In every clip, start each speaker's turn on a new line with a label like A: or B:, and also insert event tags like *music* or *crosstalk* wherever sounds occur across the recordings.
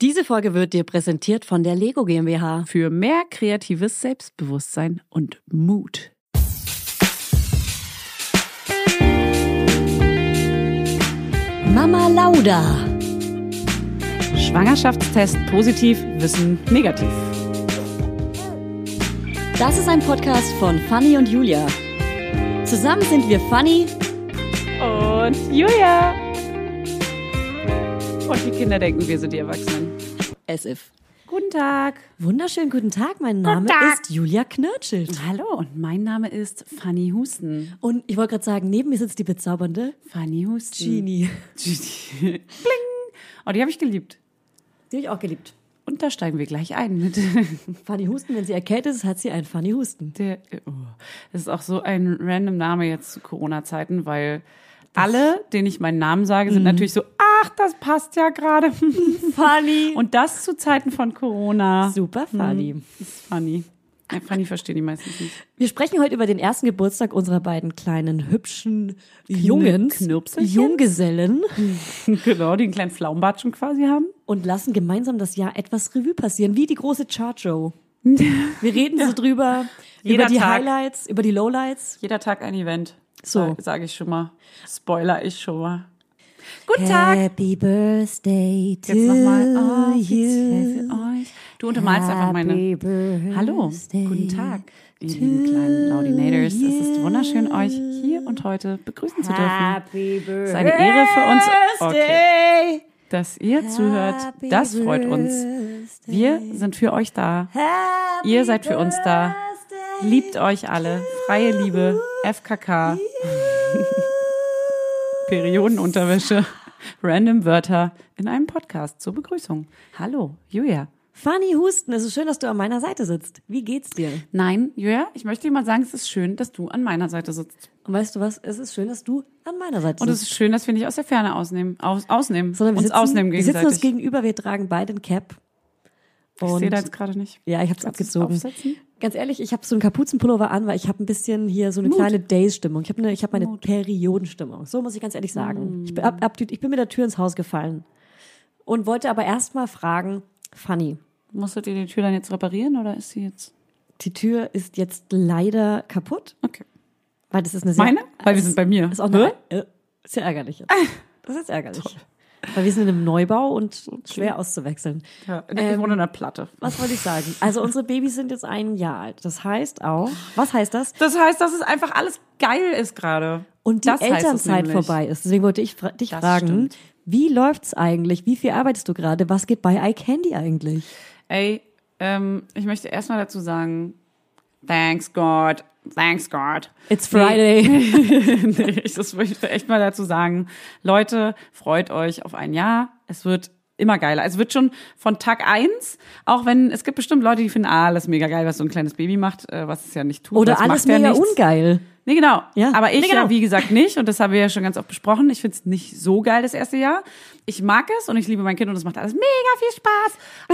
A: Diese Folge wird dir präsentiert von der Lego GmbH.
B: Für mehr kreatives Selbstbewusstsein und Mut.
A: Mama Lauda.
B: Schwangerschaftstest positiv, Wissen negativ.
A: Das ist ein Podcast von Fanny und Julia. Zusammen sind wir Fanny
B: Und Julia. Und die Kinder denken, wir sind die Erwachsenen.
A: as if.
B: Guten Tag.
A: Wunderschönen guten Tag, mein Name
B: Tag.
A: ist Julia Knirtschild.
B: Hallo, und mein Name ist Fanny Husten.
A: Und ich wollte gerade sagen, neben mir sitzt die bezaubernde
B: Fanny Husten.
A: Genie.
B: Genie. *laughs* Bling. Oh, die habe ich geliebt.
A: Die habe ich auch geliebt.
B: Und da steigen wir gleich ein mit
A: Fanny Husten, wenn sie erkältet ist, hat sie einen Fanny Husten.
B: der. Oh. Das ist auch so ein random Name jetzt zu Corona-Zeiten, weil alle, denen ich meinen Namen sage, sind natürlich so, ach, das passt ja *laughs* gerade.
A: *laughs* Fanny. Mhm.
B: Und das zu Zeiten von Corona.
A: Super funny.
B: Das ist funny. Äh, Funny verstehen die meistens nicht. *laughs*
A: Wir sprechen heute über den ersten Geburtstag unserer beiden kleinen, hübschen Jungens,
B: Knirpselchen?
A: Junggesellen
B: genau, die einen kleinen Pflaumenbatschen quasi haben.
A: und lassen gemeinsam das Jahr etwas Revue passieren, wie die große Chart Show.
B: *laughs*
A: Wir reden so drüber,
B: Jeder
A: über die
B: Tag.
A: Highlights, über die Lowlights.
B: Jeder Tag ein Event.
A: So.
B: Sage sag ich schon mal. Spoiler ich schon mal. Guten Tag.
A: Happy Birthday to
B: Jetzt ah, nochmal offiziell
A: you.
B: für euch. Du untermalst einfach meine. Hallo. Guten Tag. Ihr lieben kleinen Laudinators. Es ist wunderschön, euch hier und heute begrüßen zu dürfen.
A: Happy Birthday.
B: Es ist eine Ehre für uns. Okay. Dass ihr zuhört, das freut uns. Wir sind für euch da. Ihr seid für uns da. Liebt euch alle. Freie Liebe. FKK. Periodenunterwäsche. Random Wörter in einem Podcast zur Begrüßung. Hallo, Julia.
A: Fanny Husten, es ist schön, dass du an meiner Seite sitzt. Wie geht's dir?
B: Nein, Julia, ich möchte dir mal sagen, es ist schön, dass du an meiner Seite sitzt.
A: Und weißt du was? Es ist schön, dass du an meiner Seite
B: Und es
A: sitzt.
B: ist schön, dass wir nicht aus der Ferne ausnehmen, aus, ausnehmen,
A: Sondern wir
B: uns
A: sitzen,
B: ausnehmen
A: wir sitzen uns
B: gegenseitig.
A: gegenüber, wir tragen beide ein Cap.
B: ich
A: Und
B: sehe da jetzt gerade nicht.
A: ja, ich hab's
B: Kannst du's
A: abgezogen.
B: aufsetzen?
A: Ganz ehrlich, ich habe so einen Kapuzenpullover an, weil ich habe ein bisschen hier so eine
B: Mut.
A: kleine Days-Stimmung. Ich habe eine, ich habe meine Periodenstimmung. So muss ich ganz ehrlich sagen.
B: Mm.
A: Ich, bin, ab, ab, ich bin mit der Tür ins Haus gefallen und wollte aber erstmal fragen, Fanny,
B: Musstet ihr die Tür dann jetzt reparieren oder ist sie jetzt?
A: die Tür ist jetzt leider kaputt,
B: Okay.
A: weil das ist eine sehr,
B: Meine? Weil wir sind bei mir.
A: ist auch eine, äh, sehr ärgerlich. Jetzt. *laughs* Das ist jetzt ärgerlich. Weil wir sind in einem Neubau und schwer auszuwechseln.
B: Ja, in
A: Ähm,
B: der- ich wohne in der Platte.
A: Was wollte ich sagen? Also unsere Babys sind jetzt ein Jahr alt. Das heißt auch, was heißt das?
B: Das heißt, dass es einfach alles geil ist gerade.
A: Und die
B: das heißt es
A: Elternzeit
B: nämlich.
A: vorbei ist. Deswegen wollte ich fra dich
B: Das
A: fragen,
B: stimmt.
A: wie läuft's eigentlich? Wie viel arbeitest du gerade? Was geht bei iCandy eigentlich?
B: Ey, ähm, ich möchte erstmal dazu sagen, thanks God, thanks God.
A: It's *laughs* Friday.
B: *laughs* nee, ich das möchte echt mal dazu sagen. Leute, freut euch auf ein Jahr. Es wird immer geiler. Es wird schon von Tag eins, auch wenn es gibt bestimmt Leute, die finden, ah, alles mega geil, was so ein kleines Baby macht, äh, was es ja nicht tut.
A: Oder
B: weil es
A: alles
B: macht ja
A: mega
B: nichts.
A: ungeil.
B: Nee, genau.
A: Ja.
B: Aber ich
A: Nee, genau.
B: ja, wie gesagt, nicht. Und das haben wir ja schon ganz oft besprochen. Ich finde es nicht so geil, das erste Jahr. Ich mag es und ich liebe mein Kind und es macht alles mega viel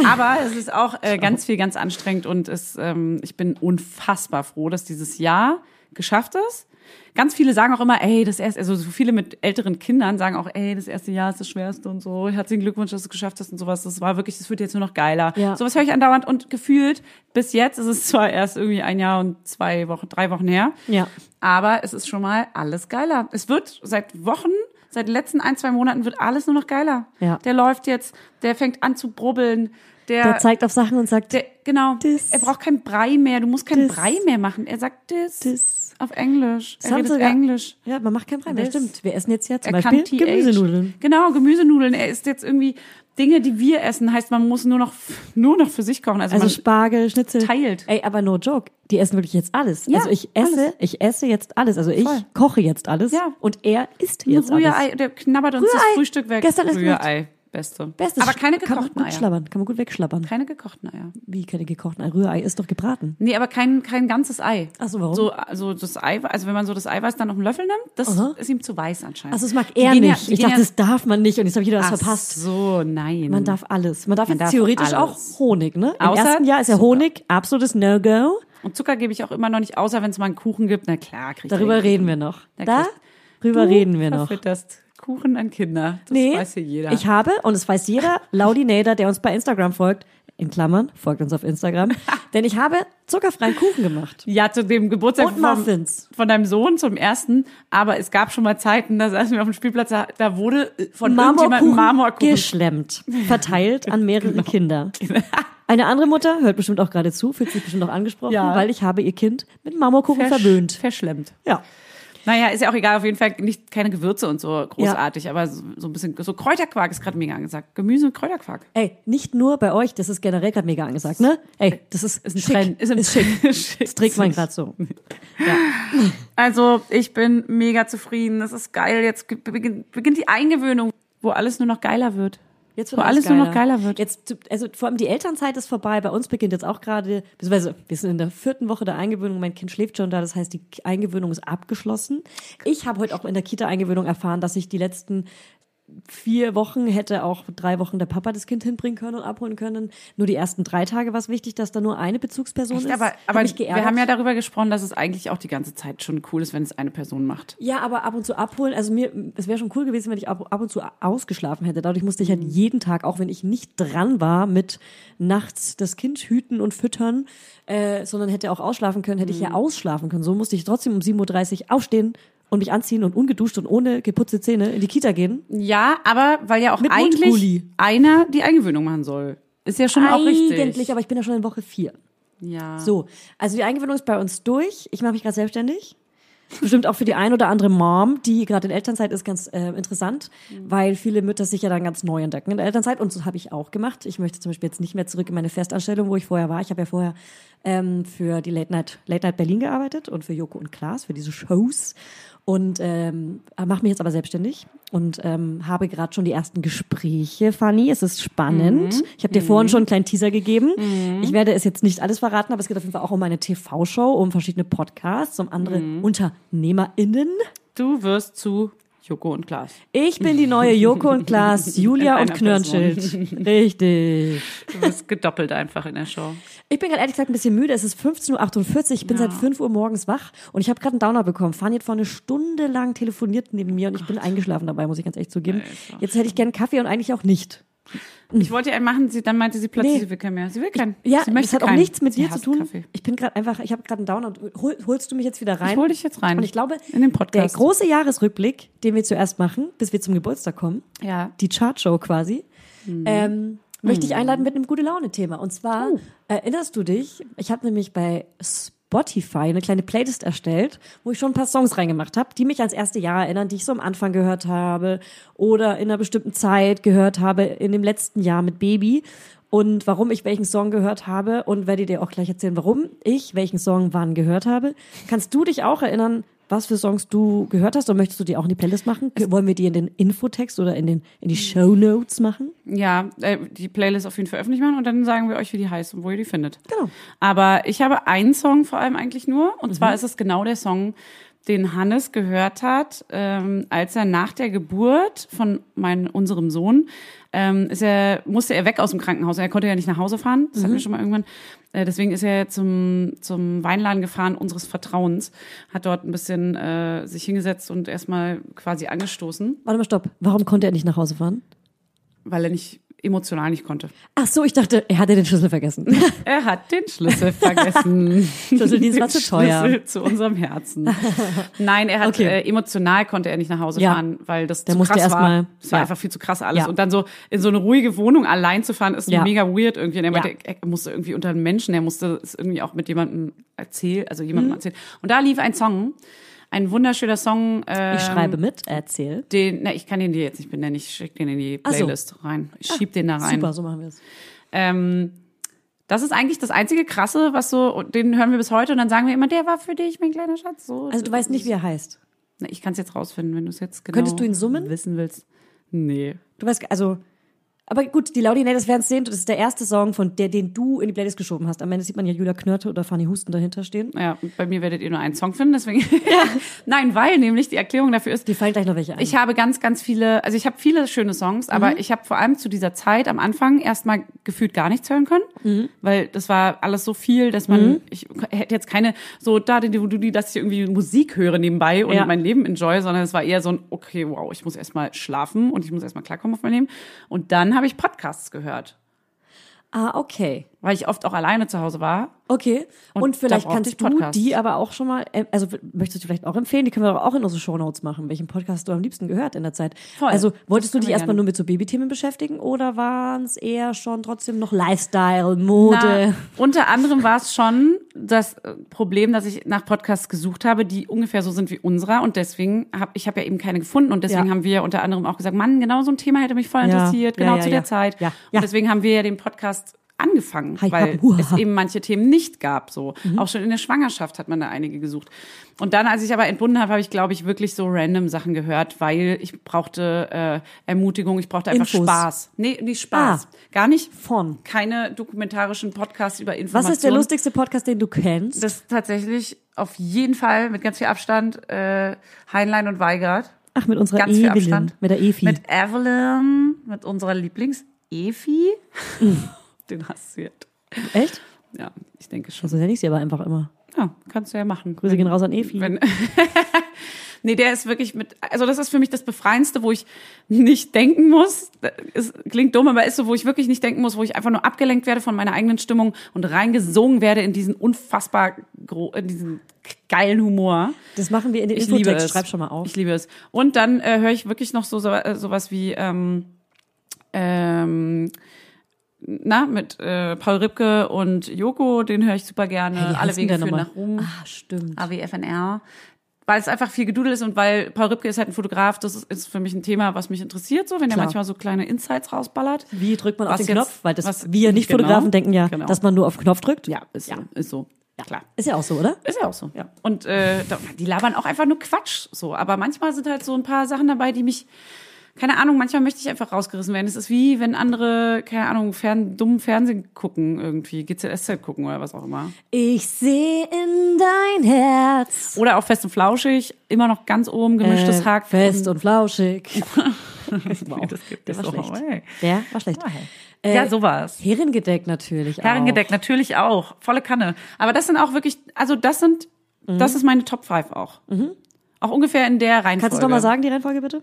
B: Spaß.
A: *laughs*
B: Aber es ist auch äh, ganz viel, ganz anstrengend und es, ähm, ich bin unfassbar froh, dass dieses Jahr geschafft ist. Ganz viele sagen auch immer, ey, das erste, also so viele mit älteren Kindern sagen auch, ey, das erste Jahr ist das schwerste und so. Herzlichen Glückwunsch, dass du es geschafft hast und sowas. Das war wirklich, das wird jetzt nur noch geiler.
A: Ja.
B: Sowas höre ich andauernd und gefühlt bis jetzt ist es zwar erst irgendwie ein Jahr und zwei Wochen, drei Wochen her.
A: Ja.
B: Aber es ist schon mal alles geiler. Es wird seit Wochen, seit den letzten ein, zwei Monaten wird alles nur noch geiler.
A: Ja.
B: Der läuft jetzt, der fängt an zu brubbeln, der,
A: Der zeigt auf Sachen und sagt,
B: der genau,
A: Dis.
B: er braucht keinen Brei mehr, du musst keinen
A: Dis.
B: Brei mehr machen. Er sagt das
A: Dis.
B: auf Englisch.
A: Das
B: Er
A: haben
B: redet
A: sogar-
B: Englisch.
A: ja, man macht keinen Brei mehr.
B: Das-
A: Stimmt. Wir essen jetzt ja zum
B: er
A: Beispiel
B: TH.
A: Gemüsenudeln.
B: Genau, Gemüsenudeln. Er isst jetzt irgendwie Dinge, die wir essen. Heißt, man muss nur noch, nur noch für sich kochen. Also,
A: Also
B: man,
A: Spargel, Schnitzel.
B: teilt.
A: Ey, aber no joke. Die essen wirklich jetzt alles.
B: Ja,
A: also ich esse, ich esse jetzt alles. Also ich
B: Voll.
A: koche jetzt alles.
B: Ja.
A: Und er isst
B: ein
A: jetzt alles.
B: Rührei, der knabbert uns das
A: Rührei.
B: Frühstück weg.
A: Gestern ist
B: Rührei, beste.
A: Bestes.
B: Aber keine
A: Kann man
B: gekochten
A: gut
B: Eier.
A: schlabbern. Kann man gut wegschlabbern.
B: Keine gekochten Eier.
A: Wie keine gekochten Eier? Rührei ist doch gebraten.
B: Nee, aber kein, kein ganzes Ei.
A: Ach so, warum?
B: So, also das Ei, also wenn man so das Eiweiß dann auf den Löffel nimmt, das
A: Aha.
B: ist ihm zu weiß anscheinend.
A: Also das mag
B: Die
A: er
B: gehen
A: nicht.
B: ja- die
A: ich
B: gehen
A: dachte,
B: ja-
A: das darf man nicht und jetzt habe ich wieder was
B: Ach
A: verpasst.
B: so, nein.
A: Man darf alles. Man darf
B: Man
A: jetzt
B: darf
A: theoretisch
B: alles.
A: auch Honig, ne? Im
B: Außer
A: ersten Jahr ist ja
B: Zucker.
A: Honig absolutes No-Go.
B: Und Zucker gebe ich auch immer noch nicht, außer wenn es mal einen Kuchen gibt. Na klar, kriegt
A: Darüber reden wir noch.
B: Da
A: Darüber reden wir noch.
B: Verfütterst Kuchen an Kinder. Das
A: nee,
B: weiß hier jeder.
A: ich habe, und das weiß jeder, Laudinator, der uns bei Instagram folgt, in Klammern, folgt uns auf
B: *laughs*
A: Instagram, denn ich habe zuckerfreien Kuchen gemacht.
B: ja, zu dem Geburtstag
A: Und
B: vom-
A: Muffins.
B: von deinem Sohn zum ersten. Aber es gab schon mal Zeiten, da saßen wir auf dem Spielplatz, da, da wurde äh, von irgendjemandem Marmorkuchen. Genau.
A: geschlemmt, verteilt an mehrere
B: *laughs*
A: Kinder. Eine andere Mutter hört bestimmt auch gerade zu, fühlt sich bestimmt auch angesprochen,
B: Ja.
A: weil ich habe ihr Kind mit Marmorkuchen
B: versch-
A: verwöhnt.
B: Verschlemmt.
A: Ja.
B: Naja, ist ja auch egal, auf jeden Fall nicht keine Gewürze und so großartig, aber so, so ein bisschen, so Kräuterquark ist gerade mega angesagt. Gemüse und Kräuterquark.
A: Ey, nicht nur bei euch, das ist generell gerade mega angesagt, ne? Ey, das ist,
B: Ist ein
A: schick.
B: Trend, ist ein
A: ist schick.
B: *laughs* schick.
A: Das trägt man gerade so.
B: Also, ich bin mega zufrieden. Das ist geil. Jetzt ge- beginn- beginnt die Eingewöhnung, wo alles nur noch geiler wird.
A: Jetzt
B: Wo alles nur noch geiler wird.
A: Jetzt, also vor allem die Elternzeit ist vorbei. Bei uns beginnt jetzt auch gerade, beziehungsweise wir sind in der vierten Woche der Eingewöhnung. Mein Kind schläft schon da, das heißt, die Eingewöhnung ist abgeschlossen. Ich habe heute auch in der Kita-Eingewöhnung erfahren, dass ich die letzten vier Wochen hätte auch drei Wochen der Papa das Kind hinbringen können und abholen können. Nur die ersten drei Tage war es wichtig, dass da nur eine Bezugsperson ist.
B: aber
A: Hat
B: aber
A: mich geärgert.
B: wir haben ja darüber gesprochen, dass es eigentlich auch die ganze Zeit schon cool ist, wenn es eine Person macht.
A: Ja, aber ab und zu abholen, also mir, es wäre schon cool gewesen, wenn ich ab, ab und zu ausgeschlafen hätte. Dadurch musste ich
B: Mhm.
A: halt jeden Tag, auch wenn ich nicht dran war mit nachts das Kind hüten und füttern, äh, sondern hätte auch ausschlafen können, hätte ich
B: Mhm.
A: ja ausschlafen können. So musste ich trotzdem um 7.30 Uhr aufstehen und mich anziehen und ungeduscht und ohne geputzte Zähne in die Kita gehen.
B: Ja, aber weil ja auch
A: Mit
B: eigentlich
A: Mundgulli.
B: einer die Eingewöhnung machen soll. Ist ja schon auch richtig.
A: Eigentlich, aber ich bin ja schon in Woche vier.
B: ja.
A: So, also die Eingewöhnung ist bei uns durch. Ich mache mich gerade selbstständig. Bestimmt auch für die ein oder andere Mom, die gerade in Elternzeit ist, ganz äh, interessant, weil viele Mütter sich ja dann ganz neu entdecken in der Elternzeit. Und so habe ich auch gemacht. Ich möchte zum Beispiel jetzt nicht mehr zurück in meine Festanstellung, wo ich vorher war. Ich habe ja vorher ähm, für die Late Night, Late Night Berlin gearbeitet und für Joko und Klaas, für diese Shows. Und ähm, mache mich jetzt aber selbstständig und ähm, habe gerade schon die ersten Gespräche, Fanny. Es ist spannend.
B: Mhm.
A: Ich habe dir vorhin schon einen kleinen Teaser gegeben. Ich werde es jetzt nicht alles verraten, aber es geht auf jeden Fall auch um eine TV-Show, um verschiedene Podcasts, um andere
B: Mhm.
A: UnternehmerInnen.
B: Du wirst zu Joko und Klaas.
A: Ich bin die neue Joko und
B: *laughs*
A: Klaas, Julia
B: In
A: und
B: einer
A: Knirnschild. Richtig.
B: Du bist gedoppelt einfach in der Show.
A: Ich bin gerade ehrlich gesagt ein bisschen müde. Es ist 15.48 Uhr. Ich bin
B: Ja.
A: seit 5 Uhr morgens wach und ich habe gerade einen Downer bekommen. Fanny hat vor eine Stunde lang telefoniert neben mir und ich bin eingeschlafen dabei, muss ich ganz ehrlich zugeben.
B: Oh Alter.
A: Jetzt hätte ich gern Kaffee und eigentlich auch nicht.
B: Ich wollte ihr einen machen, sie, dann meinte sie plötzlich,
A: Nee.
B: sie will keinen mehr. Sie will keinen.
A: Ja,
B: sie möchte
A: das hat auch
B: keinen.
A: nichts mit
B: Sie
A: dir zu
B: hasst
A: tun.
B: Kaffee.
A: Ich bin gerade einfach, ich habe gerade einen Downer. Und hol, holst du mich jetzt wieder rein?
B: Ich hole dich jetzt rein.
A: Und ich glaube,
B: in den
A: der
B: Podcast.
A: große Jahresrückblick, den wir zuerst machen, bis wir zum Geburtstag kommen,
B: ja.
A: die Chartshow quasi, ähm, möchte ich einladen mit einem gute Laune-Thema. Und zwar erinnerst du dich, ich habe nämlich bei Spotify eine kleine Playlist erstellt, wo ich schon ein paar Songs reingemacht habe, die mich ans erste Jahr erinnern, die ich so am Anfang gehört habe oder in einer bestimmten Zeit gehört habe, in dem letzten Jahr mit Baby. Und warum ich welchen Song gehört habe und werde dir auch gleich erzählen, warum ich welchen Song wann gehört habe. Kannst du dich auch erinnern, was für Songs du gehört hast und möchtest du die auch in die Playlist machen? Wollen wir die in den Infotext oder in, den, in die Show Notes machen?
B: Ja, äh, die Playlist auf jeden Fall öffentlich machen und dann sagen wir euch, wie die heißt und wo ihr die findet.
A: Genau.
B: Aber ich habe einen Song vor allem eigentlich nur und zwar ist es genau der Song, den Hannes gehört hat, ähm, als er nach der Geburt von mein, unserem Sohn ähm, ist er, musste er weg aus dem Krankenhaus. Er konnte ja nicht nach Hause fahren, das hatten wir schon mal irgendwann. Äh, deswegen ist er zum, zum Weinladen gefahren unseres Vertrauens, hat dort ein bisschen äh, sich hingesetzt und erstmal quasi angestoßen,
A: Warte mal, stopp. Warum konnte er nicht nach Hause fahren?
B: weil er nicht emotional nicht konnte.
A: Ach so, ich dachte, er hatte den Schlüssel vergessen. *laughs*
B: Er hat den Schlüssel vergessen.
A: Schlüsseldienst war zu teuer.
B: Schlüssel zu unserem Herzen. Nein, er hat
A: Okay.
B: äh, emotional konnte er nicht nach Hause
A: Ja.
B: fahren, weil das
A: Der
B: zu
A: musste
B: krass
A: erst
B: war.
A: mal-
B: es war
A: ja.
B: einfach viel zu krass alles
A: Ja.
B: und dann so in so eine ruhige Wohnung allein zu fahren ist
A: Ja.
B: mega weird irgendwie. Und er meinte,
A: Ja.
B: er er musste irgendwie unter den Menschen, er musste es irgendwie auch mit jemandem erzählen, also
A: Mhm.
B: jemandem erzählen. Und da lief ein Song, ein wunderschöner Song. Äh,
A: Ich schreibe mit, erzähl.
B: Den, na, ich kann den dir jetzt nicht benennen, ich schicke den in die
A: Ach so. Ah,
B: Playlist rein. Ich schieb den da rein.
A: Super, so machen wir es.
B: Ähm, das ist eigentlich das einzige Krasse, was so, und den hören wir bis heute und dann sagen wir immer, der war für dich, mein kleiner Schatz. So,
A: Also du weißt nicht, wie er heißt.
B: Na, ich kann es jetzt rausfinden, wenn du es jetzt genau
A: Könntest du ihn summen?
B: wissen willst. Nee.
A: Du weißt, also, aber gut, die Laudinators werden es sehen. Das ist der erste Song, von der, den du in die Playlist geschoben hast. Am Ende sieht man ja Julia Knörte oder Fanny Husten dahinter stehen.
B: Ja, bei mir werdet ihr nur einen Song finden, deswegen. *laughs* Nein, weil nämlich die Erklärung dafür ist,
A: Die fallen gleich noch welche ein.
B: ich habe ganz, ganz viele, also ich habe viele schöne Songs, aber ich habe vor allem zu dieser Zeit am Anfang erstmal gefühlt gar nichts hören können. weil das war alles so viel, dass man, ich hätte jetzt keine so da, die, die, die, dass ich irgendwie Musik höre nebenbei und
A: Ja.
B: mein Leben enjoy, sondern es war eher so ein, okay, wow, ich muss erstmal schlafen und ich muss erstmal klarkommen auf mein Leben. Und dann habe ich Podcasts gehört,
A: Ah, okay.
B: weil ich oft auch alleine zu Hause war.
A: Okay. Und,
B: Und da
A: vielleicht
B: brauchte ich
A: kannst du
B: Podcasts.
A: die aber auch schon mal, äh, also w- möchtest du vielleicht auch empfehlen, die können wir doch auch in unsere Shownotes machen, welchen Podcast du am liebsten gehört in der Zeit.
B: Voll.
A: Also wolltest du
B: können
A: dich
B: wir
A: erstmal
B: gerne.
A: nur mit so Babythemen beschäftigen oder waren es eher schon trotzdem noch Lifestyle, Mode?
B: Na, unter anderem war es schon das äh, Problem, dass ich nach Podcasts gesucht habe, die ungefähr so sind wie unserer und deswegen habe ich habe ja eben keine gefunden und deswegen
A: Ja.
B: haben wir unter anderem auch gesagt, Mann, genau so ein Thema hätte mich voll
A: Ja.
B: interessiert,
A: Ja,
B: genau
A: ja,
B: zu
A: ja.
B: der Zeit.
A: Ja. Ja.
B: Und deswegen haben wir ja den Podcast angefangen,
A: Hi, Mhm.
B: weil
A: hab- huha.
B: es eben manche Themen nicht gab. So auch schon in der Schwangerschaft hat man da einige gesucht. Und dann, als ich aber entbunden habe, habe ich glaube ich wirklich so random Sachen gehört, weil ich brauchte äh, Ermutigung, ich brauchte einfach
A: Infos.
B: Spaß. Nee, nicht Spaß,
A: Ah.
B: gar nicht
A: Von.
B: keine dokumentarischen Podcasts über Informationen.
A: Was ist der lustigste Podcast, den du kennst?
B: Das ist tatsächlich auf jeden Fall mit ganz viel Abstand äh, Heinlein und Weigert.
A: Ach, mit unserer
B: Ganz viel
A: Evelyn,
B: Abstand.
A: mit der Evi.
B: Mit Evelyn, mit unserer Lieblings-Evi.
A: Mhm.
B: *laughs* Den hast du jetzt.
A: Echt?
B: Ja, ich denke schon.
A: Also nenne ich sie aber einfach immer.
B: Ja, kannst du ja machen.
A: Grüße gehen raus an Evi.
B: Wenn, *laughs* nee, der ist wirklich mit, also das ist für mich das Befreiendste, wo ich nicht denken muss. Es klingt dumm, aber ist so, wo ich wirklich nicht denken muss, wo ich einfach nur abgelenkt werde von meiner eigenen Stimmung und reingesogen werde in diesen unfassbar, gro in diesen geilen Humor.
A: Das machen wir in den
B: Ich liebe
A: Infotext.
B: es.
A: Schreib schon mal auf.
B: Ich liebe es. Und dann äh, höre ich wirklich noch so, so äh, sowas wie ähm, ähm, na mit äh, Paul Ripke und Joko, den höre ich super gerne.
A: Hey, wie
B: äh, Alle
A: heißt denn
B: Wege
A: der
B: führen
A: nochmal?
B: nach Ruhm.
A: Ah, stimmt.
B: AWFNR, weil es einfach viel Gedudel ist und weil Paul Rübke ist halt ein Fotograf, das ist, ist für mich ein Thema, was mich interessiert, so wenn er
A: Klar.
B: manchmal so kleine Insights rausballert.
A: Wie drückt man auf
B: Was
A: den
B: jetzt-
A: Knopf? Weil das,
B: was-
A: wir nicht
B: genau,
A: Fotografen denken ja,
B: genau.
A: dass man nur auf Knopf drückt.
B: Ja, ist so. Ist so. Klar.
A: Ist ja auch so, oder?
B: Ist ja auch so. Ja. Und äh, da- die labern auch einfach nur Quatsch so. Aber manchmal sind halt so ein paar Sachen dabei, die mich, keine Ahnung, manchmal möchte ich einfach rausgerissen werden. Es ist wie, wenn andere, keine Ahnung, fern, dummen Fernsehen gucken irgendwie, GZSZ gucken oder was auch immer.
A: Ich sehe in dein Herz.
B: Oder auch fest und flauschig, immer noch ganz oben, gemischtes
A: Äh,
B: Hack.
A: Fest
B: *laughs*
A: und *laughs* flauschig. wow.
B: das gibt
A: Der
B: es
A: war
B: auch.
A: schlecht.
B: Ey.
A: Der war schlecht. Äh,
B: ja, sowas.
A: Herrengedeck natürlich auch.
B: Herrengedeck natürlich auch, volle Kanne. Aber das sind auch wirklich, also das sind, das ist meine Top 5 auch. Auch ungefähr in der Reihenfolge.
A: Mhm. Kannst du nochmal sagen, die Reihenfolge bitte?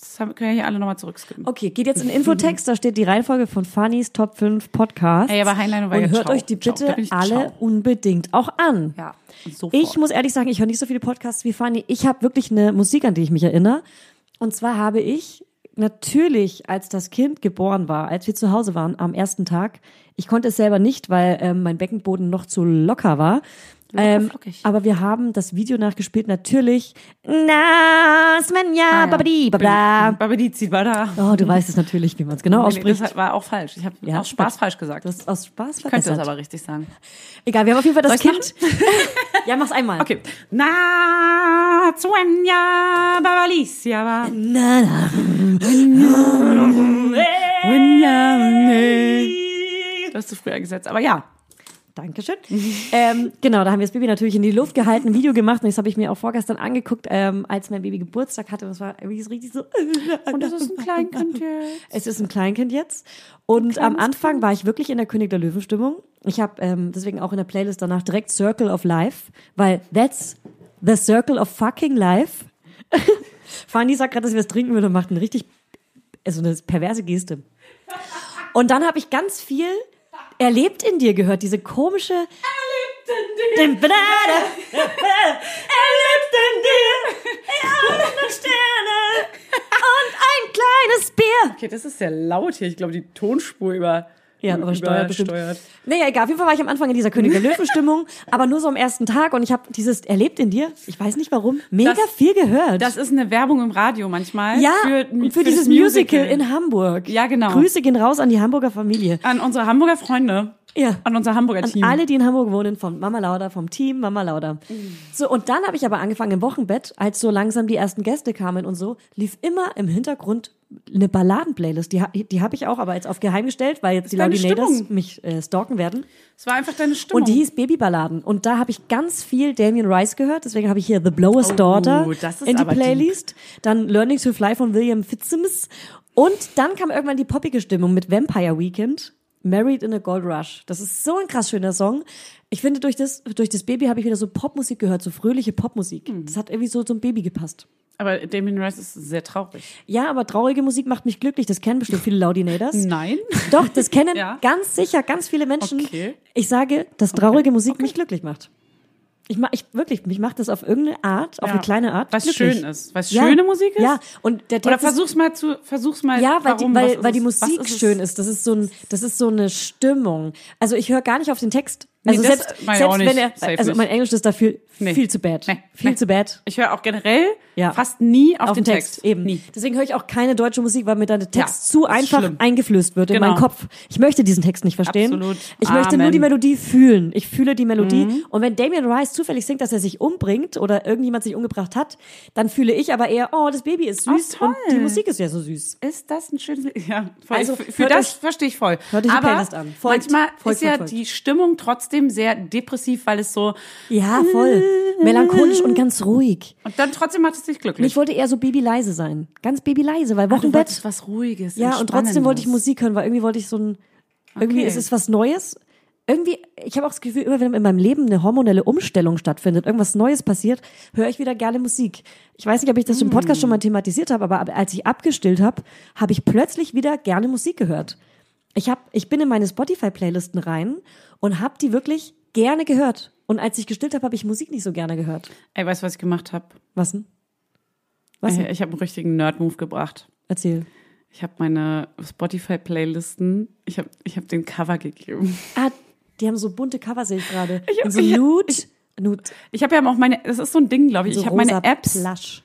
B: Das haben- können ja hier alle nochmal zurückskippen.
A: Okay, geht *laughs* jetzt in den Infotext, da steht die Reihenfolge von Fannys Top 5 Podcast.
B: Ey, aber Heinlein und Weigert,
A: hört
B: ciao,
A: euch die
B: ciao, da
A: bitte
B: bin ich,
A: alle
B: ciao.
A: unbedingt auch an.
B: Ja, sofort.
A: Ich muss ehrlich sagen, ich höre nicht so viele Podcasts wie Fanny. Ich habe wirklich eine Musik, an die ich mich erinnere. Und zwar habe ich natürlich, als das Kind geboren war, als wir zu Hause waren am ersten Tag, ich konnte es selber nicht, weil ähm, mein Beckenboden noch zu locker war. Ähm,
B: flockig.
A: aber wir haben das Video nachgespielt, natürlich. Na, Svenja,
B: Ah, ja.
A: babidi, babla.
B: Babadizi war da.
A: Oh, du weißt es natürlich, wie man es genau
B: Nee, nee,
A: ausspricht.
B: das war auch falsch. Ich habe
A: Ja,
B: aus Spaß falsch gesagt.
A: Das ist aus Spaß
B: ich könnte das
A: verbessert.
B: aber richtig sagen.
A: Egal, wir haben auf jeden Fall das
B: Soll ich's
A: Kind. *laughs* ja, mach's einmal.
B: Okay. Na, Zuenya, Babalicia, ba-
A: Na, na.
B: Zuenya, nee. Das hast du früher eingesetzt, aber ja.
A: Dankeschön. ähm, genau, da haben wir das Baby natürlich in die Luft gehalten, ein Video gemacht und das habe ich mir auch vorgestern angeguckt, ähm, als mein Baby Geburtstag hatte. Und es war irgendwie so richtig so.
B: Und das ist ein Kleinkindchen.
A: Es ist ein Kleinkind jetzt. Und am Anfang war ich wirklich in der König der Löwen-Stimmung. Ich habe ähm, deswegen auch in der Playlist danach direkt Circle of Life, weil that's the Circle of fucking Life. *laughs* Fanny sagt gerade, dass wir es trinken würden und macht eine richtig, also eine perverse Geste. Und dann habe ich ganz viel erlebt in dir gehört, diese komische. Erlebt in dir. Den Blader. erlebt in *laughs* dir. Alle Sterne. Und ein kleines Bier.
B: Okay, das ist sehr laut hier. Ich glaube, die Tonspur über.
A: Ja, aber steuert bestimmt.
B: übersteuert.
A: Naja, egal. Auf jeden Fall war ich am Anfang in dieser König
B: *laughs*
A: der Löwen-Stimmung, aber nur so am ersten Tag und ich habe dieses Erlebt in dir, ich weiß nicht warum, mega
B: Das-
A: viel gehört.
B: Das ist eine Werbung im Radio manchmal.
A: ja,
B: für,
A: und für,
B: das
A: dieses Musical, in Hamburg.
B: Ja, genau.
A: Grüße gehen raus an die Hamburger Familie.
B: An unsere Hamburger Freunde.
A: Ja.
B: An unser Hamburger
A: An
B: Team.
A: alle, die in Hamburg wohnen, von Mama Lauda, vom Team Mama Lauda. So, und dann habe ich aber angefangen im Wochenbett, als so langsam die ersten Gäste kamen und so, lief immer im Hintergrund eine Balladen-Playlist. Die, ha- die habe ich auch aber jetzt auf geheim gestellt, weil jetzt die
B: deine
A: Laudinators
B: Stimmung.
A: mich äh, stalken werden.
B: Es war einfach deine Stimmung.
A: Und die hieß Babyballaden. Und da habe ich ganz viel Damien Rice gehört. Deswegen habe ich hier The Blower's Daughter
B: Oh, das ist
A: in die
B: aber
A: Playlist. Dann Learning to Fly von William Fitzsimmons. Und dann kam irgendwann die poppige Stimmung mit Vampire Weekend. Married in a Gold Rush. Das ist so ein krass schöner Song. Ich finde, durch das, durch das Baby habe ich wieder so Popmusik gehört, so fröhliche Popmusik.
B: Hm.
A: Das hat irgendwie so zum Baby gepasst.
B: Aber Damien Rice ist sehr traurig.
A: Ja, aber traurige Musik macht mich glücklich. Das kennen
B: *laughs*
A: bestimmt viele Laudinators.
B: Nein.
A: Doch, das kennen
B: *laughs* Ja.
A: ganz sicher ganz viele Menschen.
B: Okay.
A: Ich sage, dass traurige Musik mich glücklich macht. Ich, ma- ich wirklich, mich macht das auf irgendeine Art, auf
B: Ja.
A: eine kleine Art.
B: Was
A: glücklich.
B: schön ist. Was
A: Ja.
B: schöne Musik ist?
A: Ja, und der Text
B: Oder
A: ist-
B: versuch's mal zu, versuch's mal.
A: ja, weil,
B: warum,
A: die,
B: was
A: weil,
B: ist
A: weil die
B: es, was
A: Musik
B: ist es?
A: schön ist. Das ist so ein, das ist so eine Stimmung. Also ich höre gar nicht auf den Text.
B: Nee,
A: Also
B: das
A: selbst,
B: meine ich auch
A: selbst
B: nicht.
A: wenn er,
B: Safe
A: also
B: nicht.
A: mein Englisch ist dafür
B: Nee.
A: viel zu bad.
B: Nee.
A: Viel
B: Nee.
A: zu bad.
B: Ich höre auch generell
A: Ja.
B: fast nie auf,
A: Auf
B: den Text.
A: Eben.
B: Nie.
A: Deswegen höre ich auch keine deutsche Musik, weil mir dann der Text
B: Ja,
A: zu
B: ist
A: einfach
B: schlimm.
A: eingeflößt wird in
B: Genau.
A: meinen Kopf. Ich möchte diesen Text nicht verstehen.
B: Absolut.
A: Ich möchte nur
B: Amen. Mhm.
A: die Melodie fühlen. Ich fühle die Melodie. Und wenn Damien Rice zufällig singt, dass er sich umbringt oder irgendjemand sich umgebracht hat, dann fühle ich aber eher, oh, das Baby ist süß und die
B: toll.
A: Musik ist ja so süß.
B: Ist das ein schönes Lied? Ja, voll.
A: Also,
B: Also, für
A: hört
B: das
A: euch-
B: verstehe ich voll.
A: hört euch die
B: Aber
A: Playlist an. Folgt,
B: manchmal
A: folgt,
B: ist ja
A: folgt, folgt.
B: die Stimmung trotzdem sehr depressiv, weil es so
A: Ja, voll. Melancholisch und ganz ruhig.
B: und dann trotzdem macht es dich glücklich.
A: Ich wollte eher so babyleise sein. Ganz babyleise, weil Wochenbett.
B: was ruhiges.
A: ja, und trotzdem wollte ich
B: Entspannendes.
A: Musik hören, weil irgendwie wollte ich so ein. Irgendwie
B: Okay.
A: ist es was Neues. Irgendwie, ich habe auch das Gefühl, immer wenn in meinem Leben eine hormonelle Umstellung stattfindet, irgendwas Neues passiert, höre ich wieder gerne Musik. Ich weiß nicht, ob ich das im Podcast schon mal thematisiert habe, aber ab- als ich abgestillt habe, habe ich plötzlich wieder gerne Musik gehört. Ich, hab, ich bin in meine Spotify-Playlisten rein und habe die wirklich gerne gehört. Und als ich gestillt habe, habe ich Musik nicht so gerne gehört.
B: Ey, weißt du, was ich gemacht habe?
A: Was denn? Was denn?
B: Ich habe einen richtigen Nerd-Move gebracht.
A: Erzähl.
B: Ich habe meine Spotify-Playlisten, ich habe ich hab den Cover gegeben.
A: Ah, die haben so bunte Cover, sehe ich gerade.
B: Ich hab-
A: In so
B: ich-
A: Nude. Nude.
B: Ich habe ja auch meine, das ist so ein Ding, glaube ich.
A: So
B: ich habe meine
A: Also rosa
B: Apps.
A: Plush.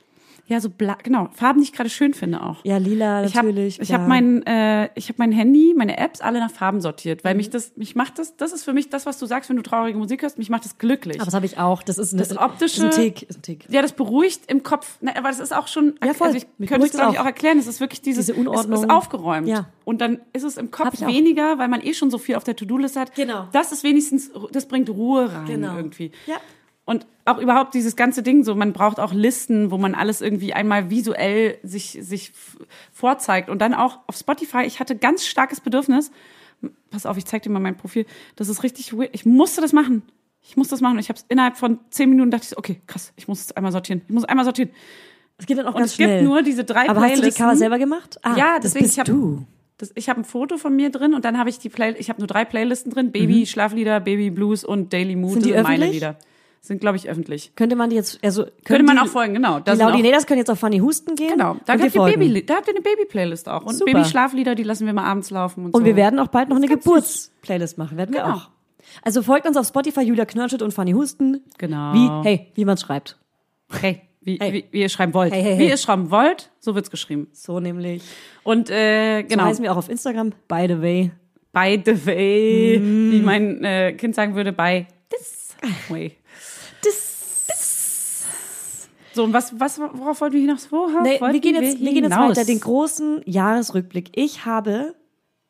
B: Ja, so bla, genau. Farben, die ich gerade schön finde auch.
A: Ja, lila
B: Ich habe
A: natürlich.
B: ich
A: klar.
B: hab mein, äh, ich hab mein Handy, meine Apps alle nach Farben sortiert,
A: Mhm.
B: weil mich das, mich macht das, das ist für mich das, was du sagst, wenn du traurige Musik hörst, mich macht das glücklich.
A: Aber das habe ich auch. Das ist, eine,
B: Das optische-
A: Ist ein Tick. Ist ein Tick.
B: ja, das beruhigt im Kopf, ne, aber das ist auch schon,
A: Ja, voll.
B: also ich
A: Mich
B: könnte es
A: beruhigt
B: glaube ich
A: das auch.
B: auch erklären, es ist wirklich dieses,
A: Diese Unordnung.
B: es ist aufgeräumt
A: Ja.
B: und dann ist es im
A: Hab
B: Kopf
A: ich auch.
B: weniger, weil man eh schon so viel auf der To-Do-List hat.
A: Genau.
B: Das ist wenigstens, das bringt Ruhe rein
A: Genau.
B: irgendwie.
A: Ja.
B: Und auch überhaupt dieses ganze Ding so, man braucht auch Listen, wo man alles irgendwie einmal visuell sich, sich f- vorzeigt. Und dann auch auf Spotify, ich hatte ganz starkes Bedürfnis, pass auf, ich zeig dir mal mein Profil, das ist richtig weird, ich musste das machen. Ich musste das machen. Und Ich habe es innerhalb von zehn Minuten dachte ich so, okay, krass, ich muss es einmal sortieren. Ich muss einmal sortieren.
A: Es geht dann auch
B: Und
A: ganz
B: es gibt
A: schnell.
B: nur diese drei
A: Aber hast du die
B: Playlisten.
A: Cover selber gemacht? Ah,
B: ja,
A: das
B: deswegen
A: bist
B: ich habe
A: du.
B: das, ich habe ein Foto von mir drin und dann habe ich die Play ich habe nur drei Playlisten drin, Baby Schlaflieder, Baby Blues und Daily Mood
A: Mhm. Sind die
B: das meine
A: öffentlich?
B: Lieder. Sind glaube ich öffentlich.
A: Könnte man die jetzt, also
B: Könnte man
A: die,
B: auch folgen, genau. Da
A: Die
B: sind auch-
A: Laudinators können jetzt auf Fanny Husten gehen.
B: Genau, da
A: und dir
B: habt, ihr
A: folgen.
B: Baby, da habt ihr eine Baby-Playlist auch. Und
A: Super.
B: Baby-Schlaflieder, die lassen wir mal abends laufen und,
A: Und
B: so.
A: wir werden auch bald noch eine
B: ganz
A: Geburts-Playlist machen, werden wir
B: Genau.
A: auch. Also folgt uns auf Spotify, Julia Knirschit und Fanny Husten.
B: Genau.
A: Wie, hey, wie man schreibt.
B: Hey, wie,
A: Hey.
B: Wie, wie ihr schreiben wollt.
A: Hey, hey,
B: Wie
A: hey.
B: ihr schreiben wollt, so wird's geschrieben.
A: So nämlich.
B: Und
A: Genau.
B: äh,
A: So
B: genau,
A: heißen wir auch auf Instagram, by the way.
B: by the way,
A: Mm.
B: wie mein äh, Kind sagen würde, by this way.
A: Das,
B: So, und was, was, worauf wollten wir hinaus? Worauf
A: nee,
B: wollten
A: wir gehen jetzt, wir gehen jetzt
B: hinaus?
A: weiter, den großen Jahresrückblick. Ich habe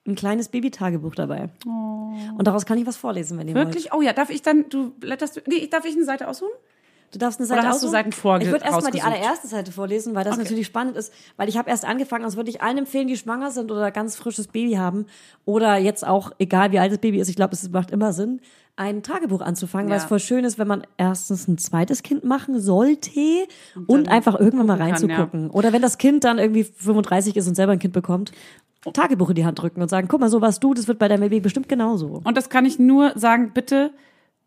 A: ein kleines Babytagebuch dabei. Und daraus kann ich was vorlesen, wenn ihr wollt.
B: Wirklich? Oh ja, darf ich dann, du blätterst, du- nee, darf ich eine Seite aussuchen?
A: Du darfst eine Seite
B: hast du
A: aussuchen?
B: Seiten vorge-
A: Ich würde erstmal die
B: rausgesucht?
A: allererste Seite vorlesen, weil das natürlich spannend ist. Weil ich habe erst angefangen, das würde ich allen empfehlen, die schwanger sind oder ganz frisches Baby haben. Oder jetzt auch, egal wie alt das Baby ist, ich glaube, es macht immer Sinn, ein Tagebuch anzufangen, weil
B: Ja.
A: es voll schön ist, wenn man erstens ein zweites Kind machen sollte und, einfach irgendwann mal
B: gucken kann, ja.
A: reinzugucken. Oder wenn das Kind dann irgendwie 35 ist und selber ein Kind bekommt, Tagebuch in die Hand drücken und sagen, guck mal, so warst du, das wird bei deinem Baby bestimmt genauso.
B: Und das kann ich nur sagen, bitte,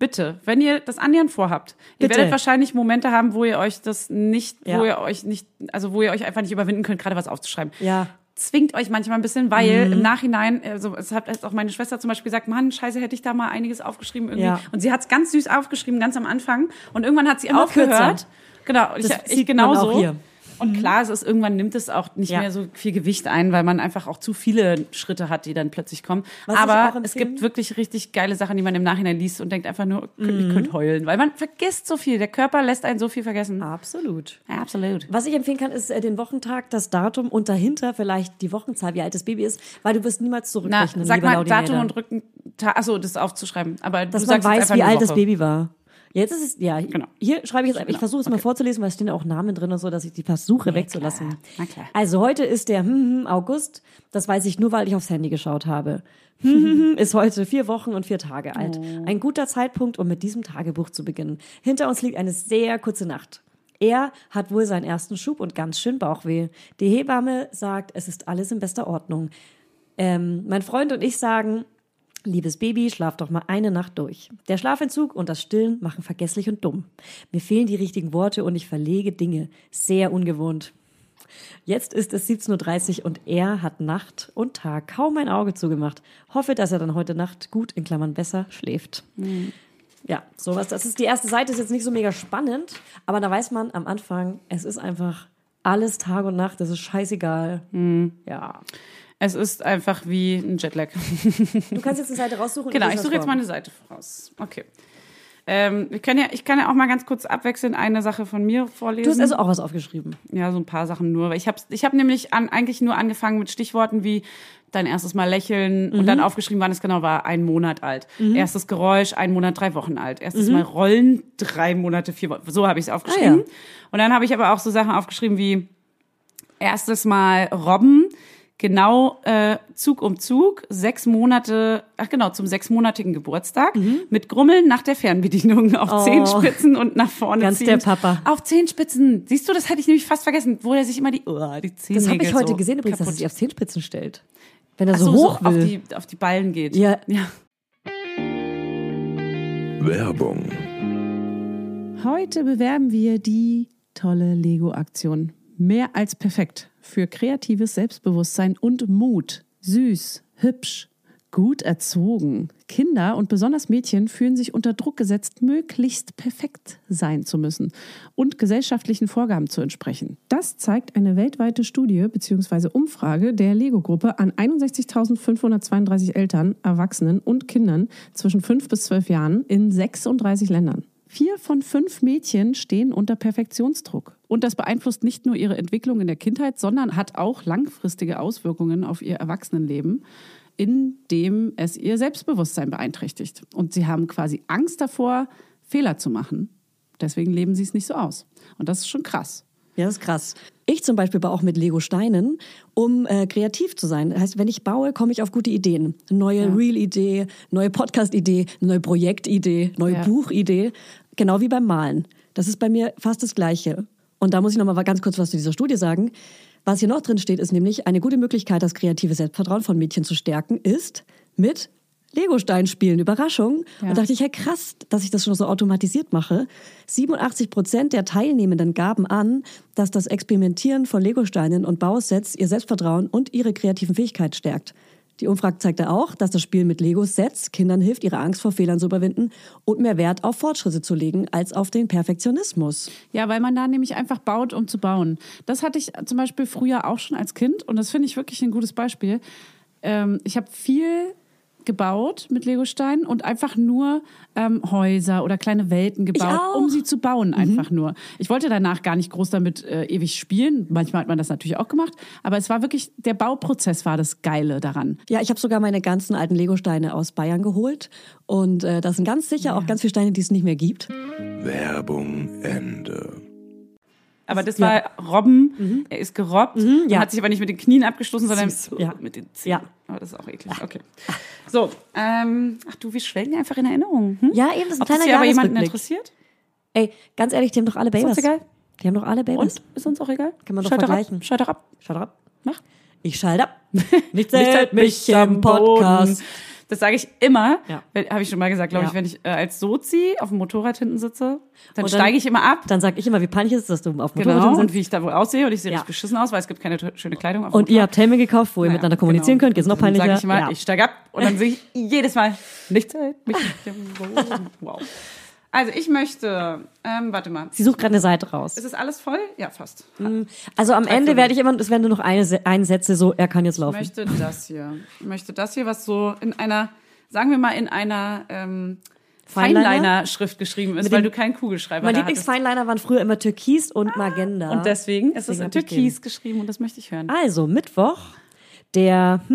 B: bitte, wenn ihr das annähernd vorhabt, ihr
A: Bitte.
B: werdet wahrscheinlich Momente haben, wo ihr euch das nicht,
A: Ja.
B: wo ihr euch nicht, also wo ihr euch einfach nicht überwinden könnt, gerade was aufzuschreiben.
A: Ja.
B: Zwingt euch manchmal ein bisschen, weil
A: Mhm.
B: im Nachhinein, also es hat jetzt auch meine Schwester zum Beispiel gesagt, Mann, scheiße, hätte ich da mal einiges aufgeschrieben irgendwie.
A: Ja.
B: Und sie hat es ganz süß aufgeschrieben, ganz am Anfang. Und irgendwann hat sie
A: Immer
B: aufgehört.
A: kürzer.
B: Genau, und ich,
A: Das
B: ich
A: sieht man
B: genauso.
A: auch hier. Mhm.
B: Und klar, es ist irgendwann nimmt es auch nicht
A: Ja.
B: mehr so viel Gewicht ein, weil man einfach auch zu viele Schritte hat, die dann plötzlich kommen.
A: Was ich auch
B: Aber es
A: empfehlen-
B: gibt wirklich richtig geile Sachen, die man im Nachhinein liest und denkt einfach nur, ich könnte
A: Mhm.
B: heulen, weil man vergisst so viel. Der Körper lässt einen so viel vergessen.
A: Ah. Absolut.
B: Ja, absolut.
A: Was ich empfehlen kann, ist äh, den Wochentag, das Datum und dahinter vielleicht die Wochenzahl, wie alt das Baby ist, weil du wirst niemals
B: Na,
A: zurückrechnen.
B: sag
A: lieber
B: mal
A: Laudinäder.
B: Datum und Rücken. Achso, das aufzuschreiben. Aber
A: Dass
B: du
A: man
B: sagst jetzt
A: weiß,
B: einfach
A: wie
B: eine
A: alt das
B: Woche.
A: Baby war. Jetzt ist es, ja,
B: Genau.
A: hier schreibe ich jetzt einfach, ich
B: Genau.
A: versuche es mal vorzulesen, weil es stehen auch Namen drin und so, dass ich die versuche wegzulassen.
B: klar. Na klar.
A: Also heute ist der hm, hm, August, das weiß ich nur, weil ich aufs Handy geschaut habe. Hm, hm, hm, ist heute vier Wochen und vier Tage alt.
B: Oh.
A: Ein guter Zeitpunkt, um mit diesem Tagebuch zu beginnen. Hinter uns liegt eine sehr kurze Nacht. Er hat wohl seinen ersten Schub und ganz schön Bauchweh. Die Hebamme sagt, es ist alles in bester Ordnung. Ähm, mein Freund und ich sagen, Liebes Baby, schlaf doch mal eine Nacht durch. Der Schlafentzug und das Stillen machen vergesslich und dumm. Mir fehlen die richtigen Worte und ich verlege Dinge. Sehr ungewohnt. Jetzt ist es 17.30 Uhr und er hat Nacht und Tag kaum ein Auge zugemacht. Hoffe, dass er dann heute Nacht gut, in Klammern besser, schläft.
B: Mhm.
A: Ja, sowas. Das ist die erste Seite, ist jetzt nicht so mega spannend, aber da weiß man am Anfang, es ist einfach alles Tag und Nacht, das ist scheißegal.
B: Mhm.
A: Ja.
B: Es ist einfach wie
A: *laughs*
B: ein Jetlag.
A: Du kannst jetzt eine Seite raussuchen. und
B: Genau,
A: liest
B: ich
A: das
B: suche jetzt
A: vor.
B: mal eine Seite voraus. Okay. Ähm, ich, kann ja, ich kann ja auch mal ganz kurz abwechselnd eine Sache von mir
A: Du hast
B: vorlesen.
A: also auch was aufgeschrieben.
B: ja, so ein paar Sachen nur. Weil ich habe ich hab nämlich an, eigentlich nur angefangen mit Stichworten wie dein erstes Mal lächeln und
A: Mhm.
B: dann aufgeschrieben, wann es genau war, ein Monat alt. Erstes Geräusch, ein Monat, drei Wochen alt. Erstes Mal rollen, drei Monate, vier Wochen. So habe ich es aufgeschrieben.
A: Mhm. Ah, ja.
B: Und dann habe ich aber auch so Sachen aufgeschrieben wie erstes Mal Robben, genau äh, Zug um Zug, sechs Monate, ach genau, zum sechsmonatigen Geburtstag,
A: Mhm.
B: mit Grummeln nach der Fernbedienung auf
A: Oh.
B: Zehenspitzen und nach vorne
A: Ganz
B: ziehend.
A: der Papa.
B: Auf Zehenspitzen. Siehst du, das hatte ich nämlich fast vergessen, wo er sich immer die, oh, die Zehen
A: Das habe ich heute
B: so
A: gesehen übrigens, dass er
B: kaputt.
A: sich auf Zehenspitzen stellt. Wenn er
B: so,
A: so, hoch
B: so auf,
A: will.
B: die, auf die Ballen geht.
A: Ja.
B: ja.
C: Werbung.
B: Heute bewerben wir die tolle Lego-Aktion. Mehr als perfekt für kreatives Selbstbewusstsein und Mut. Süß, hübsch, gut erzogen. Kinder und besonders Mädchen fühlen sich unter Druck gesetzt, möglichst perfekt sein zu müssen und gesellschaftlichen Vorgaben zu entsprechen.
D: Das zeigt eine weltweite Studie bzw. Umfrage der Lego-Gruppe an 61.532 Eltern, Erwachsenen und Kindern zwischen 5 bis 12 Jahren in 36 Ländern.
E: Vier von fünf Mädchen stehen unter Perfektionsdruck. Und das beeinflusst nicht nur ihre Entwicklung in der Kindheit, sondern hat auch langfristige Auswirkungen auf ihr Erwachsenenleben, indem es ihr Selbstbewusstsein beeinträchtigt. Und sie haben quasi Angst davor, Fehler zu machen. Deswegen leben sie es nicht so aus. Und das ist schon krass.
A: Ja, das ist krass. Ich zum Beispiel baue auch mit Lego Steinen, um äh, kreativ zu sein. Das heißt, wenn ich baue, komme ich auf gute Ideen. Eine Neue Reel-Idee, neue Podcast-Idee, eine neue Projektidee, neue
E: Ja.
A: Buchidee. Genau wie beim Malen. Das ist bei mir fast das Gleiche. Und da muss ich nochmal ganz kurz was zu dieser Studie sagen. Was hier noch drin steht, ist nämlich, eine gute Möglichkeit, das kreative Selbstvertrauen von Mädchen zu stärken, ist mit Legostein spielen, Überraschung. Und dachte ich, hey krass, dass ich das schon so automatisiert mache. 87 Prozent der Teilnehmenden gaben an, dass das Experimentieren von Legosteinen und Bausets ihr Selbstvertrauen und ihre kreativen Fähigkeit stärkt. Die Umfrage zeigte auch, dass das Spiel mit Lego-Sets Kindern hilft, ihre Angst vor Fehlern zu überwinden und mehr Wert auf Fortschritte zu legen als auf den Perfektionismus.
E: Ja, weil man da nämlich einfach baut, um zu bauen. Das hatte ich zum Beispiel früher auch schon als Kind und das finde ich wirklich ein gutes Beispiel. Ähm, ich habe viel gebaut mit Legosteinen und einfach nur ähm, Häuser oder kleine Welten gebaut,
A: auch.
E: um sie zu bauen, einfach nur. Ich wollte danach gar nicht groß damit äh, ewig spielen. Manchmal hat man das natürlich auch gemacht, aber es war wirklich, der Bauprozess war das Geile daran.
A: Ja, ich habe sogar meine ganzen alten Legosteine aus Bayern geholt und äh, das sind ganz sicher auch ganz viele Steine, die es nicht mehr gibt.
C: Werbung Ende.
B: Aber das war Robben, er ist gerobbt,
A: Mhm. ja.
B: und hat sich aber nicht mit den Knien abgestoßen, sondern
A: Süß, ja.
B: mit den Zehen.
A: Ja. Ah.
B: Aber das ist auch eklig. Okay. So, ähm, ach du, wir schwelgen einfach in Erinnerung. Hm?
A: Ja, eben, das ist ein
B: Ob das
A: kleiner
B: hier aber jemanden
A: Jahresrückblick.
B: interessiert?
A: Ey, ganz ehrlich, die haben doch alle Babys.
B: uns egal?
A: Die haben doch alle Babys.
B: Und? Ist uns auch egal?
A: Kann man doch
B: Schalt doch
A: vergleichen.
B: Ab. Schalt doch ab.
A: Schau doch ab. *laughs*
B: Mach.
A: Ich schalte
B: *laughs*
A: ab. Nichts
B: Nicht
A: hält mich im Podcast.
B: Boden. Das sage ich immer,
A: Ja.
B: habe ich schon mal gesagt, glaube
A: Ja.
B: ich, wenn ich äh, als Sozi auf dem Motorrad hinten sitze, dann,
A: Und dann-
B: steige ich immer ab.
A: Dann sag ich immer, wie peinlich ist es, dass du auf dem Motorrad
B: Genau,
A: sind.
B: und wie ich da wohl aussehe und ich sehe
A: Ja.
B: richtig beschissen aus, weil es gibt keine t- schöne Kleidung auf dem
A: Und ihr habt Helme gekauft, wo ihr miteinander kommunizieren könnt. Geht's noch
B: genau. Dann
A: peinlicher?
B: Sag ich mal,
A: ja.
B: ich steige ab und dann singe ich jedes Mal
A: *laughs*
B: nichts hält mich. im Boden. Wow. Also ich möchte, ähm, warte mal,
A: Sie sucht gerade eine Seite raus.
B: ist das alles voll? Ja, fast.
A: Also am Ende werde ich immer, es werden nur noch eine, Se- ein Sätze so, er kann jetzt
B: Ich
A: laufen.
B: möchte das hier. Ich möchte das hier, was so in einer, sagen wir mal, in einer ähm,
A: Feinliner?
B: Feinliner-Schrift geschrieben ist,
A: Mit
B: weil
A: dem-
B: du keinen Kugelschreiber
A: Mein
B: da hattest.
A: Lieblingsfeinliner waren früher immer Türkis und Magenta.
B: Ah, Und deswegen ist es
A: Deswegen
B: in
A: hab ich
B: Türkis geschrieben und das möchte ich hören.
A: Also, Mittwoch, der *laughs*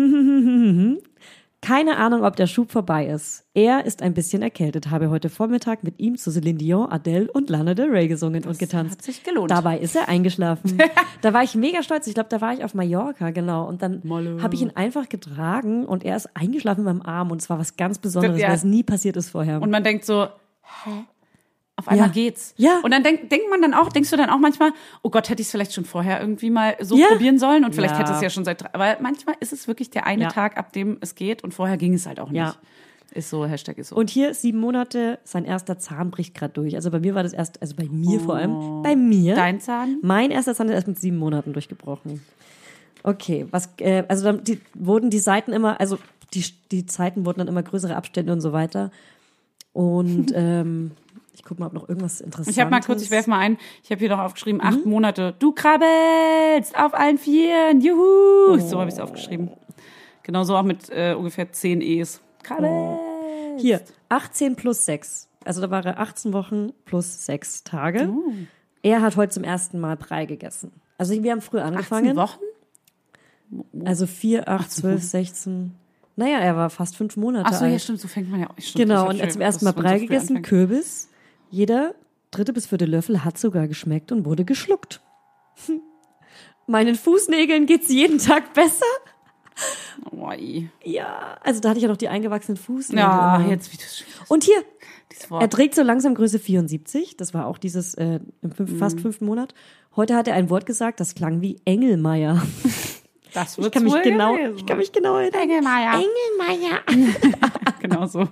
A: Keine Ahnung, ob der Schub vorbei ist. Er ist ein bisschen erkältet, habe heute Vormittag mit ihm zu Celine Dion, Adele und Lana Del Rey gesungen und getanzt.
B: hat sich gelohnt.
A: Dabei ist er
B: *laughs*
A: eingeschlafen. da war ich mega stolz. Ich glaube, da war ich auf Mallorca, genau. Und dann habe ich ihn einfach getragen und er ist eingeschlafen in meinem Arm und es war was ganz Besonderes,
B: Ja.
A: weil es nie passiert ist vorher.
B: Und man denkt so, hä? Auf einmal
A: Ja.
B: geht's.
A: Ja.
B: Und dann denk, denkt man dann auch, denkst du dann auch manchmal, oh Gott, hätte ich es vielleicht schon vorher irgendwie mal so
A: Ja.
B: probieren sollen und vielleicht
A: Ja.
B: hätte es ja schon seit drei. Aber manchmal ist es wirklich der eine
A: Ja.
B: Tag, ab dem es geht und vorher ging es halt auch nicht.
A: Ja.
B: Ist so, Hashtag ist so.
A: Und hier sieben Monate, sein erster Zahn bricht gerade durch. Also bei mir war das erst, also bei mir vor allem, bei mir.
B: Oh. Dein Zahn?
A: Mein erster Zahn ist erst mit sieben Monaten durchgebrochen. Okay, was, äh, also dann, die, wurden die Seiten immer, also die, die Zeiten wurden dann immer größere Abstände und so weiter.
B: *laughs*
A: Und ähm, ich gucke mal, ob noch irgendwas interessantes.
B: Ich habe mal kurz, ich werf mal ein, ich habe hier noch
A: Mhm.
B: aufgeschrieben, acht Monate. Du krabbelst auf allen Vieren.
A: Oh.
B: Juhu! So habe ich es aufgeschrieben. Genauso auch mit äh, ungefähr zehn E's. Krabbel.
A: Hier, 18 plus 6. Also da war er 18 Wochen plus 6 Tage.
B: Oh.
A: Er hat heute zum ersten Mal Brei gegessen. Also wir haben früh angefangen.
B: 18 Wochen?
A: Also 4, 8, 12, 16. Naja, er war fast fünf Monate
B: Ach so,
A: alt.
B: ja, stimmt, so fängt man ja auch. Stimmt, ich
A: Genau,
B: hab
A: und
B: schon-
A: zum ersten Mal
B: dass man so
A: Brei
B: früh
A: gegessen,
B: anfängt.
A: Kürbis. Jeder dritte bis vierte Löffel hat sogar geschmeckt und wurde
B: *laughs*
A: geschluckt. Hm. Meinen Fußnägeln geht's jeden Tag besser.
B: Oh, i.
A: Ja, also da hatte ich ja noch die eingewachsenen Fußnägel.
B: ja,
A: immer.
B: jetzt wie das,
A: Und hier,
B: dieses
A: er
B: Wort.
A: trägt so langsam Größe 74. Das war auch dieses äh, im
B: Mhm.
A: fünf, fast fünften Monat. Heute hat er ein Wort gesagt, das klang wie Engelmeier.
B: Das
A: Ich
B: wird's
A: kann mich
B: wohl
A: genau,
B: gewesen.
A: ich kann mich genau erinnern.
B: Engelmeier.
A: Engelmeier.
B: genau so.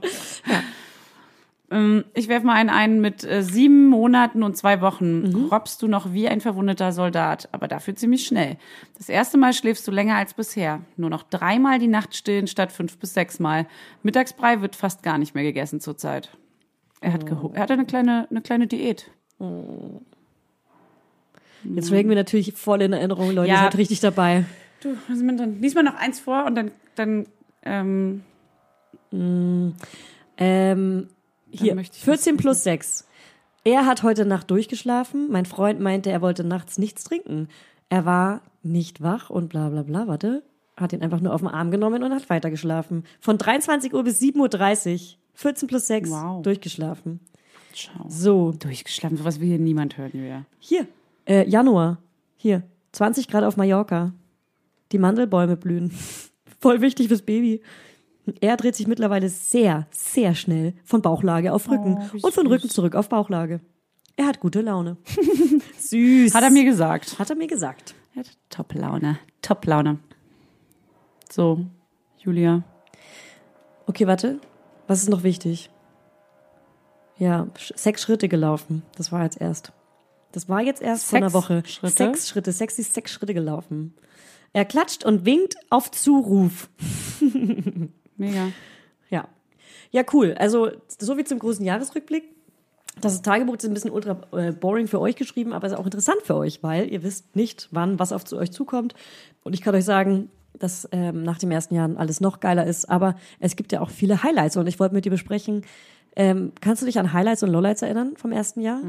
B: Ähm, Ich werf mal einen ein mit äh, sieben Monaten und zwei Wochen.
A: Mhm.
B: Robbst du noch wie ein verwundeter Soldat, aber dafür ziemlich schnell. Das erste Mal schläfst du länger als bisher. Nur noch dreimal die Nacht stillen statt fünf bis sechsmal. Mittagsbrei wird fast gar nicht mehr gegessen zurzeit. Er
A: Oh.
B: hat, geho- er hat eine kleine, eine kleine Diät.
A: Jetzt regen wir natürlich voll in Erinnerung, Leute,
B: Mhm. Ja.
A: ihr seid richtig dabei.
B: Du, was ist mit dann? Lies mal noch eins vor und dann, dann ähm,
A: Ähm, hier,
B: möchte ich
A: 14 plus 6. Er hat heute Nacht durchgeschlafen. Mein Freund meinte, er wollte nachts nichts trinken. Er war nicht wach und bla bla bla, warte. Hat ihn einfach nur auf den Arm genommen und hat weitergeschlafen. Von 23 Uhr bis 7.30 Uhr. 14 plus 6
B: Wow.
A: durchgeschlafen.
B: schau.
A: So,
B: Durchgeschlafen, sowas will hier niemand hören, Julia.
A: hier, äh, Januar. Hier, 20 Grad auf Mallorca. Die Mandelbäume blühen. *laughs* Voll wichtig fürs Baby. Er dreht sich mittlerweile sehr, sehr schnell von Bauchlage auf Rücken
B: Oh,
A: und von Rücken zurück auf Bauchlage. Er hat gute
B: *laughs*
A: Laune. Süß.
B: Hat er mir gesagt.
A: hat er mir gesagt.
B: Er hat Top-Laune, Top-Laune. So, Julia.
A: Okay, warte. Was ist noch wichtig? Ja, sch- sechs Schritte gelaufen. Das war jetzt erst. Das war jetzt erst vor
B: Sechs
A: einer Woche.
B: Schritte?
A: Sechs Schritte, sexy sechs Schritte gelaufen. Er klatscht und winkt auf Zuruf.
B: Mega.
A: Ja. Ja, cool. Also, so wie zum großen Jahresrückblick. Das Tagebuch ist ein bisschen ultra äh, boring für euch geschrieben, aber ist auch interessant für euch, weil ihr wisst nicht, wann was auf zu euch zukommt. Und ich kann euch sagen, dass ähm, nach dem ersten Jahr alles noch geiler ist, aber es gibt ja auch viele Highlights und ich wollte mit dir besprechen. Ähm, kannst du dich an Highlights und Lowlights erinnern vom ersten Jahr?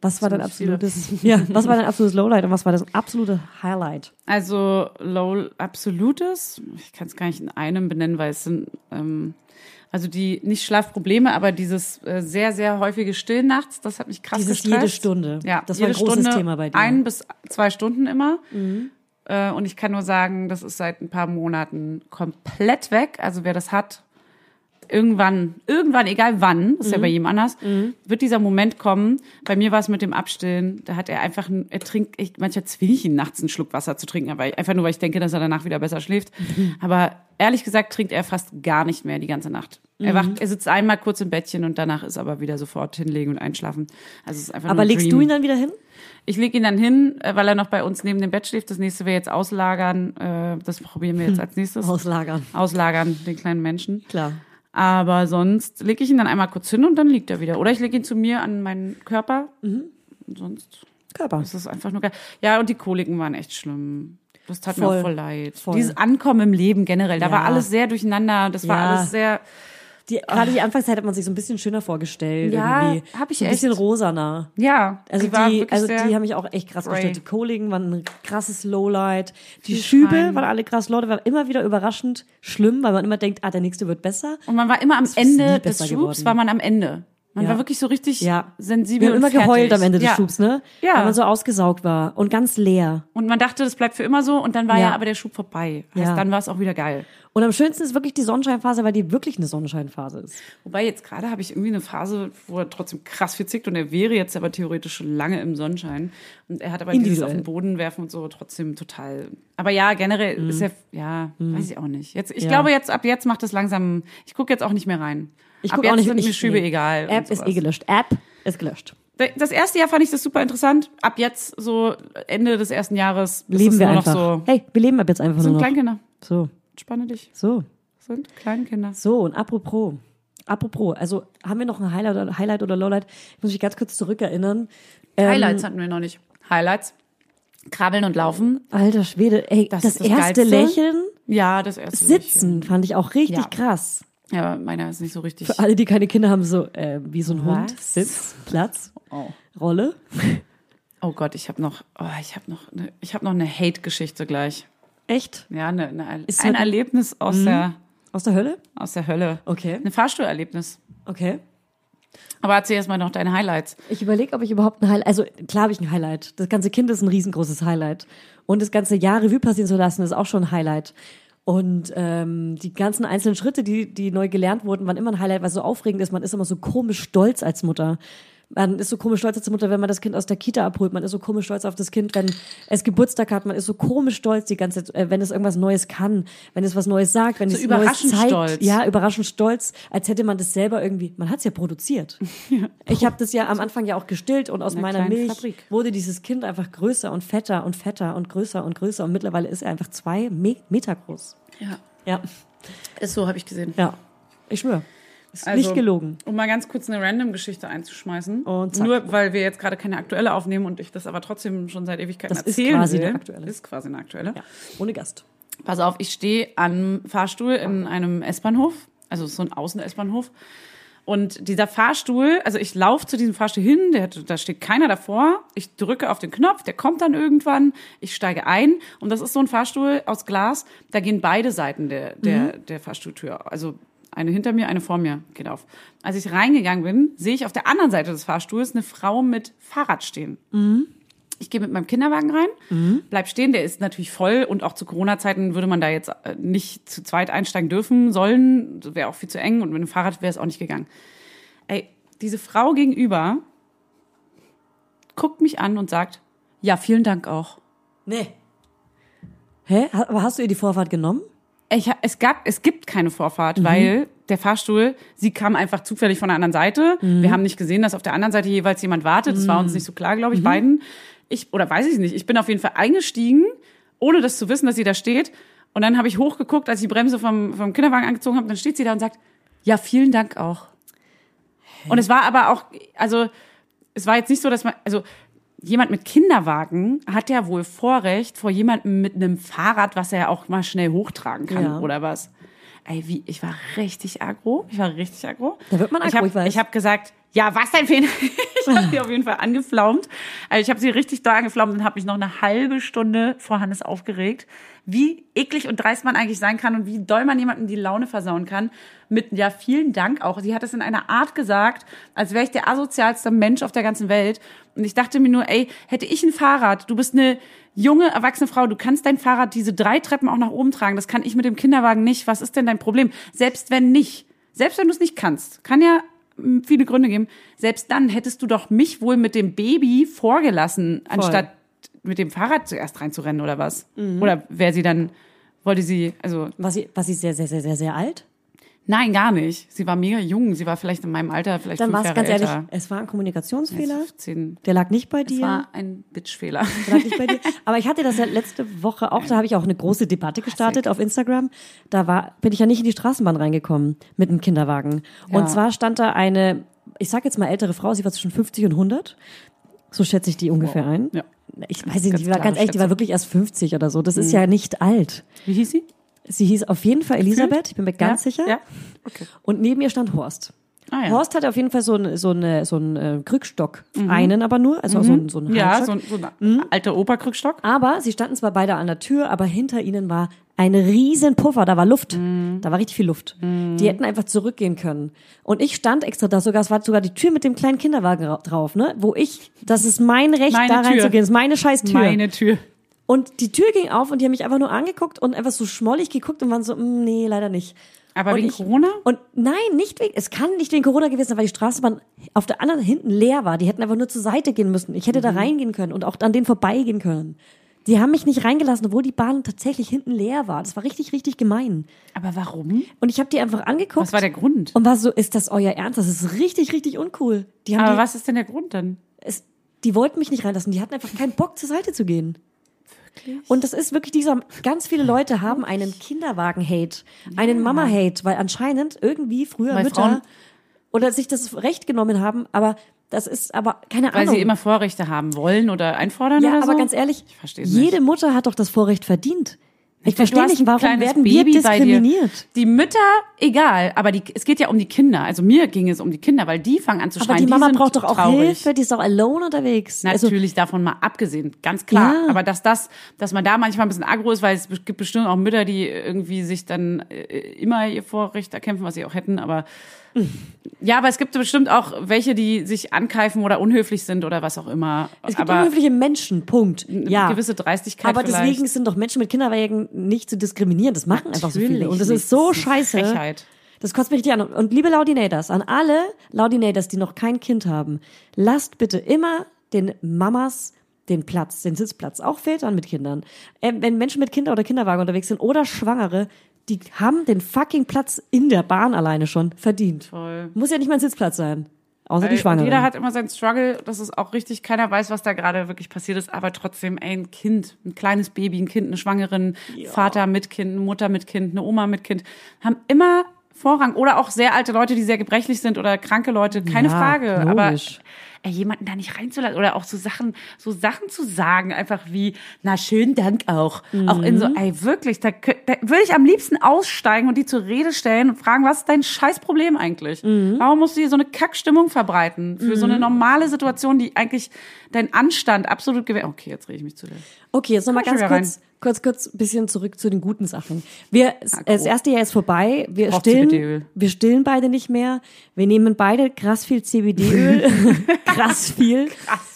A: Was war dein absolutes? *laughs* Ja, was war dein absolutes Lowlight und was war das absolute Highlight?
B: Also low absolutes, ich kann es gar nicht in einem benennen, weil es sind ähm, also die nicht Schlafprobleme, aber dieses äh, sehr sehr häufige Stillen nachts, das hat mich krass
A: Dieses
B: gestresst.
A: jede Stunde.
B: Ja,
A: Das war ein großes
B: Stunde,
A: Thema bei dir. Mhm.
B: Ein bis zwei Stunden immer. Äh, und ich kann nur sagen, das ist seit ein paar Monaten komplett weg. Also wer das hat, irgendwann, irgendwann, egal wann, ist ja
A: Mhm.
B: bei jedem anders, wird dieser Moment kommen. Bei mir war es mit dem Abstillen, da hat er einfach, ein- er trinkt, ich, manchmal zwinge ich ihn nachts einen Schluck Wasser zu trinken, aber einfach nur, weil ich denke, dass er danach wieder besser
A: *laughs*
B: schläft. Aber ehrlich gesagt trinkt er fast gar nicht mehr die ganze Nacht.
A: Mhm.
B: Er wacht, er sitzt einmal kurz im Bettchen und danach ist aber wieder sofort hinlegen und einschlafen. Also es ist einfach
A: Aber
B: nur ein
A: legst
B: Dream.
A: du ihn dann wieder hin?
B: Ich lege ihn dann hin, äh, weil er noch bei uns neben dem Bett schläft. Das nächste wir jetzt auslagern. äh, Das probieren wir
A: *laughs*
B: jetzt als nächstes.
A: Auslagern.
B: Auslagern, den kleinen Menschen.
A: Klar.
B: Aber sonst lege ich ihn dann einmal kurz hin und dann liegt er wieder. Oder ich lege ihn zu mir an meinen Körper.
A: Mhm.
B: Und Sonst
A: Körper.
B: ist es einfach nur geil. Ja, und die Koliken waren echt schlimm. Das tat mir
A: Voll.
B: auch voll leid.
A: Voll.
B: Dieses Ankommen im Leben generell. Da
A: Ja.
B: war alles sehr durcheinander. Das war
A: Ja.
B: alles sehr.
A: die, gerade die Anfangszeit hat man sich so ein bisschen schöner vorgestellt.
B: Ah. Ja,
A: irgendwie.
B: hab ich
A: so Ein bisschen
B: echt.
A: rosaner.
B: Ja,
A: Also
B: war
A: die,
B: wirklich
A: also
B: sehr-
A: die haben mich auch echt krass
B: grey.
A: gestellt. Die Kohlingen waren ein krasses Lowlight. Die Schübe
B: Schreien.
A: waren alle krass Leute, waren immer wieder überraschend schlimm, weil man immer denkt, ah, der nächste wird besser.
B: Und man war immer am
A: ist nie
B: Ende des
A: besser
B: Schubs,
A: geworden.
B: war man am Ende. Man
A: Ja.
B: war wirklich so richtig
A: Ja.
B: sensibel.
A: Wir haben
B: und
A: immer
B: fertig.
A: geheult am Ende des
B: ja.
A: Schubs, ne?
B: Ja.
A: Weil man so ausgesaugt war und ganz leer.
B: Und man dachte, das bleibt für immer so. Und dann war ja,
A: Ja.
B: aber der Schub vorbei. Heißt,
A: Ja.
B: dann war es auch wieder geil.
A: Und am schönsten ist wirklich die Sonnenscheinphase, weil die wirklich eine Sonnenscheinphase ist.
B: Wobei jetzt gerade habe ich irgendwie eine Phase, wo er trotzdem krass viel zickt und er wäre jetzt aber theoretisch schon lange im Sonnenschein. Und er hat aber dieses
A: Individuell.
B: auf den Boden werfen und so trotzdem total. Aber ja, generell ist er, ja, weiß ich auch nicht. Jetzt, ich
A: Mhm. Ja.
B: glaube jetzt, ab jetzt macht es langsam, ich gucke jetzt auch nicht mehr rein.
A: Ich
B: ab
A: guck
B: jetzt
A: auch nicht,
B: sind
A: ich,
B: mir Schübe
A: nee.
B: egal. und
A: App ist eh
B: sowas.
A: gelöscht. App ist gelöscht.
B: Das erste Jahr fand ich das super interessant. Ab jetzt, so Ende des ersten Jahres, ist
A: Leben
B: es
A: wir
B: nur
A: einfach.
B: noch so.
A: Hey, wir leben ab jetzt einfach
B: Sind
A: nur noch.
B: Kleinkinder.
A: So,
B: Spanne dich.
A: so,
B: Sind Kleinkinder.
A: so. Und apropos, apropos, also haben wir noch ein Highlight oder, Highlight oder Lowlight? Ich muss mich ganz kurz zurückerinnern. Ähm,
B: Highlights hatten wir noch nicht. Highlights. Krabbeln und Laufen.
A: Alter Schwede, ey,
B: Das
A: das,
B: ist das
A: erste
B: Geilste.
A: Lächeln
B: Ja, das erste.
A: sitzen fand ich auch richtig
B: Ja.
A: krass.
B: Ja, meiner ist nicht so richtig.
A: Für alle, die keine Kinder haben, so äh, wie so ein Hund.
B: Was?
A: Sitz, Platz,
B: Oh.
A: Rolle.
B: oh Gott, ich habe noch, oh, ich habe noch, eine, ich habe noch eine Hate-Geschichte gleich.
A: Echt?
B: Ja, eine, eine,
A: Ist so
B: ein
A: eine-
B: Erlebnis aus der
A: Aus der Hölle?
B: aus der Hölle.
A: Okay.
B: Ein Fahrstuhlerlebnis.
A: Okay.
B: Aber erzähl erst mal noch deine Highlights.
A: Ich überlege, ob ich überhaupt ein Highlight, also klar habe ich ein Highlight. Das ganze Kind ist ein riesengroßes Highlight. Und das ganze Jahr Revue passieren zu lassen, ist auch schon ein Highlight. Und ähm, die ganzen einzelnen Schritte, die, die neu gelernt wurden, waren immer ein Highlight, weil es so aufregend ist. Man ist immer so komisch stolz als Mutter. Man ist so komisch stolz als Mutter, wenn man das Kind aus der Kita abholt. Man ist so komisch stolz auf das Kind, wenn es Geburtstag hat. Man ist so komisch stolz die ganze Zeit, äh, wenn es irgendwas Neues kann, wenn es was Neues sagt, wenn es
B: überraschend
A: Neues zeigt.
B: stolz.
A: Ja, überraschend stolz, als hätte man das selber irgendwie, man hat es ja produziert. Ich habe das ja am Anfang ja auch gestillt und aus meiner
B: kleinen
A: Milch
B: Fabrik.
A: wurde dieses Kind einfach größer und fetter und fetter und größer und größer und mittlerweile ist er einfach zwei Me Meter groß.
B: Ja,
A: Ja,
B: ist so, habe ich gesehen.
A: ja, ich schwöre. Ist
B: Also,
A: nicht gelogen.
B: Um mal ganz kurz eine random Geschichte einzuschmeißen.
A: Und zack.
B: Nur weil wir jetzt gerade keine aktuelle aufnehmen und ich das aber trotzdem schon seit Ewigkeiten
A: Das ist
B: erzählen
A: quasi
B: will.
A: eine aktuelle.
B: Ist quasi eine aktuelle.
A: Ja, ohne Gast.
B: Pass auf, ich stehe am Fahrstuhl in einem S-Bahnhof, also so ein Außen-S-Bahnhof. Und dieser Fahrstuhl, also ich laufe zu diesem Fahrstuhl hin, der, da steht keiner davor. Ich drücke auf den Knopf, der kommt dann irgendwann. Ich steige ein und das ist so ein Fahrstuhl aus Glas. Da gehen beide Seiten der, der, der Fahrstuhltür. Also eine hinter mir, eine vor mir geht auf. Als ich reingegangen bin, sehe ich auf der anderen Seite des Fahrstuhls eine Frau mit Fahrrad stehen. Ich gehe mit meinem Kinderwagen rein, bleib stehen, der ist natürlich voll und auch zu Corona-Zeiten würde man da jetzt äh, nicht zu zweit einsteigen dürfen sollen, wäre auch viel zu eng und mit dem Fahrrad wäre es auch nicht gegangen. Ey, diese Frau gegenüber guckt mich an und sagt, ja, vielen Dank auch.
A: Nee. Hä? Ha- Aber hast du ihr die Vorfahrt genommen?
B: Ich, ha- es gab, es gibt keine Vorfahrt, weil der Fahrstuhl, sie kam einfach zufällig von der anderen Seite. Wir haben nicht gesehen, dass auf der anderen Seite jeweils jemand wartet. Das war uns nicht so klar, glaube ich, beiden. Ich, oder weiß ich nicht. Ich bin auf jeden Fall eingestiegen, ohne das zu wissen, dass sie da steht. Und dann habe ich hochgeguckt, als ich die Bremse vom, vom Kinderwagen angezogen habe. Dann steht sie da und sagt, ja, vielen Dank auch. Und es war aber auch, also, es war jetzt nicht so, dass man, also, jemand mit Kinderwagen hat ja wohl Vorrecht vor jemandem mit einem Fahrrad, was er ja auch mal schnell hochtragen kann
A: Ja.
B: oder was. Ey, wie, ich war richtig aggro. Ich war richtig aggro.
A: Da wird man
B: ich
A: aggro,
B: hab,
A: ich weiß.
B: Ich habe gesagt, ja, was denn, Feen? *laughs* Ich habe sie auf jeden Fall angeflaumt. Also ich habe sie richtig doll angeflaumt und habe mich noch eine halbe Stunde vor Hannes aufgeregt, wie eklig und dreist man eigentlich sein kann und wie doll man jemandem die Laune versauen kann. Mit, ja, vielen Dank auch. Sie hat es in einer Art gesagt, als wäre ich der asozialste Mensch auf der ganzen Welt. Und ich dachte mir nur, ey, hätte ich ein Fahrrad, du bist eine junge, erwachsene Frau, du kannst dein Fahrrad diese drei Treppen auch nach oben tragen. Das kann ich mit dem Kinderwagen nicht. Was ist denn dein Problem? Selbst wenn nicht. Selbst wenn du es nicht kannst, kann ja m, viele Gründe geben. Selbst dann hättest du doch mich wohl mit dem Baby vorgelassen, anstatt mit dem Fahrrad zuerst reinzurennen oder was?
A: Mhm.
B: Oder wäre sie dann, wollte sie, also
A: War sie, war sie sehr, sehr, sehr, sehr, sehr alt?
B: nein, gar nicht. Sie war mega jung. Sie war vielleicht in meinem Alter, vielleicht
A: Dann war
B: fünf
A: es
B: Jahre
A: ganz ehrlich,
B: älter.
A: es war ein Kommunikationsfehler.
B: Zehn.
A: Der lag nicht bei
B: Es
A: dir.
B: war ein Bitch-Fehler.
A: Sag ich bei dir. Aber ich hatte das ja letzte Woche auch, da habe ich auch eine große
B: Ah,
A: Debatte gestartet auf Instagram. Da war, bin ich ja nicht in die Straßenbahn reingekommen mit einem Kinderwagen.
B: Ja.
A: Und zwar stand da eine, ich sag jetzt mal ältere Frau, sie war zwischen 50 und 100. So schätze ich die ungefähr ein.
B: *laughs* Ja.
A: Ich weiß nicht,
B: Ganz
A: die war
B: klare
A: ganz echt, die war
B: Schätzung. Mhm.
A: wirklich erst 50 oder so. Das ist ja nicht alt.
B: Wie hieß sie?
A: Sie hieß auf jeden Fall Elisabeth, ich bin mir ganz sicher.
B: Mhm. Ja.
A: Und neben ihr stand Horst.
B: Ah, ja. Mhm.
A: Horst hatte auf jeden Fall so, ein, so, eine, so einen äh, Krückstock. Einen aber nur, also so, ein, so einen
B: Ja,
A: Halbstock.
B: so ein, so ein
A: Hm?
B: alter Operkrückstock.
A: Aber sie standen zwar beide an der Tür, aber hinter ihnen war ein riesen Puffer, da war Luft, da war richtig viel Luft. Die hätten einfach zurückgehen können. Und ich stand extra da sogar, es war sogar die Tür mit dem kleinen Kinderwagen ra- drauf, ne? Wo ich, das ist mein Recht,
B: Meine
A: da
B: Tür.
A: reinzugehen, das ist meine scheiß Tür.
B: Meine Tür.
A: Und die Tür ging auf und die haben mich einfach nur angeguckt und einfach so schmollig geguckt und waren so, "Mm, nee, leider nicht.
B: Aber
A: und
B: wegen Corona?
A: Und nein, nicht wegen, es kann nicht wegen Corona gewesen sein, weil die Straßenbahn auf der anderen hinten leer war. Die hätten einfach nur zur Seite gehen müssen. Ich hätte
B: Mhm.
A: da reingehen können und auch an denen vorbeigehen können. Die haben mich nicht reingelassen, obwohl die Bahn tatsächlich hinten leer war. Das war richtig, richtig gemein.
B: Aber warum?
A: Und ich habe die einfach angeguckt.
B: Was war der Grund?
A: Und war so, ist das euer Ernst? Das ist richtig, richtig uncool. Die haben
B: Aber
A: die,
B: was ist denn der Grund dann?
A: es, die wollten mich nicht reinlassen. Die hatten einfach keinen Bock, zur Seite zu gehen. Und das ist wirklich dieser, ganz viele Leute haben einen Kinderwagen-Hate, einen Mama-Hate, weil anscheinend irgendwie früher
B: Weil
A: Mütter
B: Frauen-
A: oder sich das Recht genommen haben, aber das ist aber keine
B: Weil
A: Ahnung.
B: sie immer Vorrechte haben wollen oder einfordern
A: ja,
B: oder so?
A: aber ganz ehrlich,
B: Ich versteh's nicht.
A: jede Mutter hat doch das Vorrecht verdient. Ich
B: Du
A: verstehe
B: hast
A: nicht,
B: ein
A: warum
B: kleines
A: werden wir
B: Baby bei dir.
A: diskriminiert?
B: Die Mütter, egal, aber die, es geht ja um die Kinder. Also mir ging es um die Kinder, weil die fangen an zu
A: Aber
B: schreien.
A: die Mama
B: sind
A: braucht doch auch
B: traurig.
A: Hilfe, die ist doch alone unterwegs. Also,
B: Natürlich davon mal abgesehen, ganz klar.
A: Ja.
B: Aber dass das, dass man da manchmal ein bisschen aggro ist, weil es gibt bestimmt auch Mütter, die irgendwie sich dann äh, immer ihr Vorrecht erkämpfen, was sie auch hätten. Aber
A: Hm.
B: ja, aber es gibt bestimmt auch welche, die sich ankeifen oder unhöflich sind oder was auch immer.
A: es gibt
B: aber
A: unhöfliche Menschen, Punkt.
B: eine
A: Ja.
B: gewisse Dreistigkeit
A: Aber
B: vielleicht.
A: deswegen sind doch Menschen mit Kinderwagen nicht zu diskriminieren. Das machen einfach so viele.
B: Natürlich
A: Und das
B: nicht.
A: ist so
B: Das ist eine
A: scheiße.
B: Frechheit.
A: Das kotzt mich richtig an. Und liebe Laudinators, an alle Laudinators, die noch kein Kind haben, lasst bitte immer den Mamas den Platz, den Sitzplatz, auch Vätern mit Kindern. Ähm, wenn Menschen mit Kinder oder Kinderwagen unterwegs sind oder Schwangere, die haben den fucking Platz in der Bahn alleine schon verdient.
B: Voll.
A: Muss ja nicht mal ein Sitzplatz sein. Außer
B: Weil
A: die Schwangere.
B: Jeder hat immer seinen Struggle, das ist auch richtig. Keiner weiß, was da gerade wirklich passiert ist, aber trotzdem, ey, ein Kind, ein kleines Baby, ein Kind, eine Schwangeren, Vater mit Kind, eine Mutter mit Kind, eine Oma mit Kind, haben immer Vorrang. Oder auch sehr alte Leute, die sehr gebrechlich sind oder kranke Leute, keine
A: Ja,
B: Frage. Aber
A: logisch.
B: ey, jemanden da nicht reinzulassen oder auch so Sachen, so Sachen zu sagen, einfach wie, na schönen Dank auch. Auch in so,
A: Mhm.
B: ey, wirklich, da, kö- da würde ich am liebsten aussteigen und die zur Rede stellen und fragen, was ist dein Scheißproblem eigentlich?
A: Mhm.
B: Warum musst du hier so eine Kackstimmung verbreiten? Für so eine normale Situation, die eigentlich dein Anstand absolut gewährt. Okay, jetzt rede ich mich zu dir.
A: Okay, jetzt nochmal
B: Komm
A: ganz
B: schon wieder
A: kurz, kurz, kurz ein bisschen zurück zu den guten Sachen. Wir, das erste Jahr ist vorbei. Wir
B: Ah, Braucht CBD-Öl.
A: stillen, wir stillen beide nicht mehr. Wir nehmen beide krass viel
B: *laughs*
A: CBD-Öl. krass viel.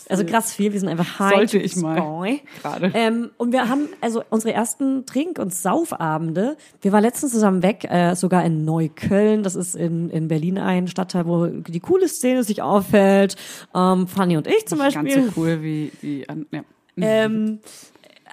A: Also krass viel. Wir sind einfach high.
B: Sollte
A: to
B: ich
A: the
B: mal.
A: sky.
B: Gerade.
A: Ähm, und wir haben also unsere ersten Trink- und Saufabende. Wir waren letztens zusammen weg, äh, sogar in Neukölln. Das ist in, in Berlin ein Stadtteil, wo die coole Szene sich auffällt. Ähm, Fanny und ich zum Beispiel.
B: Ganz so cool wie die, an- ja.
A: Ähm,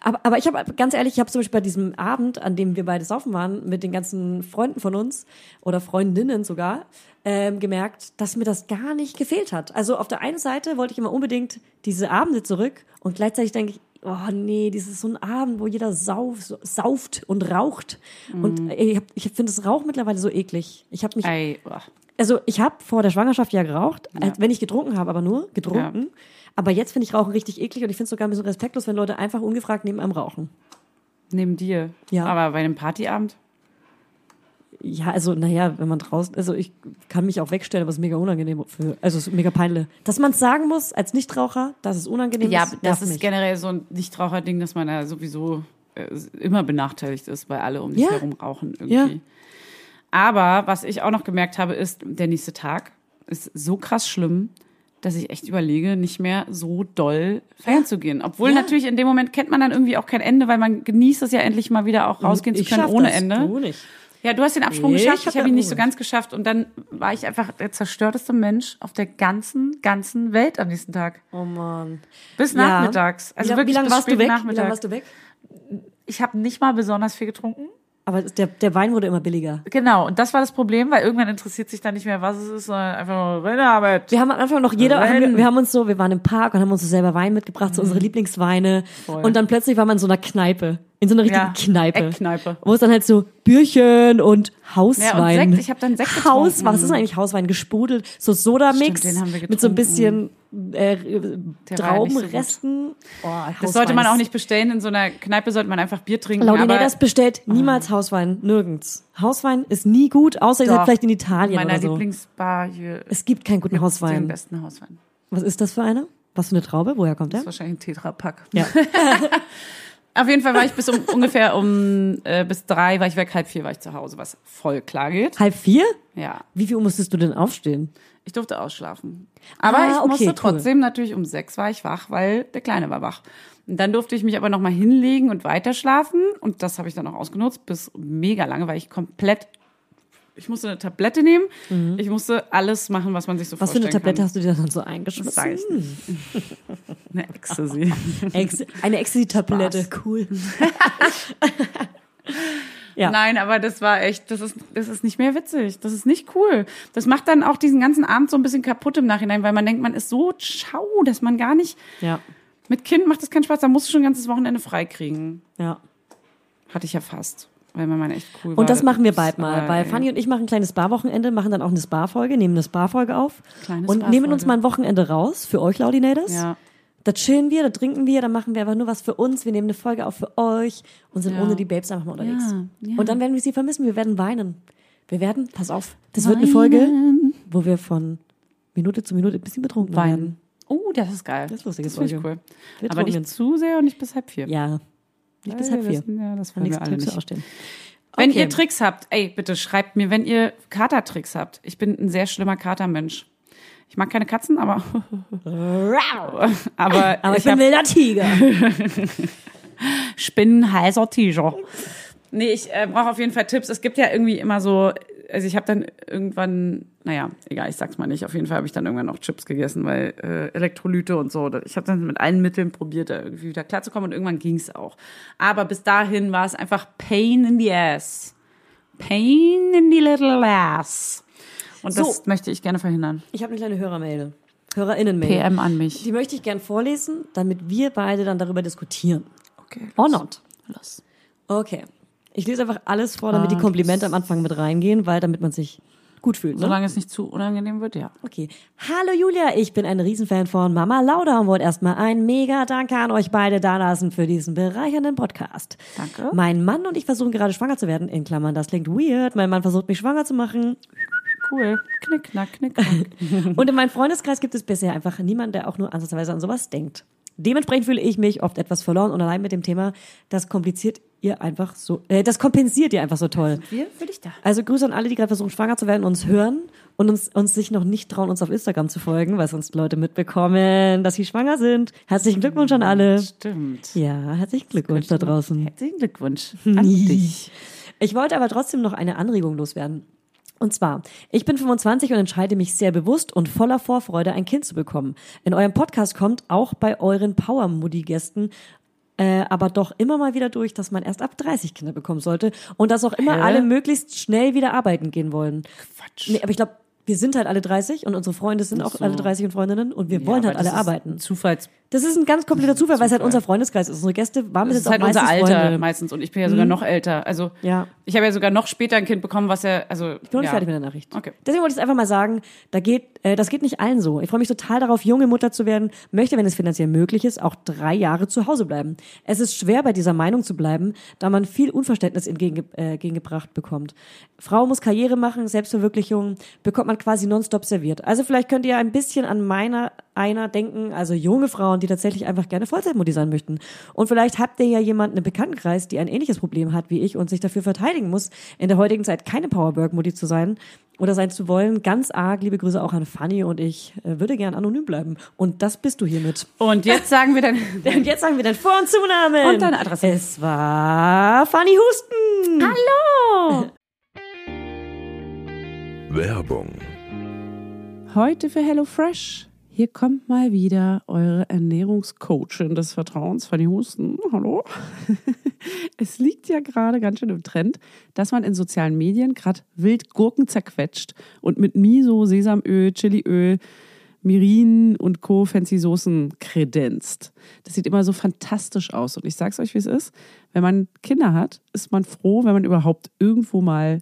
A: aber, aber ich habe ganz ehrlich, ich habe zum Beispiel bei diesem Abend, an dem wir beide saufen waren, mit den ganzen Freunden von uns oder Freundinnen sogar, ähm, gemerkt, dass mir das gar nicht gefehlt hat. Also auf der einen Seite wollte ich immer unbedingt diese Abende zurück und gleichzeitig denke ich, oh nee, das ist so ein Abend, wo jeder sauf, sauft und raucht. Und ich, hab- ich finde das Rauch mittlerweile so eklig. Ich habe mich
B: Ey, boah.
A: also ich habe vor der Schwangerschaft ja geraucht, als wenn ich getrunken habe, aber nur getrunken. Aber jetzt finde ich Rauchen richtig eklig und ich finde es sogar ein bisschen respektlos, wenn Leute einfach ungefragt neben einem rauchen.
B: neben dir.
A: Ja.
B: Aber bei einem Partyabend?
A: Ja, also naja, wenn man draußen, also ich kann mich auch wegstellen, aber es ist mega unangenehm für, also es ist mega peinlich. Dass man es sagen muss als Nichtraucher, dass es unangenehm
B: Ja,
A: ist.
B: das
A: nervt
B: ist genau,
A: mich.
B: generell so ein Nichtraucher-Ding, dass man da sowieso äh, immer benachteiligt ist, weil alle um dich
A: Ja.
B: herum rauchen irgendwie.
A: Ja.
B: Aber was ich auch noch gemerkt habe, ist, der nächste Tag ist so krass schlimm, dass ich echt überlege, nicht mehr so doll feiern zu gehen. Obwohl natürlich in dem Moment kennt man dann irgendwie auch kein Ende, weil man genießt es ja endlich mal wieder auch rausgehen zu
A: Ähm, Ich
B: können
A: schaff
B: ohne
A: das,
B: Ende.
A: Du nicht.
B: Ja, du hast den Absprung
A: Nee,
B: geschafft,
A: ich
B: ich,
A: hab
B: habe ihn
A: den
B: nicht so
A: Absprung.
B: ganz geschafft und dann war ich einfach der zerstörteste Mensch auf der ganzen, ganzen Welt am nächsten Tag.
A: Oh Mann.
B: Bis
A: Ja.
B: nachmittags. Also
A: wie, lang-
B: wirklich
A: wie lange
B: bis
A: warst du
B: spät
A: weg? Wie
B: Nachmittag.
A: lange warst du weg?
B: Ich habe nicht mal besonders viel getrunken.
A: Aber der, der Wein wurde immer billiger.
B: Genau, und das war das Problem, weil irgendwann interessiert sich dann nicht mehr, was es ist, sondern einfach nur meine Arbeit.
A: Wir haben am Anfang noch jeder, haben
B: Wein.
A: wir, wir haben uns so,
B: Mhm.
A: wir waren im Park und haben uns so selber Wein mitgebracht, so unsere Lieblingsweine. Und dann plötzlich war man in so einer Kneipe. In so einer richtigen
B: Ja,
A: Kneipe.
B: Eckkneipe.
A: Wo es dann halt so Bierchen und Hauswein.
B: Ja, und Sekt. Ich hab dann Sekt getrunken.
A: Haus, was ist denn eigentlich Hauswein? Gesprudelt, so Sodamix
B: Stimmt, den haben wir
A: mit so ein bisschen äh,
B: war ja nicht so gut.
A: Traubenresten. oh,
B: Das sollte man
A: Hauswein.
B: auch nicht bestellen. In so einer Kneipe sollte man einfach Bier trinken.
A: Laudinea,
B: Aber Ah.
A: das bestellt niemals Hauswein, nirgends. Hauswein ist nie gut, außer ihr seid
B: Doch.
A: vielleicht in Italien
B: meiner
A: oder so.
B: Lieblingsbar hier
A: Es gibt keinen guten
B: den
A: Hauswein.
B: besten Hauswein.
A: Was ist das für einer? Was für eine Traube? Woher kommt der?
B: Das ist wahrscheinlich ein Tetrapack.
A: Ja.
B: *laughs*
A: *laughs*
B: Auf jeden Fall war ich bis um ungefähr um äh, bis drei war ich weg, halb vier war ich zu Hause, was voll klar geht.
A: Halb vier?
B: Ja,
A: Wie viel Uhr musstest du denn aufstehen?
B: ich durfte ausschlafen. Aber
A: Ah,
B: ich
A: okay,
B: musste
A: cool.
B: trotzdem natürlich um sechs war ich wach, weil der Kleine war wach. Und dann durfte ich mich aber nochmal hinlegen und weiterschlafen. Und das habe ich dann auch ausgenutzt bis mega lange, weil ich komplett. Ich musste eine Tablette nehmen. Ich musste alles machen, was man sich so
A: Mhm. Was für
B: vorstellen
A: eine Tablette
B: kann.
A: hast du dir dann so
B: Das sag ich
A: eingeschmissen?
B: nicht.
A: *laughs*
B: Eine Ecstasy.
A: Ex eine Ecstasy-Tablette, cool. Ja.
B: Nein, aber das war echt, das ist, das ist nicht mehr witzig. Das ist nicht cool. Das macht dann auch diesen ganzen Abend so ein bisschen kaputt im Nachhinein, weil man denkt, man ist so schau, dass man gar nicht,
A: Ja,
B: mit Kind macht das keinen Spaß, da musst du schon ein ganzes Wochenende freikriegen.
A: ja.
B: Hatte ich ja fast. Weil man meine echt cool war.
A: Und das machen wir bald mal, weil
B: Ey.
A: Fanny und ich machen ein kleines Spa-Wochenende, machen dann auch eine Spa-Folge, nehmen eine Spa-Folge auf
B: Kleine
A: und nehmen
B: Spa-Folge.
A: uns mal ein Wochenende raus für euch Laudinators.
B: Ja.
A: Da chillen wir, da trinken wir, da machen wir einfach nur was für uns, wir nehmen eine Folge auf für euch und sind ohne die Babes einfach mal unterwegs.
B: ja.
A: Und dann werden wir sie vermissen, wir werden weinen. Wir werden, pass auf, das wird eine Folge, wo wir von Minute zu Minute ein bisschen betrunken werden.
B: Weinen. Oh, das ist geil.
A: Das ist lustige
B: Das finde ich
A: Folge.
B: cool.
A: Wir
B: aber
A: trinken
B: nicht
A: uns.
B: zu sehr und nicht bis halb vier.
A: Ja, nicht bis halb
B: Weil wir
A: vier.
B: wissen Ja, das
A: Am
B: wollen wir
A: nächsten
B: alle
A: Tag zu
B: nicht.
A: ausstehen.
B: Wenn
A: Okay.
B: ihr Tricks habt, ey, bitte schreibt mir, wenn ihr Katertricks habt. Ich bin ein sehr schlimmer Katermensch. Ich mag keine Katzen, aber *laughs* aber,
A: Aber ich,
B: ich
A: bin
B: habe
A: wilder Tiger.
B: Spinnen, heißer Tiger. Nee, ich äh, brauche auf jeden Fall Tipps. Es gibt ja irgendwie immer so, also ich habe dann irgendwann, naja, egal, ich sag's mal nicht. Auf jeden Fall habe ich dann irgendwann auch Chips gegessen, weil äh, Elektrolyte und so. Ich habe dann mit allen Mitteln probiert, da irgendwie wieder klarzukommen und irgendwann ging's auch. Aber bis dahin war es einfach Pain in the ass, Pain in the little ass. Und das
A: So.
B: möchte ich gerne verhindern.
A: *laughs* Ich habe eine kleine Hörermail. Hörerinnenmail.
B: PM an mich.
A: Die möchte ich gern vorlesen, damit wir beide dann darüber diskutieren.
B: Okay.
A: Or not.
B: Oh, Los.
A: Okay. Ich lese einfach alles vor, damit die Komplimente am Anfang mit reingehen, weil damit man sich gut fühlt. Ne?
B: Solange es nicht zu unangenehm wird, ja.
A: Okay. Hallo Julia, ich bin ein Riesenfan von Mama Lauda und wollte erstmal ein mega Danke an euch beide dalassen für diesen bereichernden Podcast.
B: Danke.
A: Mein Mann und ich versuchen gerade schwanger zu werden. In Klammern, das klingt weird. Mein Mann versucht mich schwanger zu machen.
B: Cool. Knick, knack, knick, knack.
A: Und in meinem Freundeskreis gibt es bisher einfach niemanden, der auch nur ansatzweise an sowas denkt. Dementsprechend fühle ich mich oft etwas verloren und allein mit dem Thema, das kompliziert ihr einfach so, äh, das kompensiert ihr einfach so toll.
B: Wir für dich da.
A: Also Grüße an alle, die gerade versuchen, schwanger zu werden, uns hören und uns, uns sich noch nicht trauen, uns auf Instagram zu folgen, weil sonst Leute mitbekommen, dass sie schwanger sind. Herzlichen Glückwunsch an alle.
B: Stimmt.
A: Ja, herzlichen Glückwunsch da draußen.
B: Herzlichen Glückwunsch an dich.
A: Ich wollte aber trotzdem noch eine Anregung loswerden. Und zwar, ich bin 25 und entscheide mich sehr bewusst und voller Vorfreude, ein Kind zu bekommen. In eurem Podcast kommt auch bei euren Power-Muddy-Gästen äh, aber doch immer mal wieder durch, dass man erst ab 30 Kinder bekommen sollte und dass auch immer
B: Hä?
A: alle möglichst schnell wieder arbeiten gehen wollen.
B: Quatsch.
A: Nee, aber ich glaube, wir sind halt alle 30 und unsere Freunde sind auch alle 30 und Freundinnen und wir wollen halt alle arbeiten.
B: Zufalls.
A: Das ist ein ganz
B: *laughs*
A: komplizierter Zufall, weil es halt unser Freundeskreis ist. Unsere Gäste waren bis
B: Das
A: jetzt
B: ist
A: auch
B: halt unser
A: meistens
B: Alter
A: Freunde. Mhm.
B: meistens. Und ich bin ja sogar noch älter. Also
A: Ja.
B: ich habe ja sogar noch später ein Kind bekommen, was ja, also.
A: Ich bin noch nicht
B: ja.
A: fertig mit der Nachricht.
B: Okay.
A: Deswegen wollte ich es einfach mal sagen, da geht, äh, das geht nicht allen so. Ich freue mich total darauf, junge Mutter zu werden, möchte, wenn es finanziell möglich ist, auch drei Jahre zu Hause bleiben. Es ist schwer, bei dieser Meinung zu bleiben, da man viel Unverständnis entgegen, äh, entgegengebracht bekommt. Frau muss Karriere machen, Selbstverwirklichung, bekommt man quasi nonstop serviert. Also vielleicht könnt ihr ein bisschen an meiner einer denken, also junge Frauen, die tatsächlich einfach gerne Vollzeitmutti sein möchten. Und vielleicht habt ihr ja jemanden im Bekanntenkreis, die ein ähnliches Problem hat wie ich und sich dafür verteidigen muss, in der heutigen Zeit keine Powerwork-Mutti zu sein oder sein zu wollen. Ganz arg, liebe Grüße auch an Fanny und ich äh, würde gern anonym bleiben. Und das bist du hiermit.
B: Und jetzt sagen
A: *laughs*
B: wir dann.
A: Und jetzt sagen wir deinen Vor- und Zunamen.
B: Und deine Adresse.
A: Es war Fanny Husten. Hallo.
C: Werbung,
E: Heute für HelloFresh. Hier kommt mal wieder eure Ernährungscoachin des Vertrauens, Fanny Husten. Hallo. *laughs* Es liegt ja gerade ganz schön im Trend, dass man in sozialen Medien gerade wild Gurken zerquetscht und mit Miso, Sesamöl, Chiliöl Mirin und Co. Fancy Soßen kredenzt. Das sieht immer so fantastisch aus. Und ich sag's euch, wie es ist. Wenn man Kinder hat, ist man froh, wenn man überhaupt irgendwo mal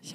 E: Ich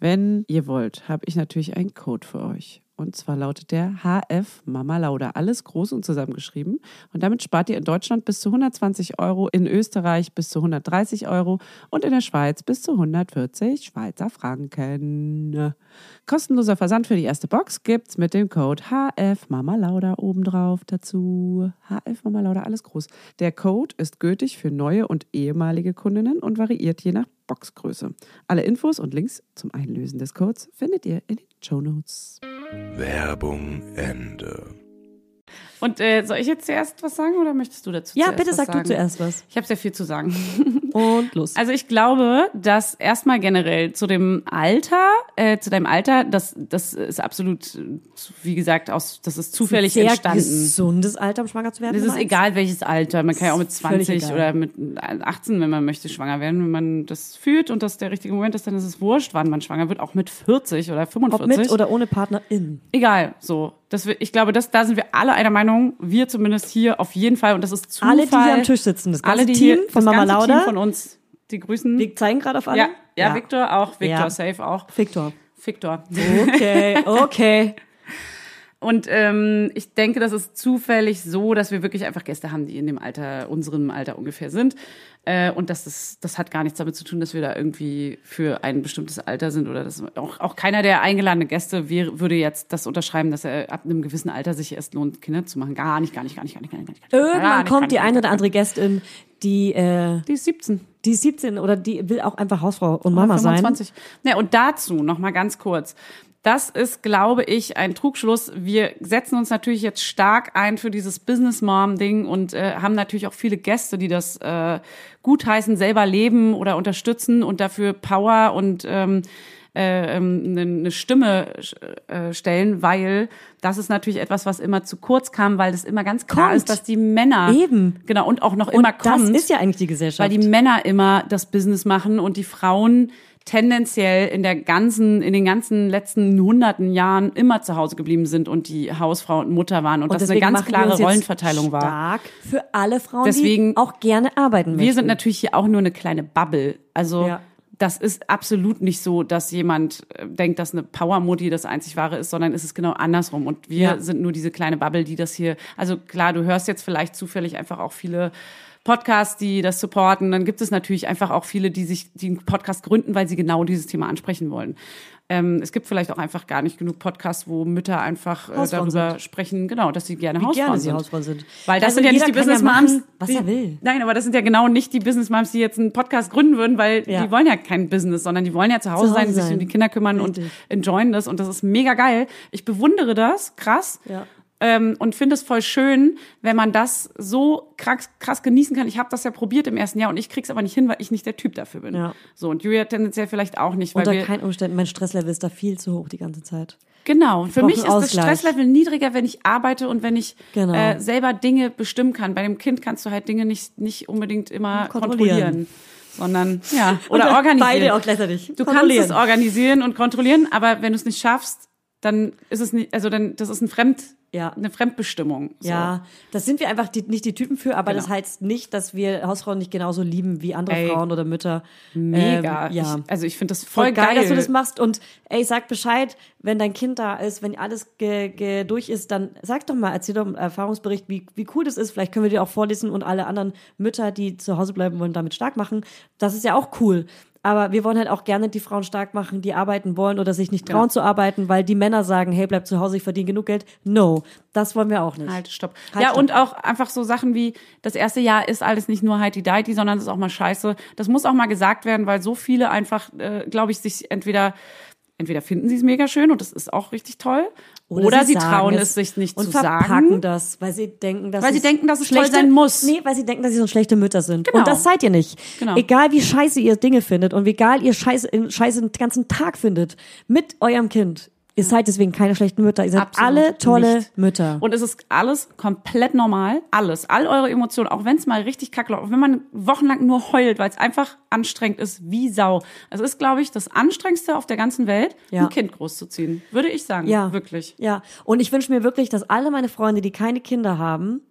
E: wenn ihr wollt, habe ich natürlich einen Code für euch. Und zwar lautet der HF Mama Lauda. Alles groß und zusammengeschrieben. Und damit spart ihr in Deutschland bis zu 120 Euro, in Österreich bis zu 130 Euro und in der Schweiz bis zu 140 Schweizer Franken. Kostenloser Versand für die erste Box gibt's mit dem Code HF Mama Lauda obendrauf dazu. HF Mama Lauda, alles groß. Der Code ist gültig für neue und ehemalige Kundinnen und variiert je nach Boxgröße. Alle Infos und Links zum Einlösen des Codes findet ihr in den Show Notes.
C: Werbung Ende.
B: Und äh, soll ich jetzt zuerst was sagen oder möchtest du dazu
A: Ja,
B: zuerst
A: bitte
B: was
A: sag
B: sagen?
A: du zuerst was.
B: Ich habe sehr viel zu sagen. *laughs*
A: Und los.
B: Also ich glaube, dass erstmal generell zu dem Alter, äh, zu deinem Alter, das, das ist absolut, äh, wie gesagt, aus, das ist zufällig
A: Sehr
B: entstanden.
A: gesundes Alter, um schwanger zu werden.
B: Es ist
A: meinst?
B: egal welches Alter. Man kann ja auch mit
A: Ist völlig
B: 20
A: egal.
B: oder mit 18, wenn man möchte, schwanger werden. Wenn man das fühlt und das der richtige Moment ist, dann ist es wurscht, wann man schwanger wird. Auch mit 40 oder 45
A: Ob mit oder ohne Partnerin.
B: egal, so. Das, wir- ich glaube, das, da sind wir alle einer Meinung. Wir zumindest hier auf jeden Fall. Und das ist Zufall.
A: Alle, die hier am Tisch sitzen, das ganze
B: alle, die
A: Team
B: hier,
A: von
B: das
A: Mama
B: ganze
A: Lauda.
B: Team von uns. Die grüßen.
A: Wir zeigen gerade auf alle.
B: ja, ja, Victor auch. Victor,
A: Ja. Oh.
B: safe auch.
A: Victor.
B: Victor. *laughs*
A: Okay, okay.
B: Und ähm, ich denke, das ist zufällig so, dass wir wirklich einfach Gäste haben, die in dem Alter, unserem Alter ungefähr sind. Äh, und das, ist, das hat gar nichts damit zu tun, dass wir da irgendwie für ein bestimmtes Alter sind oder dass auch, auch keiner der eingeladenen Gäste wäre, würde jetzt das unterschreiben, dass er ab einem gewissen Alter sich erst lohnt, Kinder zu machen. Gar nicht, gar nicht, gar nicht, gar nicht, gar nicht. Gar nicht, gar nicht, gar
A: Irgendwann
B: nicht,
A: kommt die
B: gar nicht,
A: eine oder andere Gästin, die, äh,
B: Die ist 17.
A: die ist 17 oder die will auch einfach Hausfrau und Mama sein.
B: 25. Ja, Ne, und dazu noch mal ganz kurz. Das ist, glaube ich, ein Trugschluss. Wir setzen uns natürlich jetzt stark ein für dieses Business Mom Ding und äh, haben natürlich auch viele Gäste, die das äh, gutheißen, selber leben oder unterstützen und dafür Power und ähm, äh, ähm, eine eine Stimme äh, stellen, weil das ist natürlich etwas, was immer zu kurz kam, weil es immer ganz klar
A: Kommt.
B: ist, dass die Männer
A: Eben.
B: genau und auch noch immer
A: das
B: kommt.
A: ist ja eigentlich die Gesellschaft.
B: Weil die Männer immer das Business machen und die Frauen tendenziell in der ganzen, in den ganzen letzten hunderten Jahren immer zu Hause geblieben sind und die Hausfrau und Mutter waren und, das eine
A: deswegen
B: ganz
A: machen wir
B: klare
A: uns jetzt
B: Rollenverteilung war.
A: Stark für alle Frauen,
B: Deswegen-
A: die auch gerne arbeiten möchten.
B: Wir sind natürlich hier auch nur eine kleine Bubble. Also
A: Ja.
B: das ist absolut nicht so, dass jemand äh, denkt, dass eine Power-Mutti das einzig wahre ist, sondern es ist genau andersrum. Und wir
A: Ja.
B: sind nur diese kleine Bubble, die das hier. Also klar, du hörst jetzt vielleicht zufällig einfach auch viele Podcasts, die das supporten. Dann gibt es natürlich einfach auch viele, die sich die einen Podcast gründen, weil sie genau dieses Thema ansprechen wollen. Ähm, es gibt vielleicht auch einfach gar nicht genug Podcasts, wo Mütter einfach äh,
A: Hausfrauen
B: darüber sprechen, genau, dass sie gerne Hausfrauen
A: gerne sie
B: sind.
A: Hausfrauen sind.
B: Weil das
A: Also
B: sind ja nicht
A: jeder
B: die
A: kann ja
B: Business Moms,
A: machen, was
B: die,
A: er will.
B: Nein, aber das sind ja genau nicht die Business Moms, die jetzt einen Podcast gründen würden, weil
A: Ja.
B: die wollen ja kein Business, sondern die wollen ja zu Hause,
A: Hause
B: sein, sich
A: sein.
B: um die Kinder kümmern und enjoyen das und das ist mega geil. Ich bewundere das, krass.
A: Ja.
B: Ähm, und finde es voll schön, wenn man das so krass, krass genießen kann. Ich habe das ja probiert im ersten Jahr und ich krieg's aber nicht hin, weil ich nicht der Typ dafür bin.
A: Ja.
B: So und Julia tendenziell vielleicht auch nicht, weil
A: Unter
B: wir
A: keinen Umständen. Mein Stresslevel ist da viel zu hoch die ganze Zeit.
B: Genau, für mich ist
A: brauchen
B: das
A: Ausgleich.
B: Stresslevel niedriger, wenn ich arbeite und wenn ich
A: Genau.
B: äh, selber Dinge bestimmen kann. Bei dem Kind kannst du halt Dinge nicht, nicht unbedingt immer
A: Kontrollieren.
B: kontrollieren. sondern
A: *laughs*
B: ja, oder organisieren.
A: Beide auch gleichzeitig.
B: Du kannst es organisieren und kontrollieren, aber wenn du es nicht schaffst, dann ist es nicht, also dann, das ist ein Fremd,
A: Ja.
B: eine Fremdbestimmung. So. Genau.
A: Ja, das sind wir einfach die, nicht die Typen für, aber das heißt nicht, dass wir Hausfrauen nicht genauso lieben wie andere
B: Ey.
A: Frauen oder Mütter.
B: Mega.
A: Ähm, ja.
B: Ich, also ich finde das voll,
A: Voll geil,
B: geil,
A: dass du das machst. Und ey, sag Bescheid, wenn dein Kind da ist, wenn alles ge, ge durch ist, dann sag doch mal, erzähl doch einen Erfahrungsbericht, wie, wie cool das ist. Vielleicht können wir dir auch vorlesen und alle anderen Mütter, die zu Hause bleiben wollen, damit stark machen. Das ist ja auch cool. Aber wir wollen halt auch gerne die Frauen stark machen, die arbeiten wollen oder sich nicht trauen
B: Genau.
A: zu arbeiten, weil die Männer sagen, hey, bleib zu Hause, ich verdiene genug Geld. No, das wollen wir auch nicht.
B: Halt, stopp.
A: Halt,
B: ja,
A: stopp.
B: und auch einfach so Sachen wie, das erste Jahr ist alles nicht nur heidi deity sondern es ist auch mal scheiße. Das muss auch mal gesagt werden, weil so viele einfach, äh, glaube ich, sich entweder, entweder finden sie es mega schön und das ist auch richtig toll, oder, sie,
A: sagen
B: trauen es sich nicht
A: und
B: zu
A: verpacken
B: sagen.
A: das, weil sie denken, dass
B: Weil sie
A: es
B: denken, dass es
A: schlechte,
B: toll sein muss.
A: Nee, weil sie denken, dass sie so schlechte Mütter sind.
B: Genau.
A: Und das seid ihr nicht.
B: Genau.
A: Egal wie scheiße ihr Dinge findet und egal ihr scheiße, scheiße den ganzen Tag findet mit eurem Kind. Ihr seid deswegen keine schlechten Mütter. Ihr seid
B: Absolut
A: alle tolle
B: nicht.
A: Mütter.
B: Und es ist alles komplett normal, alles, all eure Emotionen, auch wenn es mal richtig kacke läuft, auch wenn man wochenlang nur heult, weil es einfach anstrengend ist, wie Sau. Es ist, glaube ich, das anstrengendste auf der ganzen Welt,
A: Ja.
B: ein Kind großzuziehen, würde ich sagen,
A: ja.
B: wirklich.
A: Ja. Und ich wünsche mir wirklich, dass alle meine Freunde, die keine Kinder haben,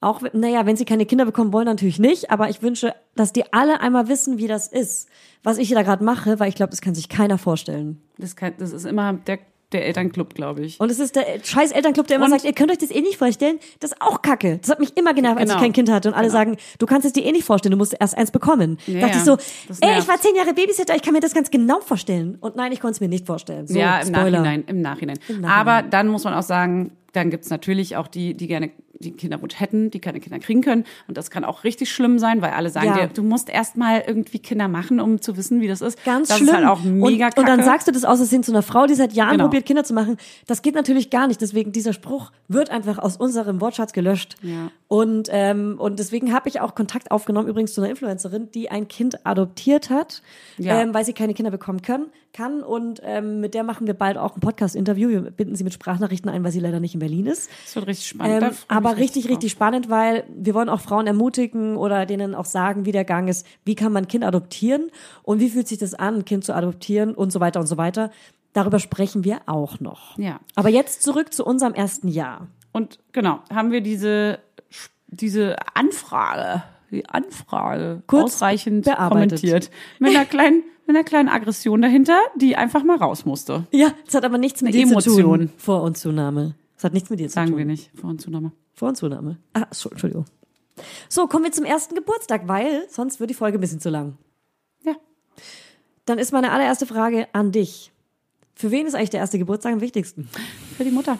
A: auch, wenn- naja, wenn sie keine Kinder bekommen wollen, natürlich nicht, aber ich wünsche, dass die alle einmal wissen, wie das ist, was ich da gerade mache, weil ich glaube, das kann sich keiner vorstellen.
B: Das, kann, das ist immer der, der Elternclub, glaube ich.
A: Und es ist der scheiß Elternclub, der immer
B: Und-
A: sagt, ihr könnt euch das eh nicht vorstellen. Das ist auch kacke. Das hat mich immer genervt, als ich
B: Genau.
A: kein Kind hatte. Und alle sagen, du kannst es dir eh nicht vorstellen, du musst erst eins bekommen.
B: Ja,
A: Dachte
B: ja.
A: ich so,
B: Das
A: ey, ich
B: nervt.
A: war zehn Jahre Babysitter, ich kann mir das ganz genau vorstellen. Und nein, ich konnte es mir nicht vorstellen. So,
B: ja, im
A: Spoiler.
B: Nachhinein, im Nachhinein.
A: Nachhinein.
B: Aber dann muss man auch sagen, dann gibt's natürlich auch die, die gerne die Kinderwunsch hätten, die keine Kinder kriegen können. Und das kann auch richtig schlimm sein, weil alle sagen
A: Ja.
B: dir, du musst erst mal irgendwie Kinder machen, um zu wissen, wie das ist.
A: Ganz
B: das
A: schlimm.
B: ist halt auch mega
A: und, und dann
B: kacke.
A: sagst du das aus Versehen zu einer Frau, die seit Jahren
B: Genau.
A: probiert, Kinder zu machen. Das geht natürlich gar nicht. Deswegen, dieser Spruch wird einfach aus unserem Wortschatz gelöscht.
B: Ja.
A: Und, ähm, und deswegen habe ich auch Kontakt aufgenommen, übrigens zu einer Influencerin, die ein Kind adoptiert hat,
B: Ja.
A: ähm, weil sie keine Kinder bekommen können, kann. Und ähm, mit der machen wir bald auch ein Podcast-Interview. Wir binden sie mit Sprachnachrichten ein, weil sie leider nicht in Berlin ist.
B: das wird richtig spannend. Da
A: Ähm,
B: freu ich mich
A: aber richtig,
B: drauf.
A: richtig spannend, weil wir wollen auch Frauen ermutigen oder denen auch sagen, wie der Gang ist, wie kann man ein Kind adoptieren und wie fühlt sich das an, ein Kind zu adoptieren und so weiter und so weiter. Darüber sprechen wir auch noch.
B: Ja.
A: Aber jetzt zurück zu unserem ersten Jahr.
B: Und genau, haben wir diese, diese Anfrage, die Anfrage
A: Kurz
B: ausreichend
A: bearbeitet.
B: kommentiert. Mit einer kleinen, mit einer kleinen Aggression dahinter, die einfach mal raus musste.
A: Ja, es hat aber nichts mit
B: Eine
A: dir zu tun.
B: Emotion.
A: Vor- und Zunahme. Es hat nichts mit dir zu
B: Sagen
A: tun.
B: wir nicht. Vor und Zunahme.
A: Vor- und Zunahme. Ah, so, Entschuldigung. So, kommen wir zum ersten Geburtstag, weil sonst wird die Folge ein bisschen zu lang.
B: Ja.
A: Dann ist meine allererste Frage an dich. Für wen ist eigentlich der erste Geburtstag am wichtigsten?
B: Für die
A: *laughs*
B: Mutter.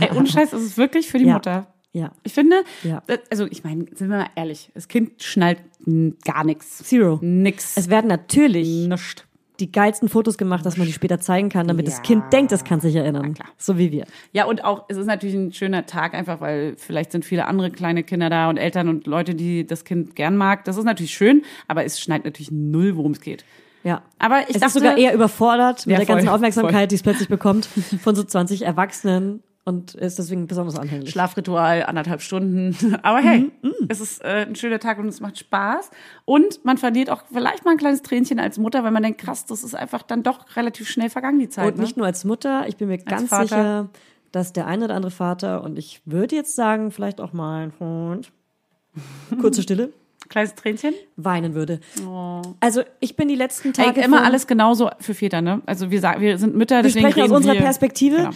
B: Ey, ohne Scheiß, es ist wirklich für die
A: Ja.
B: Mutter.
A: Ja.
B: Ich finde,
A: Ja.
B: das- also ich meine, sind wir mal ehrlich, das Kind schnallt mm, gar nichts.
A: Zero.
B: Nix.
A: Es werden natürlich
B: nischt.
A: die geilsten Fotos gemacht, dass man die später zeigen kann, damit das
B: Ja.
A: Kind denkt, es kann sich erinnern.
B: klar.
A: So wie wir.
B: Ja, und auch, es ist natürlich ein schöner Tag einfach, weil vielleicht sind viele andere kleine Kinder da und Eltern und Leute, die das Kind gern mag. Das ist natürlich schön, aber es schneit natürlich null, worum es geht.
A: Ja.
B: Aber ich
A: es ist
B: dachte-
A: sogar eher überfordert mit
B: Ja,
A: der ganzen
B: voll,
A: Aufmerksamkeit, die es plötzlich
B: *laughs*
A: bekommt von so 20 Erwachsenen und ist deswegen besonders anhänglich.
B: Schlafritual, anderthalb Stunden. *laughs* Aber hey, es ist äh, ein schöner Tag und es macht Spaß. Und man verliert auch vielleicht mal ein kleines Tränchen als Mutter, weil man denkt, krass, das ist einfach dann doch relativ schnell vergangen, die Zeit.
A: Und
B: ne?
A: nicht nur als Mutter, ich bin mir ganz
B: Vater.
A: sicher, dass der eine oder andere Vater und ich würde jetzt sagen, vielleicht auch mein Hund, kurze Stille, *laughs*
B: Kleines Tränchen?
A: weinen würde.
B: Oh.
A: Also ich bin die letzten
B: Ey,
A: Tage
B: immer
A: von-
B: alles genauso für Väter, ne? Also wir sagen, wir sind Mütter,
A: wir
B: deswegen
A: sprechen aus
B: reden
A: unserer
B: wir.
A: Perspektive.
B: Genau.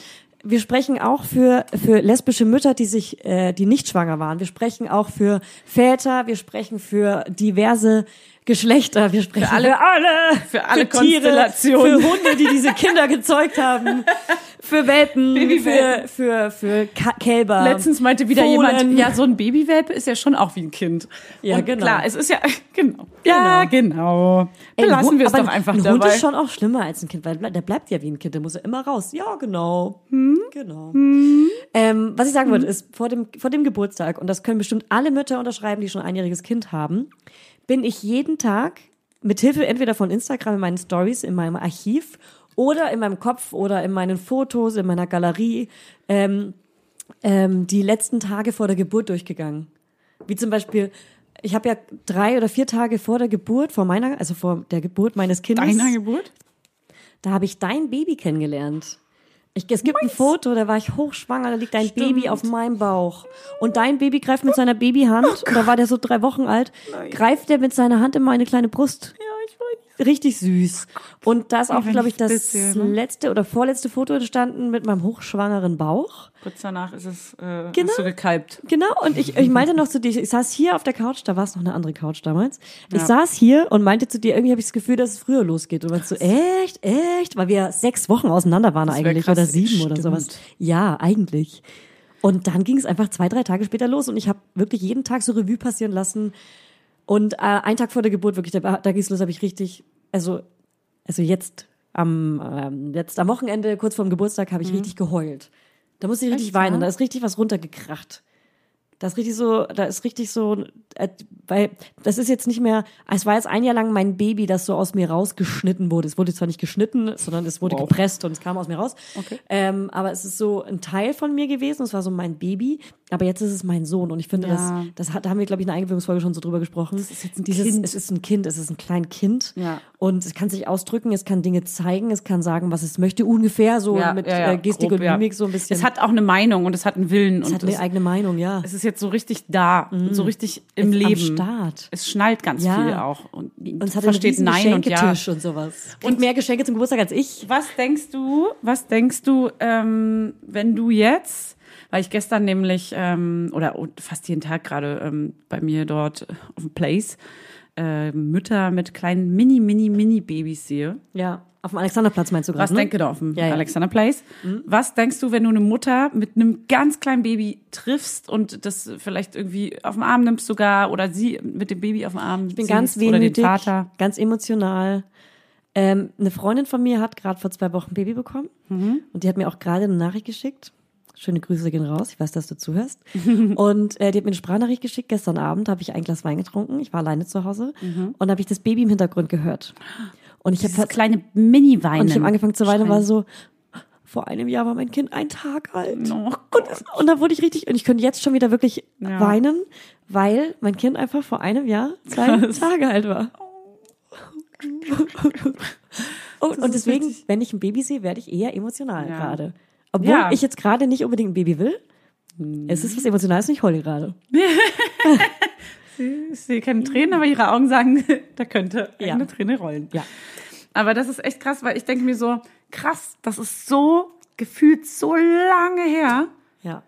A: Wir sprechen auch für, für lesbische Mütter, die sich, äh, die nicht schwanger waren. Wir sprechen auch für Väter, wir sprechen für diverse Geschlechter, wir sprechen für alle, für alle,
B: *laughs* für alle
A: Tiere, für
B: Konstellationen.
A: Hunde, die diese Kinder gezeugt haben, für Welpen, für,
B: Babywelpen.
A: für, für Ka- Kälber.
B: Letztens meinte wieder
A: Fohlen.
B: jemand, ja, so ein Babywelpe ist ja schon auch wie ein Kind.
A: Ja,
B: und
A: genau.
B: Klar, es ist ja, *laughs* genau. Ja, genau.
A: Ey, ein
B: Belassen
A: Hund-
B: wir es
A: aber
B: doch einfach
A: ein
B: dabei.
A: Hund ist schon auch schlimmer als ein Kind, weil der bleibt ja wie ein Kind, der muss ja immer raus. Ja, genau.
B: Hm?
A: Genau. Ähm, was ich sagen wollte, ist, vor dem, vor dem Geburtstag, und das können bestimmt alle Mütter unterschreiben, die schon ein einjähriges Kind haben, bin ich jeden Tag mit Hilfe entweder von Instagram in meinen Stories, in meinem Archiv oder in meinem Kopf oder in meinen Fotos, in meiner Galerie, ähm, ähm, die letzten Tage vor der Geburt durchgegangen. Wie zum Beispiel, ich habe ja drei oder vier Tage vor der Geburt, vor meiner, also vor der Geburt meines Kindes,
B: Deiner Geburt?
A: da habe ich dein Baby kennengelernt. Ich, es gibt ein Foto, da war ich hochschwanger, da liegt dein Baby auf meinem Bauch. Und dein Baby greift mit seiner Babyhand,
B: Oh
A: und da war der so drei Wochen alt, greift der mit seiner Hand in meine kleine Brust.
B: Ja, ich weiß. Oh
A: Richtig süß. Und da ist auch,
B: wenn
A: glaube ich,
B: ich
A: das
B: bitte, ne?
A: letzte oder vorletzte Foto entstanden mit meinem hochschwangeren Bauch.
B: Kurz danach ist es äh,
A: Genau.
B: hast du gekalbt.
A: Genau, und ich, ich meinte noch zu dir, ich saß hier auf der Couch, da war es noch eine andere Couch damals. Ich saß hier und meinte zu dir, irgendwie habe ich das Gefühl, dass es früher losgeht. Und meinst so, echt, echt? Weil wir sechs Wochen auseinander waren
B: wär
A: eigentlich
B: krass,
A: oder sieben oder
B: stimmt.
A: sowas. Ja, eigentlich. Und dann ging es einfach zwei, drei Tage später los und ich habe wirklich jeden Tag so Revue passieren lassen. Und äh, einen Tag vor der Geburt, wirklich, da, war- da ging es los, habe ich richtig, also, also jetzt am, ähm, jetzt am Wochenende, kurz vorm Geburtstag, habe ich
B: Mhm.
A: richtig geheult. Da musste ich richtig weinen, da ist richtig was runtergekracht. Da ist richtig so, da ist richtig so, äh, weil das ist jetzt nicht mehr, es war jetzt ein Jahr lang mein Baby, das so aus mir rausgeschnitten wurde. Es wurde zwar nicht geschnitten, sondern es wurde gepresst und es kam aus mir raus. Ähm, aber es ist so ein Teil von mir gewesen, es war so mein Baby, aber jetzt ist es mein Sohn und ich finde,
B: Ja.
A: das, das hat, da haben wir, glaube ich, in der Eingewöhnungsfolge schon so drüber gesprochen.
B: ist jetzt ein
A: Dieses,
B: Kind.
A: Es ist ein Kind, es ist ein kleines Kind
B: Ja.
A: und es kann sich ausdrücken, es kann Dinge zeigen, es kann sagen, was es möchte, ungefähr so mit Äh, Gestik
B: grob,
A: und
B: ja.
A: Mimik so ein bisschen.
B: Es hat auch eine Meinung und es hat Mm. einen Willen
A: es
B: und
A: hat
B: es,
A: eine eigene Meinung, ja.
B: es ist jetzt so richtig da, und so richtig
A: Ist
B: im
A: am
B: Leben.
A: Start.
B: Es schnallt ganz
A: Ja.
B: viel auch und,
A: Und es hat
B: versteht
A: einen riesen
B: Nein und Ja.
A: Geschenketisch und sowas. Und mehr Geschenke zum Geburtstag als ich.
B: Was denkst du, was denkst du, ähm, wenn du jetzt, weil ich gestern nämlich, ähm, oder oh, fast jeden Tag gerade ähm, bei mir dort auf dem Place, äh, Mütter mit kleinen Mini, Mini, Mini-Babys sehe.
A: Ja, auf dem Alexanderplatz meinst du gerade,
B: Was
A: ne?
B: denkst du auf dem
A: Ja, Mhm. ja.
B: Alexander Place? Was denkst du, wenn du eine Mutter mit einem ganz kleinen Baby triffst und das vielleicht irgendwie auf den Arm nimmst sogar oder sie mit dem Baby auf dem Arm
A: Ich bin ganz
B: oder den
A: wehmütig,
B: Vater?
A: ganz emotional. Ähm, eine Freundin von mir hat gerade vor zwei Wochen ein Baby bekommen
B: Mhm.
A: und die hat mir auch gerade eine Nachricht geschickt. Schöne Grüße gehen raus, ich weiß, dass du
B: *laughs*
A: zuhörst. Und äh, die hat mir eine Sprachnachricht geschickt. Gestern Abend habe ich ein Glas Wein getrunken, ich war alleine zu Hause
B: Mhm.
A: und habe ich das Baby im Hintergrund gehört. Und ich
B: Dieses
A: habe
B: kleine Mini-Weinen.
A: Und ich habe angefangen zu weinen und war so, vor einem Jahr war mein Kind ein Tag alt.
B: Oh
A: und, und da wurde ich richtig, und ich könnte jetzt schon wieder wirklich
B: Ja.
A: weinen, weil mein Kind einfach vor einem Jahr
B: *laughs*
A: zwei Tage alt war. und, Oh, und
B: ist
A: deswegen, wenn ich ein Baby sehe, werde ich eher emotional
B: Ja.
A: gerade. Obwohl
B: Ja. Hm.
A: ich jetzt gerade nicht unbedingt ein Baby will. Es ist was Emotionales und ich heule gerade.
B: Ich sehe keine Tränen, aber ihre Augen sagen, *laughs* da könnte eine
A: Ja.
B: Träne rollen.
A: Ja.
B: Aber das ist echt krass, weil ich denke mir so, krass, das ist so gefühlt so lange her.
A: Ja.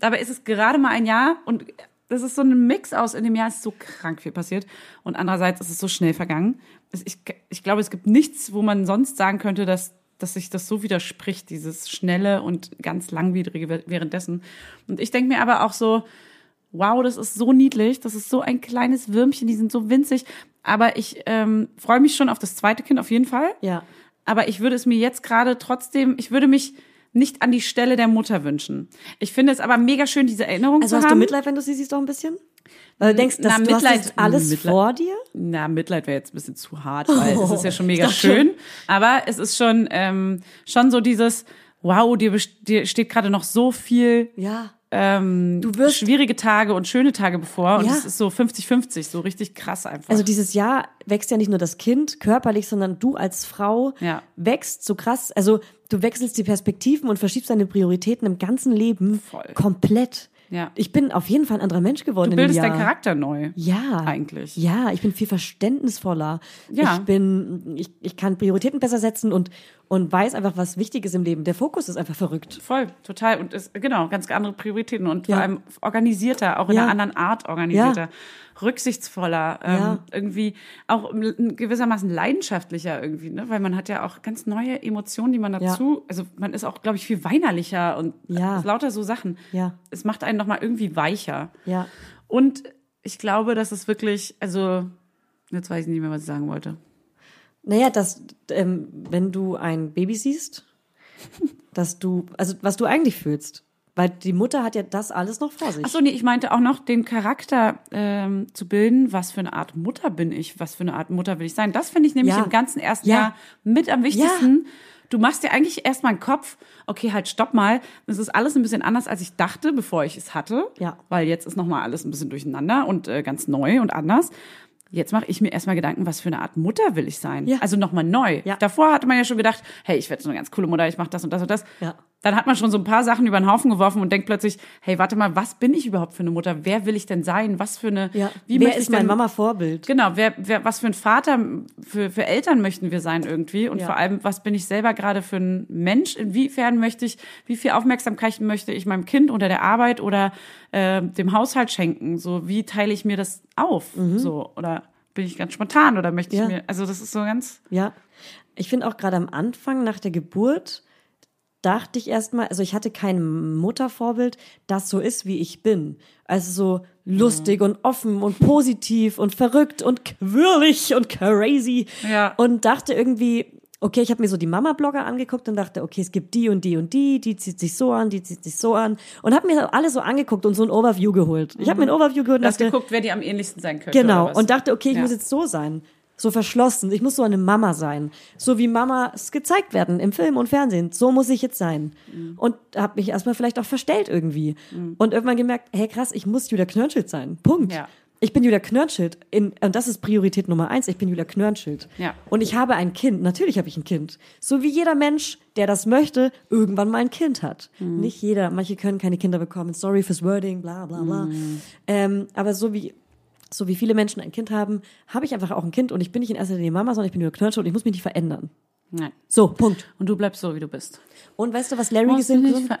B: Dabei ist es gerade mal ein Jahr und das ist so ein Mix aus, in dem Jahr ist so krank viel passiert und andererseits ist es so schnell vergangen. Es- Ich, ich glaube, es gibt nichts, wo man sonst sagen könnte, dass, dass sich das so widerspricht, dieses schnelle und ganz langwidrige wäh- währenddessen. Und ich denke mir aber auch so, wow, das ist so niedlich, das ist so ein kleines Würmchen, die sind so winzig. Aber ich ähm, freue mich schon auf das zweite Kind auf jeden Fall.
A: Ja.
B: Aber ich würde es mir jetzt gerade trotzdem, ich würde mich nicht an die Stelle der Mutter wünschen. Ich finde es aber mega schön, diese Erinnerung
A: Also
B: zu
A: hast du
B: haben.
A: Mitleid, wenn du sie siehst, doch ein bisschen? Weil du denkst, dass
B: Na,
A: du hast
B: Mitleid-
A: jetzt alles
B: Mitleid-
A: vor dir?
B: Na, Mitleid wäre jetzt ein bisschen zu hart, weil es ist ja schon mega
A: Oh, ich dachte
B: schön. Aber es ist schon, ähm, schon so dieses, wow, dir, best- dir steht gerade noch so viel
A: Ja.
B: ähm,
A: Du wirst-
B: schwierige Tage und schöne Tage bevor. Und
A: Ja.
B: es ist so 50-50, so richtig krass einfach.
A: Also dieses Jahr wächst ja nicht nur das Kind körperlich, sondern du als Frau
B: Ja.
A: wächst so krass. Also du wechselst die Perspektiven und verschiebst deine Prioritäten im ganzen Leben
B: Voll.
A: komplett.
B: Ja.
A: Ich bin auf jeden Fall ein anderer Mensch geworden
B: du
A: in dem
B: bildest
A: Jahr.
B: deinen Charakter neu.
A: Ja.
B: Eigentlich.
A: Ja, ich bin viel verständnisvoller.
B: Ja.
A: Ich bin, ich, ich kann Prioritäten besser setzen und, und weiß einfach, was wichtig ist im Leben. Der Fokus ist einfach verrückt.
B: Voll, total. Und ist, genau, ganz andere Prioritäten und
A: Ja.
B: vor allem organisierter, auch in
A: Ja.
B: einer anderen Art organisierter, rücksichtsvoller, ähm,
A: Ja.
B: irgendwie auch in gewissermaßen leidenschaftlicher irgendwie, ne? Weil man hat ja auch ganz neue Emotionen, die man dazu, also man ist auch, glaube ich, viel weinerlicher und
A: Ja.
B: äh, lauter so Sachen.
A: Ja.
B: Es macht einen nochmal irgendwie weicher.
A: Ja.
B: Und ich glaube, dass es wirklich, also, jetzt weiß ich nicht mehr, was ich sagen wollte.
A: Naja, dass, ähm, wenn du ein Baby
B: *laughs*
A: siehst, dass du, also was du eigentlich fühlst. Weil die Mutter hat ja das alles noch vor sich.
B: Ach so, nee, ich meinte auch noch, den Charakter ähm, zu bilden, was für eine Art Mutter bin ich, was für eine Art Mutter will ich sein. Das finde ich nämlich
A: Ja.
B: im ganzen ersten
A: Ja.
B: Jahr mit am wichtigsten, du machst dir eigentlich erstmal einen Kopf, okay, halt stopp mal, es ist alles ein bisschen anders, als ich dachte, bevor ich es hatte,
A: Ja.
B: weil jetzt ist nochmal alles ein bisschen durcheinander und äh, ganz neu und anders. Jetzt mache ich mir erstmal Gedanken, was für eine Art Mutter will ich sein.
A: Ja.
B: Also nochmal neu.
A: Ja.
B: Davor hatte man ja schon gedacht, hey, ich werde so eine ganz coole Mutter, ich mache das und das und das.
A: Ja.
B: Dann hat man schon so ein paar Sachen über den Haufen geworfen und denkt plötzlich, hey, warte mal, was bin ich überhaupt für eine Mutter? Wer will ich denn sein? Was für eine,
A: Ja.
B: wie
A: Wer
B: möchte ich
A: ist mein
B: denn-
A: Mama-Vorbild?
B: Genau, wer, wer, was für ein Vater, für, für Eltern möchten wir sein irgendwie und
A: Ja.
B: vor allem, was bin ich selber gerade für ein Mensch? Inwiefern möchte ich, wie viel Aufmerksamkeit möchte ich meinem Kind oder der Arbeit oder äh, dem Haushalt schenken? So, wie teile ich mir das auf? So, oder bin ich ganz spontan oder möchte
A: Mhm. Ja.
B: ich mir, also das ist so ganz,
A: Ja. Ich finde auch gerade am Anfang nach der Geburt dachte ich erstmal, also ich hatte kein Muttervorbild, das so ist, wie ich bin. Also so
B: Mhm.
A: lustig und offen und positiv und verrückt und quirlig und crazy.
B: Ja.
A: Und dachte irgendwie, okay, ich habe mir so die Mama-Blogger angeguckt und dachte, okay, es gibt die und die und die, die zieht sich so an, die zieht sich so an. Und habe mir alle so angeguckt und so ein Overview geholt. Ich habe mir ein Overview geholt und
B: das
A: dachte,
B: geguckt, wer die am ähnlichsten sein könnte.
A: Genau.
B: oder was.
A: Und dachte, okay, ich
B: Ja.
A: muss jetzt so sein. So verschlossen. Ich muss so eine Mama sein. So wie Mamas gezeigt werden im Film und Fernsehen. So muss ich jetzt sein.
B: Mhm.
A: Und habe mich erstmal vielleicht auch verstellt irgendwie. Und irgendwann gemerkt, hey krass, ich muss Julia Knörnschild sein. Punkt.
B: Ja.
A: Ich bin Julia Knörnschild. In, und das ist Priorität Nummer eins. Ich bin Julia Knörnschild.
B: Ja.
A: Und ich habe ein Kind. Natürlich habe ich ein Kind. So wie jeder Mensch, der das möchte, irgendwann mal ein Kind hat.
B: Mhm.
A: Nicht jeder. Manche können keine Kinder bekommen. Sorry fürs Wording, bla, bla, bla.
B: Mhm.
A: Ähm, aber so wie, so wie viele Menschen ein Kind haben, habe ich einfach auch ein Kind und ich bin nicht in erster Linie Mama, sondern ich bin nur Knirsch und ich muss mich nicht verändern.
B: Nein.
A: So, Punkt.
B: Und du bleibst so, wie du bist.
A: Und weißt du, was Larry
B: Musst dich
A: gesungen
B: nicht
A: hat? Lass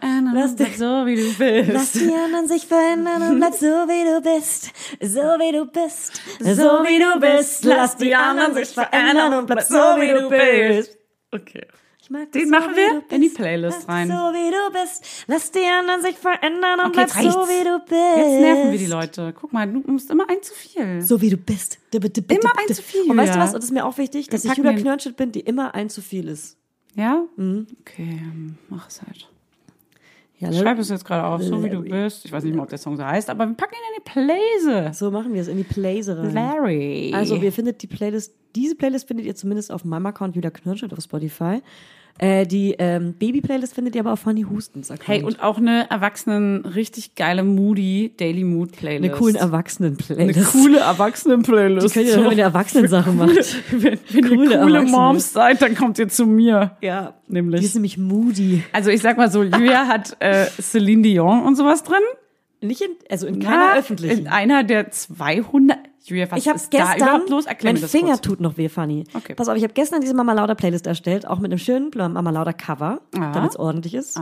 A: dich
B: verändern, bleib so, wie du bist.
A: Lass die anderen sich verändern und bleib so wie du bist, so wie du bist, so wie du bist. Lass die anderen sich verändern und bleib so wie du bist.
B: Okay.
A: Ich mag
B: Den
A: dich
B: machen
A: wie
B: wir
A: du
B: in
A: bist.
B: die Playlist
A: Lass
B: rein.
A: dich So wie du bist, lass die anderen sich verändern und
B: Okay,
A: bleib
B: jetzt
A: so
B: reicht's.
A: wie du bist.
B: Jetzt nerven wir die Leute. Guck mal, du musst immer ein zu viel.
A: So wie du bist. Immer
B: Immer ein zu viel,
A: Und weißt du
B: Julia.
A: was? Und das ist mir auch wichtig, dass ich
B: packen
A: Julia
B: den-
A: Knirschit bin, die immer ein zu viel ist.
B: Ja?
A: Mhm.
B: Okay, ähm, mach es halt.
A: Ja, ne?
B: Ich schreibe es jetzt gerade auf, so wie du bist. Ich weiß nicht mal, ob der Song so heißt, aber wir packen ihn in die Playlist.
A: So machen wir es in die Playlist rein.
B: Larry.
A: Also, ihr findet die Playlist, diese Playlist findet ihr zumindest auf meinem Account Julia Knirschit auf Spotify. Äh, die ähm, Baby-Playlist findet ihr aber auf Fanny Hustens Account.
B: hey, und auch eine Erwachsenen, richtig geile Moody Daily Mood Playlist.
A: eine coole
B: Eine
A: Erwachsenen-Playlist.
B: coole Erwachsenen-Playlist.
A: Die könnt ihr dann hören, wenn ihr Erwachsenen-Sachen macht.
B: Wenn, wenn
A: Coole
B: ihr coole
A: Erwachsene.
B: Moms seid, dann kommt ihr zu mir.
A: *laughs* Ja,
B: Nämlich.
A: Die ist nämlich moody.
B: Also ich sag mal
A: *laughs*
B: so, Julia hat äh, Celine Dion und sowas drin.
A: Nicht in, also in keiner
B: Na,
A: öffentlichen.
B: In einer der 200. Julia, was
A: ich habe
B: ist da
A: gestern
B: überhaupt los? Erklär
A: mein
B: mir das
A: Finger
B: kurz.
A: tut noch weh, Fanny.
B: Okay.
A: Pass auf, ich habe gestern diese Mama Lauda Playlist erstellt, auch mit einem schönen Mama Lauda Cover,
B: Ah.
A: damit es ordentlich ist,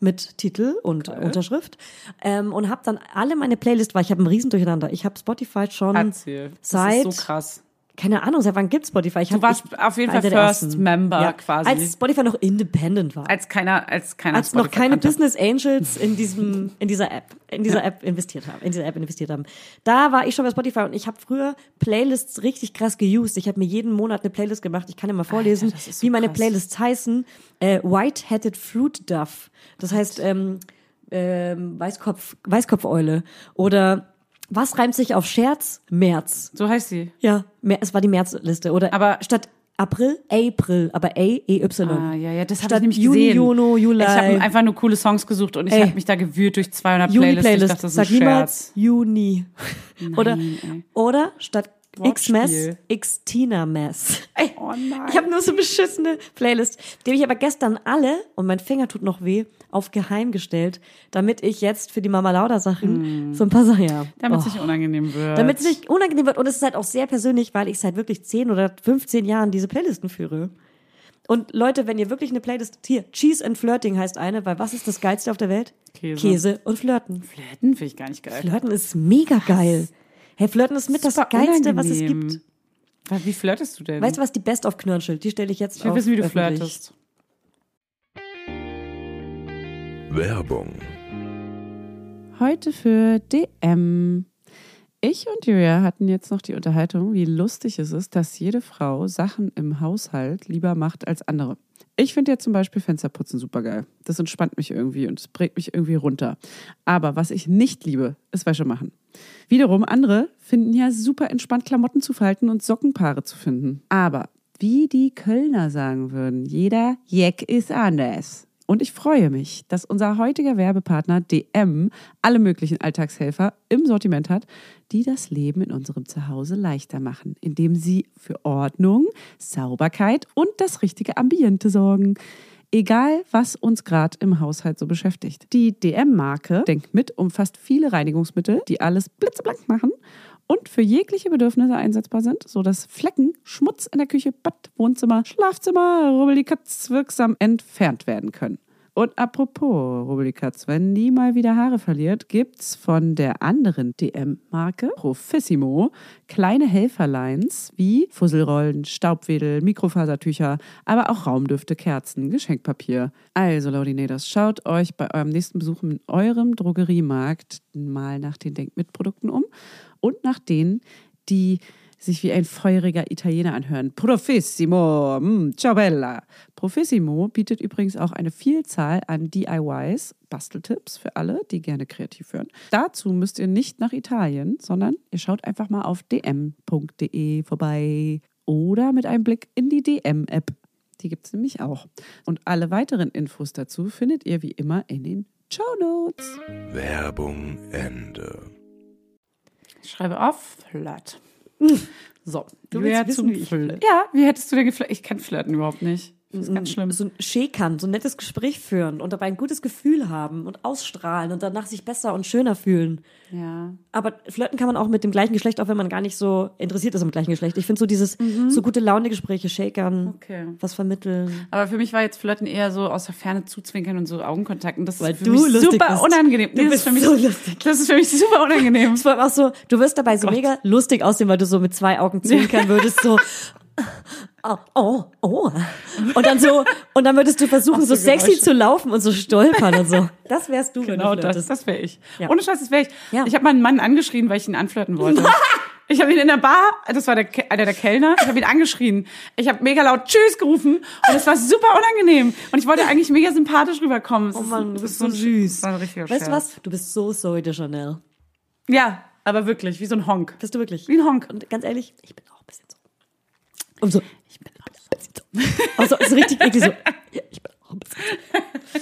A: mit Titel und Unterschrift ähm, und habe dann alle meine Playlist, weil ich habe ein Riesendurcheinander. Ich habe Spotify schon
B: Erzähl. Das
A: seit
B: ist so krass.
A: keine Ahnung, seit wann gibt's Spotify? Ich
B: Du
A: hab-
B: warst
A: ich-
B: auf jeden Fall
A: einer der
B: First
A: ersten.
B: Member quasi.
A: als Spotify noch independent war.
B: Als keiner, als keiner.
A: als noch
B: Spotify
A: keine
B: kannte.
A: Business Angels in diesem in dieser App in dieser App investiert haben, in dieser App investiert haben. Da war ich schon bei Spotify und ich habe früher Playlists richtig krass geused. Ich habe mir jeden Monat eine Playlist gemacht. Ich kann dir mal vorlesen,
B: das ist so
A: wie meine
B: krass.
A: Playlists heißen. Äh, White-headed fruit dove. Das heißt ähm, ähm, Weißkopf Weißkopfeule oder was reimt sich auf Scherz? März.
B: So heißt sie.
A: Ja, Mer- es war die Märzliste oder
B: Aber-
A: statt April, April, aber A, E, Y.
B: Ah, ja, ja, das habe ich
A: Statt
B: nämlich
A: Juni,
B: gesehen.
A: Juno, Juli.
B: Ich habe einfach nur coole Songs gesucht und ich
A: Ey.
B: habe mich da gewühlt durch 200 Playlists. Ich dachte,
A: Juni-Playlist.
B: das ist ein
A: Sag niemals
B: Scherz.
A: Juni. oder,
B: ey.
A: oder statt
B: Wortspiel.
A: X-Mess, X-Tina-Mess. Ey,
B: Oh nein.
A: Ich habe nur so beschissene Playlist. Die habe ich aber gestern alle, und mein Finger tut noch weh, auf geheim gestellt, damit ich jetzt für die Mama Lauda-Sachen so ein paar Sachen ja.
B: Mm. Damit
A: oh.
B: es nicht unangenehm wird.
A: Damit es nicht unangenehm wird. Und es ist halt auch sehr persönlich, weil ich seit wirklich 10 oder 15 Jahren diese Playlisten führe. Und Leute, wenn ihr wirklich eine Playlist, hier, Cheese and Flirting heißt eine, weil was ist das Geilste auf der Welt?
B: Käse.
A: Käse und Flirten.
B: Flirten finde ich gar nicht geil.
A: Flirten ist mega geil. Hey, Flirten ist mit das
B: Super
A: Geilste, was es
B: unangenehm.
A: gibt.
B: Weil Wie flirtest du denn?
A: Weißt du was, die Best of Knirnschild, die stelle ich jetzt
B: ich will
A: auf
B: wissen, wie du
A: öffentlich.
B: flirtest.
C: Werbung,
E: Heute für DM. Ich und Julia hatten jetzt noch die Unterhaltung, wie lustig es ist, dass jede Frau Sachen im Haushalt lieber macht als andere. Ich finde ja zum Beispiel Fensterputzen supergeil. Das entspannt mich irgendwie und es bringt mich irgendwie runter. Aber was ich nicht liebe, ist Wäsche machen. Wiederum, andere finden ja super entspannt, Klamotten zu falten und Sockenpaare zu finden. Aber Wie die Kölner sagen würden, jeder Jeck ist anders. Und ich freue mich, dass unser heutiger Werbepartner DM alle möglichen Alltagshelfer im Sortiment hat, die das Leben in unserem Zuhause leichter machen, indem sie für Ordnung, Sauberkeit und das richtige Ambiente sorgen. Egal, was uns gerade im Haushalt so beschäftigt. Die DM-Marke Denk mit umfasst viele Reinigungsmittel, die alles blitzeblank machen und für jegliche Bedürfnisse einsetzbar sind, sodass Flecken, Schmutz in der Küche, Bad, Wohnzimmer, Schlafzimmer, Rubelikatz wirksam entfernt werden können. Und apropos Rubelikatz, wenn die mal wieder Haare verliert, gibt's von der anderen DM-Marke Profissimo kleine Helferlines wie Fusselrollen, Staubwedel, Mikrofasertücher, aber auch Raumdüfte, Kerzen, Geschenkpapier. Also, Laudinators, schaut euch bei eurem nächsten Besuch in eurem Drogeriemarkt mal nach den Denkmitprodukten um und nach denen, die sich wie ein feuriger Italiener anhören. Profissimo, mm, ciao bella. Profissimo bietet übrigens auch eine Vielzahl an DIYs, Basteltipps für alle, die gerne kreativ hören. Dazu müsst ihr nicht nach Italien, sondern ihr schaut einfach mal auf dm.de e vorbei oder mit einem Blick in die DM-App. Die gibt es nämlich auch. Und alle weiteren Infos dazu findet ihr wie immer in den Show Notes.
C: Werbung Ende.
B: Ich schreibe auf Flirt. So,
A: Du
B: wer
A: willst wissen, wie ich
B: Flirt- Ja, wie hättest du denn geflirt? Ich kann flirten überhaupt nicht. Das ist ganz schlimm.
A: So ein Schäkern, so ein nettes Gespräch führen und dabei ein gutes Gefühl haben und ausstrahlen und danach sich besser und schöner fühlen.
B: Ja.
A: Aber flirten kann man auch mit dem gleichen Geschlecht, auch wenn man gar nicht so interessiert ist am gleichen Geschlecht. Ich finde so dieses, so gute Laune-Gespräche, Shakern,
B: Mhm. Okay.
A: was vermitteln.
B: Aber für mich war jetzt Flirten eher so aus der Ferne zuzwinkern und so Augenkontakten. Das
A: Weil
B: ist für
A: du
B: mich
A: lustig
B: super
A: bist.
B: unangenehm.
A: Du
B: das
A: bist
B: ist für mich,
A: so lustig.
B: Das ist für mich super unangenehm.
A: Es war auch so, du wirst dabei
B: Oh
A: so mega lustig aussehen, weil du so mit zwei Augen zwinkern würdest,
B: *laughs*
A: so, oh, oh, oh. Und dann so, und dann würdest du versuchen, so,
B: so
A: sexy
B: Geräusche.
A: zu laufen und so stolpern und so. Das wärst du,
B: Genau
A: wenn du
B: das,
A: flirtest.
B: das wäre ich.
A: Ja.
B: Ohne Scheiß, das wäre ich.
A: Ja.
B: Ich habe mal einen Mann angeschrien, weil ich ihn
A: *laughs*
B: anflirten wollte. Ich habe ihn in der Bar, das war der, Ke- einer der Kellner, ich habe ihn angeschrien. Ich habe mega laut Tschüss gerufen und es war super unangenehm. Und ich wollte eigentlich mega sympathisch rüberkommen. Oh
A: Mann, du bist so
B: süß. War ein richtiger
A: Weißt du
B: Scherz.
A: was? Du bist so Zoe de Chanel.
B: Ja, aber wirklich, wie so ein Honk.
A: Bist du wirklich?
B: Wie ein Honk.
A: Und ganz ehrlich, ich bin auch ein bisschen so. Und so, ich bin auch ein bisschen so. Also ist richtig eklig so. Ja, ich bin auch ein bisschen so.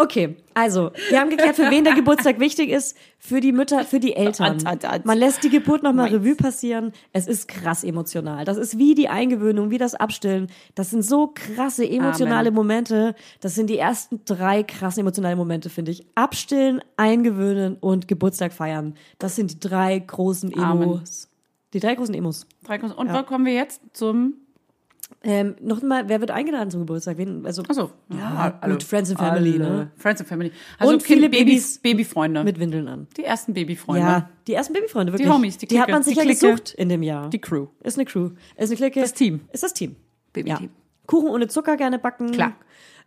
A: Okay, also, wir haben geklärt, für wen der Geburtstag wichtig ist, für die Mütter, für die Eltern.
B: Atz, atz, atz.
A: Man lässt die Geburt nochmal Revue passieren. Es ist krass emotional. Das ist wie die Eingewöhnung, wie das Abstillen. Das sind so krasse emotionale
B: Amen.
A: Momente. Das sind die ersten drei krassen emotionalen Momente, finde ich. Abstillen, Eingewöhnen und Geburtstag feiern. Das sind die drei großen
B: Amen.
A: Emos. Die drei großen Emos.
B: Drei Kons- Und wo kommen wir jetzt zum...
A: Ähm, noch mal, wer wird eingeladen zum Geburtstag? Wen, also,
B: Achso.
A: Ja, gut, Friends and Family, ne?
B: Friends and Family. Also
A: Und
B: Kind-
A: viele Babys-
B: Babys, Babyfreunde.
A: mit Windeln an.
B: die ersten Babyfreunde.
A: Ja, die ersten Babyfreunde, wirklich.
B: Homies, die
A: hat
B: Clique,
A: man sich
B: die
A: ja
B: Clique.
A: gesucht in dem Jahr.
B: Die Crew.
A: Ist eine Crew. Ist eine Clique.
B: Das Team.
A: Ist das Team.
B: Babyteam.
A: Kuchen ohne Zucker gerne backen.
B: Klar.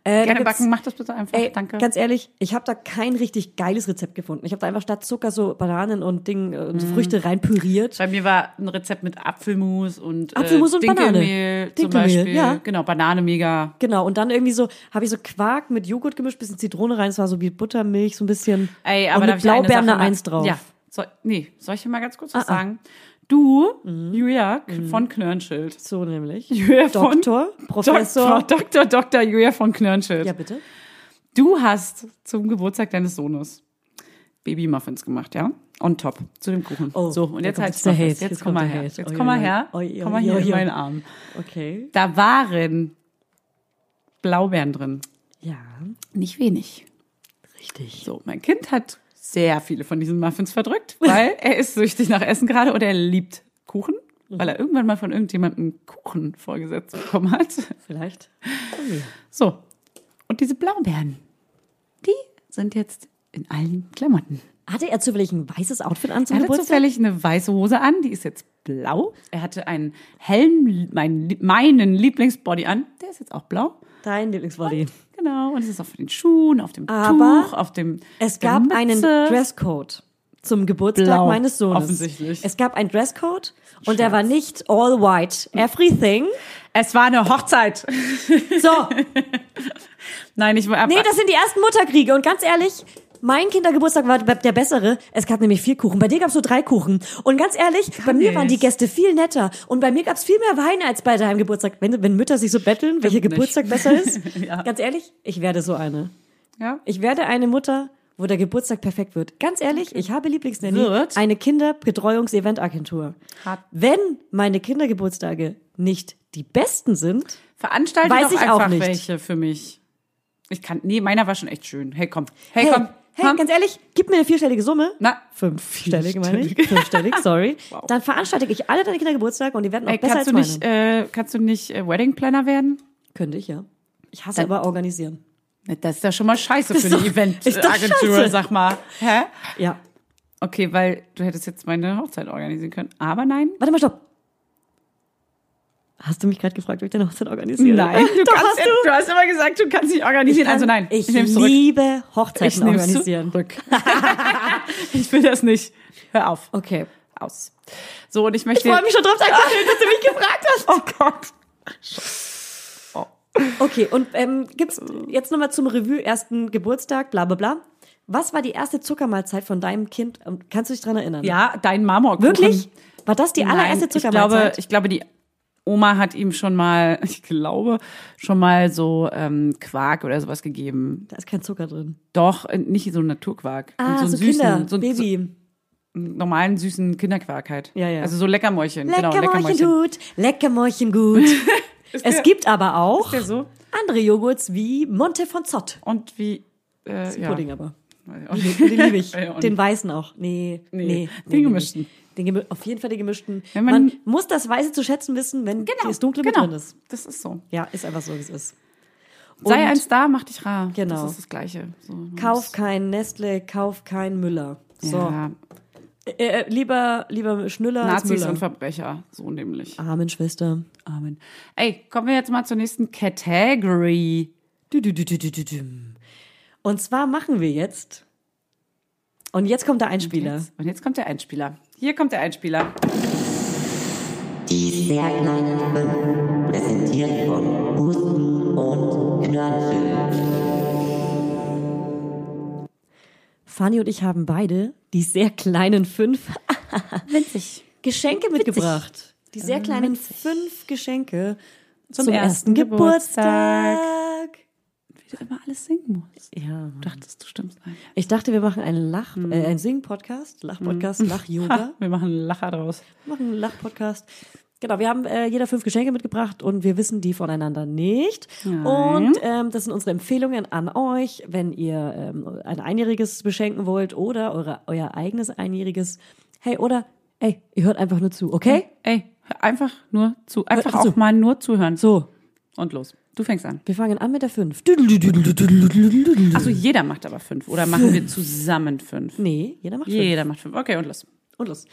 A: Äh, da
B: Gerne
A: gibt's-
B: backen, mach das bitte einfach.
A: Ey,
B: Danke.
A: ganz ehrlich, ich habe da kein richtig geiles Rezept gefunden. Ich habe da einfach statt Zucker so Bananen und Ding äh, und
B: Mhm.
A: so Früchte rein püriert.
B: Bei mir war ein Rezept mit Apfelmus und
A: Apfelmus
B: äh,
A: und Banane.
B: Dinkelmehl zum
A: Dinkelmehl,
B: Beispiel.
A: ja.
B: Genau, Banane mega.
A: Genau, und dann irgendwie so, habe ich so Quark mit Joghurt gemischt, bisschen Zitrone rein, es war so wie Buttermilch, so ein bisschen.
B: Ey,
A: und
B: aber da
A: mit
B: hab ich eine
A: Blaubeeren
B: Sache
A: eine Eins
B: mal-
A: drauf. Ah,
B: Ja. So, nee, soll ich dir mal ganz kurz was sagen? Du, Julia von Knörnschild.
A: So nämlich.
B: Julia *laughs* von-
A: Mhm. Doktor, Professor.
B: Professor Dr. Dr. Julia von Knörnschild.
A: Ja, bitte.
B: Du hast zum Geburtstag deines Sohnes Babymuffins gemacht, ja? On top zu dem Kuchen.
A: Oh,
B: so, und
A: da
B: jetzt
A: kommt
B: halt
A: der Hate.
B: Jetzt,
A: Jetzt
B: jetzt komm
A: kommt
B: mal
A: der
B: her.
A: Hate.
B: Jetzt
A: Oi,
B: komm mal
A: oi,
B: her.
A: oi,
B: Komm mal hier
A: oi,
B: in
A: oi.
B: meinen Arm.
A: Okay.
B: Da waren Blaubeeren drin.
A: Ja,
B: Nicht wenig.
A: richtig.
B: So, mein Kind hat sehr viele von diesen Muffins verdrückt,
A: *laughs*
B: weil er ist süchtig nach Essen gerade und er liebt Kuchen, weil er irgendwann mal von irgendjemandem Kuchen vorgesetzt bekommen hat.
A: Vielleicht.
B: So, und diese Blaubeeren, die sind jetzt in allen Klamotten.
A: Hatte er zufällig ein weißes Outfit an zum
B: Er hatte
A: Geburtstag?
B: zufällig eine weiße Hose an, die ist jetzt blau. Er hatte einen Helm, mein, meinen Lieblingsbody an, der ist jetzt auch blau.
A: Dein Lieblingsbody.
B: Genau, und es ist auf den Schuhen, auf dem
A: Aber
B: Tuch, auf dem
A: Es
B: der
A: gab einen
B: Mütze.
A: Dresscode zum Geburtstag
B: Blau,
A: meines Sohnes.
B: offensichtlich.
A: Es gab einen Dresscode und der war nicht all white, everything.
B: Es war eine Hochzeit.
A: So,
B: Nein, ich war ab,
A: nee, das sind die ersten Mutterkriege und ganz ehrlich, Mein Kindergeburtstag war der bessere. Es gab nämlich vier Kuchen. Bei dir gab es nur drei Kuchen. Und ganz ehrlich, bei mir waren die Gäste viel netter. Und bei mir gab es viel mehr Wein als bei deinem Geburtstag. Wenn, wenn Mütter sich so betteln, welcher
B: nicht.
A: Geburtstag besser ist.
B: *laughs* Ja.
A: Ganz ehrlich, ich werde so eine.
B: Ja.
A: Ich werde eine Mutter, wo der Geburtstag perfekt wird. Ganz ehrlich, ich habe Lieblingsnanny,
B: Wird?
A: eine Kinderbetreuungs-Event-Agentur.
B: Hat-
A: Wenn meine Kindergeburtstage nicht die besten sind,
B: Veranstalte
A: Weiß
B: doch
A: ich
B: einfach
A: auch nicht.
B: welche für mich. Ich kann, nee, meiner war schon echt schön. Hey, komm. Hey,
A: hey,
B: komm.
A: hey,
B: komm.
A: ganz ehrlich, gib mir eine vierstellige Summe.
B: Na,
A: Fünfstellig meine ich. Fünfstellig, *laughs* sorry. Dann veranstalte ich alle deine Kindergeburtstage und die werden auch
B: ey,
A: besser
B: kannst
A: als
B: du
A: meine.
B: nicht, äh, kannst du nicht äh, Wedding Planner werden?
A: Könnte ich, ja. Ich hasse aber organisieren.
B: Das ist ja schon mal scheiße für
A: ist
B: eine
A: doch- ist doch
B: Eventagentur,
A: scheiße.
B: sag mal. Hä?
A: Ja.
B: Okay, weil du hättest jetzt meine Hochzeit organisieren können. Aber nein.
A: Warte mal, stopp. Hast du mich gerade gefragt, ob ich deine Hochzeit organisiere?
B: du,
A: *laughs* Doch,
B: kannst,
A: hast
B: ja- du. hast immer gesagt, du kannst nicht organisieren. also nein,
A: Ich,
B: nehm's zurück.
A: liebe Hochzeiten
B: Ich nehm's
A: organisieren.
B: zurück. ich will das nicht. Hör auf.
A: Okay.
B: Aus. So, und ich möchte.
A: Ich freue mich schon drauf, danke schön, dass du mich gefragt hast.
B: Oh Gott.
A: *laughs* Oh Okay, und ähm, gibt's jetzt nochmal zum Revue, ersten Geburtstag, bla bla bla. Was war die erste Zuckermahlzeit von deinem Kind? Ähm, Kannst du dich dran erinnern?
B: Ja, dein Marmorkuchen.
A: Wirklich? War das die allererste
B: Nein, ich
A: Zuckermahlzeit?
B: glaube, ich glaube, die Oma hat ihm schon mal, *laughs* ich glaube, schon mal so ähm, Quark oder sowas gegeben.
A: da ist kein Zucker drin.
B: Doch, äh, nicht so ein Naturquark.
A: Ah,
B: einen
A: so,
B: süßen,
A: Kinder,
B: so einen
A: Baby.
B: so einen normalen süßen Kinderquark halt.
A: Ja, ja.
B: Also so Leckermäulchen. genau,
A: Leckermäulchen
B: Leckermäulchen.
A: gut, Leckermäulchen
B: *laughs*
A: gut. es gibt aber auch
B: Ja, so.
A: andere Joghurts wie Monte von Zott.
B: Und wie. Äh, ja.
A: Pudding aber.
B: Und
A: Den liebe ich.
B: *laughs* Ja, und-
A: den weißen auch. Nee, nee. nee
B: Den
A: nee,
B: gemischten.
A: nee. Den gemi auf jeden Fall den gemischten.
B: Wenn
A: man,
B: man-
A: muss das Weiße zu schätzen wissen, wenn
B: Genau.
A: das Dunkle
B: genau.
A: mit drin ist.
B: Das ist so.
A: Ja, ist einfach so, wie es ist.
B: Sei
A: Und-
B: ein Star, mach dich rar.
A: Genau.
B: Das ist das Gleiche. So, man
A: Kauf kein Nestle, kauf kein Müller.
B: muss-
A: So.
B: Ja,
A: Äh, äh, lieber, lieber Schnüller als
B: Nazis
A: Müller.
B: und Verbrecher. So nämlich.
A: Amen, Schwester.
B: Amen. Ey, kommen wir jetzt mal zur nächsten Category.
A: Du, du, du, du, du, du, du. Und zwar machen wir jetzt. Und jetzt kommt der Einspieler.
B: Jetzt, und jetzt kommt der Einspieler. Hier kommt der Einspieler.
F: Die sehr kleinen Fünf, präsentiert von Husten und Knörnschild.
A: Fanny und ich haben beide die sehr kleinen fünf
B: *laughs* Winzig.
A: Geschenke mitgebracht. Die sehr kleinen fünf Geschenke zum, ersten
B: Ah, ersten
A: Geburtstag.
B: Geburtstag. Wie du immer alles singen musst.
A: Ja.
B: Du dachtest, du stimmst ein.
A: Ich dachte, wir machen einen Lach,
B: Hm.
A: äh, einen Sing-Podcast, Lach-Podcast,
B: *laughs*
A: Lach-Yoga.
B: Wir machen einen Lacher draus.
A: Wir machen einen Lach-Podcast. Genau, wir haben äh, jeder fünf Geschenke mitgebracht und wir wissen die voneinander nicht. Und ähm, das sind unsere Empfehlungen an euch, wenn ihr ähm, ein Einjähriges beschenken wollt oder eure, euer eigenes Einjähriges. Hey, oder, ey, ihr hört einfach nur zu, okay?
B: Ey, hör einfach nur zu. Einfach
A: Hör zu.
B: auch mal nur zuhören.
A: So,
B: Und los. Du fängst an.
A: wir fangen an mit der fünf.
B: Also jeder macht aber fünf. Oder machen wir zusammen fünf?
A: Nee, jeder macht fünf.
B: Jeder macht fünf. Okay, und los.
A: Und los.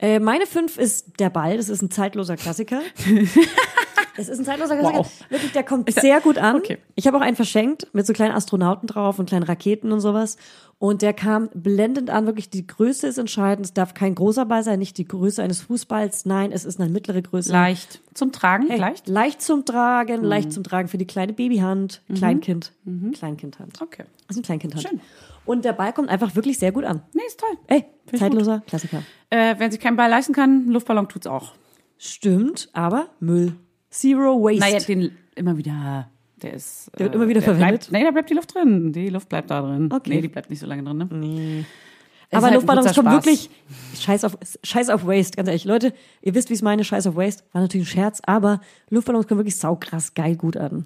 A: Äh, meine fünf ist der Ball. Das ist ein zeitloser
B: *laughs*
A: Klassiker. Es ist ein zeitloser Klassiker.
B: Wow.
A: Wirklich, der kommt sehr gut an.
B: okay.
A: Ich habe auch einen verschenkt mit so kleinen Astronauten drauf und kleinen Raketen und sowas. Und der kam blendend an. Wirklich, die Größe ist entscheidend. Es darf kein großer Ball sein, nicht die Größe eines Fußballs. Nein, es ist eine mittlere Größe.
B: Leicht. Zum Tragen,
A: Hey,
B: leicht? Mhm.
A: Leicht zum Tragen, leicht zum Tragen für die kleine Babyhand, Kleinkind, Kleinkindhand.
B: Okay.
A: Das ist ein Kleinkindhand.
B: Schön.
A: Und der Ball kommt einfach wirklich sehr gut an.
B: Nee, ist toll.
A: Ey,
B: ich
A: zeitloser Klassiker.
B: Äh, wenn sich kein Ball leisten kann, ein Luftballon tut's auch.
A: Stimmt, aber Müll. Zero Waste.
B: Naja, den immer wieder. Der ist.
A: Der wird immer wieder verwendet?
B: Bleibt, nee, da bleibt die Luft drin. Die Luft bleibt da drin.
A: Okay.
B: Nee, die bleibt nicht so lange drin, ne?
A: aber
B: halt ein
A: Luftballons
B: kurzer
A: kommen
B: Spaß.
A: wirklich. Scheiß auf, scheiß auf Waste, ganz ehrlich. Leute, ihr wisst, wie ich es meine. Scheiß auf Waste. War natürlich ein Scherz, aber Luftballons kommen wirklich saukrass geil gut an.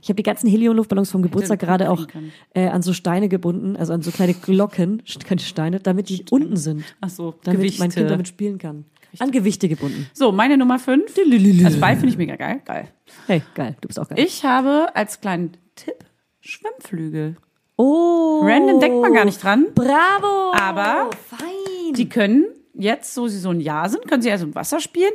A: Ich habe die ganzen Helium-Luftballons vom Geburtstag
B: einen Punkt
A: gerade auch
B: kriegen
A: äh, an so Steine gebunden, also an so kleine Glocken, *laughs* st- keine Steine, damit die unten sind.
B: Ach so,
A: Damit
B: Gewichte.
A: mein Kind damit spielen kann. An Gewichte gebunden.
B: So, meine Nummer fünf. Also Ball finde ich mega geil. Geil.
A: Hey, geil, du bist auch geil.
B: Ich habe als kleinen Tipp Schwimmflügel.
A: oh.
B: Random denkt man gar nicht dran.
A: Bravo.
B: Aber
A: Fein.
B: Die können jetzt, so sie so ein Jahr sind, können sie also im Wasser spielen.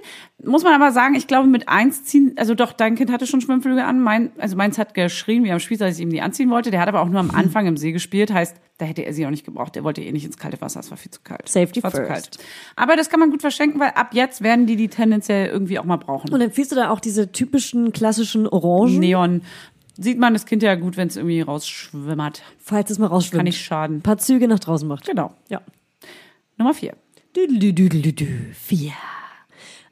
B: Muss man aber sagen, ich glaube, mit eins ziehen, also doch, dein Kind hatte schon Schwimmflüge an. Mein, also meins hat geschrien, wir haben gespielt, dass ich ihm die anziehen wollte. Der hat aber auch nur am
A: Hm.
B: Anfang im See gespielt. Heißt, da hätte er sie auch nicht gebraucht. Der wollte eh nicht ins kalte Wasser. Es war viel zu kalt.
A: Safety
B: war Zu
A: first.
B: kalt. Aber das kann man gut verschenken, weil ab jetzt werden die die tendenziell irgendwie auch mal brauchen.
A: Und empfiehlst du da auch diese typischen klassischen Orangen?
B: Neon. sieht man das Kind ja gut, wenn es irgendwie rausschwimmert.
A: Falls es mal rausschwimmt.
B: Kann nicht schaden.
A: Ein paar Züge nach draußen macht.
B: Genau.
A: Ja.
B: Nummer vier.
A: Düdelüdelüdelü. Vier.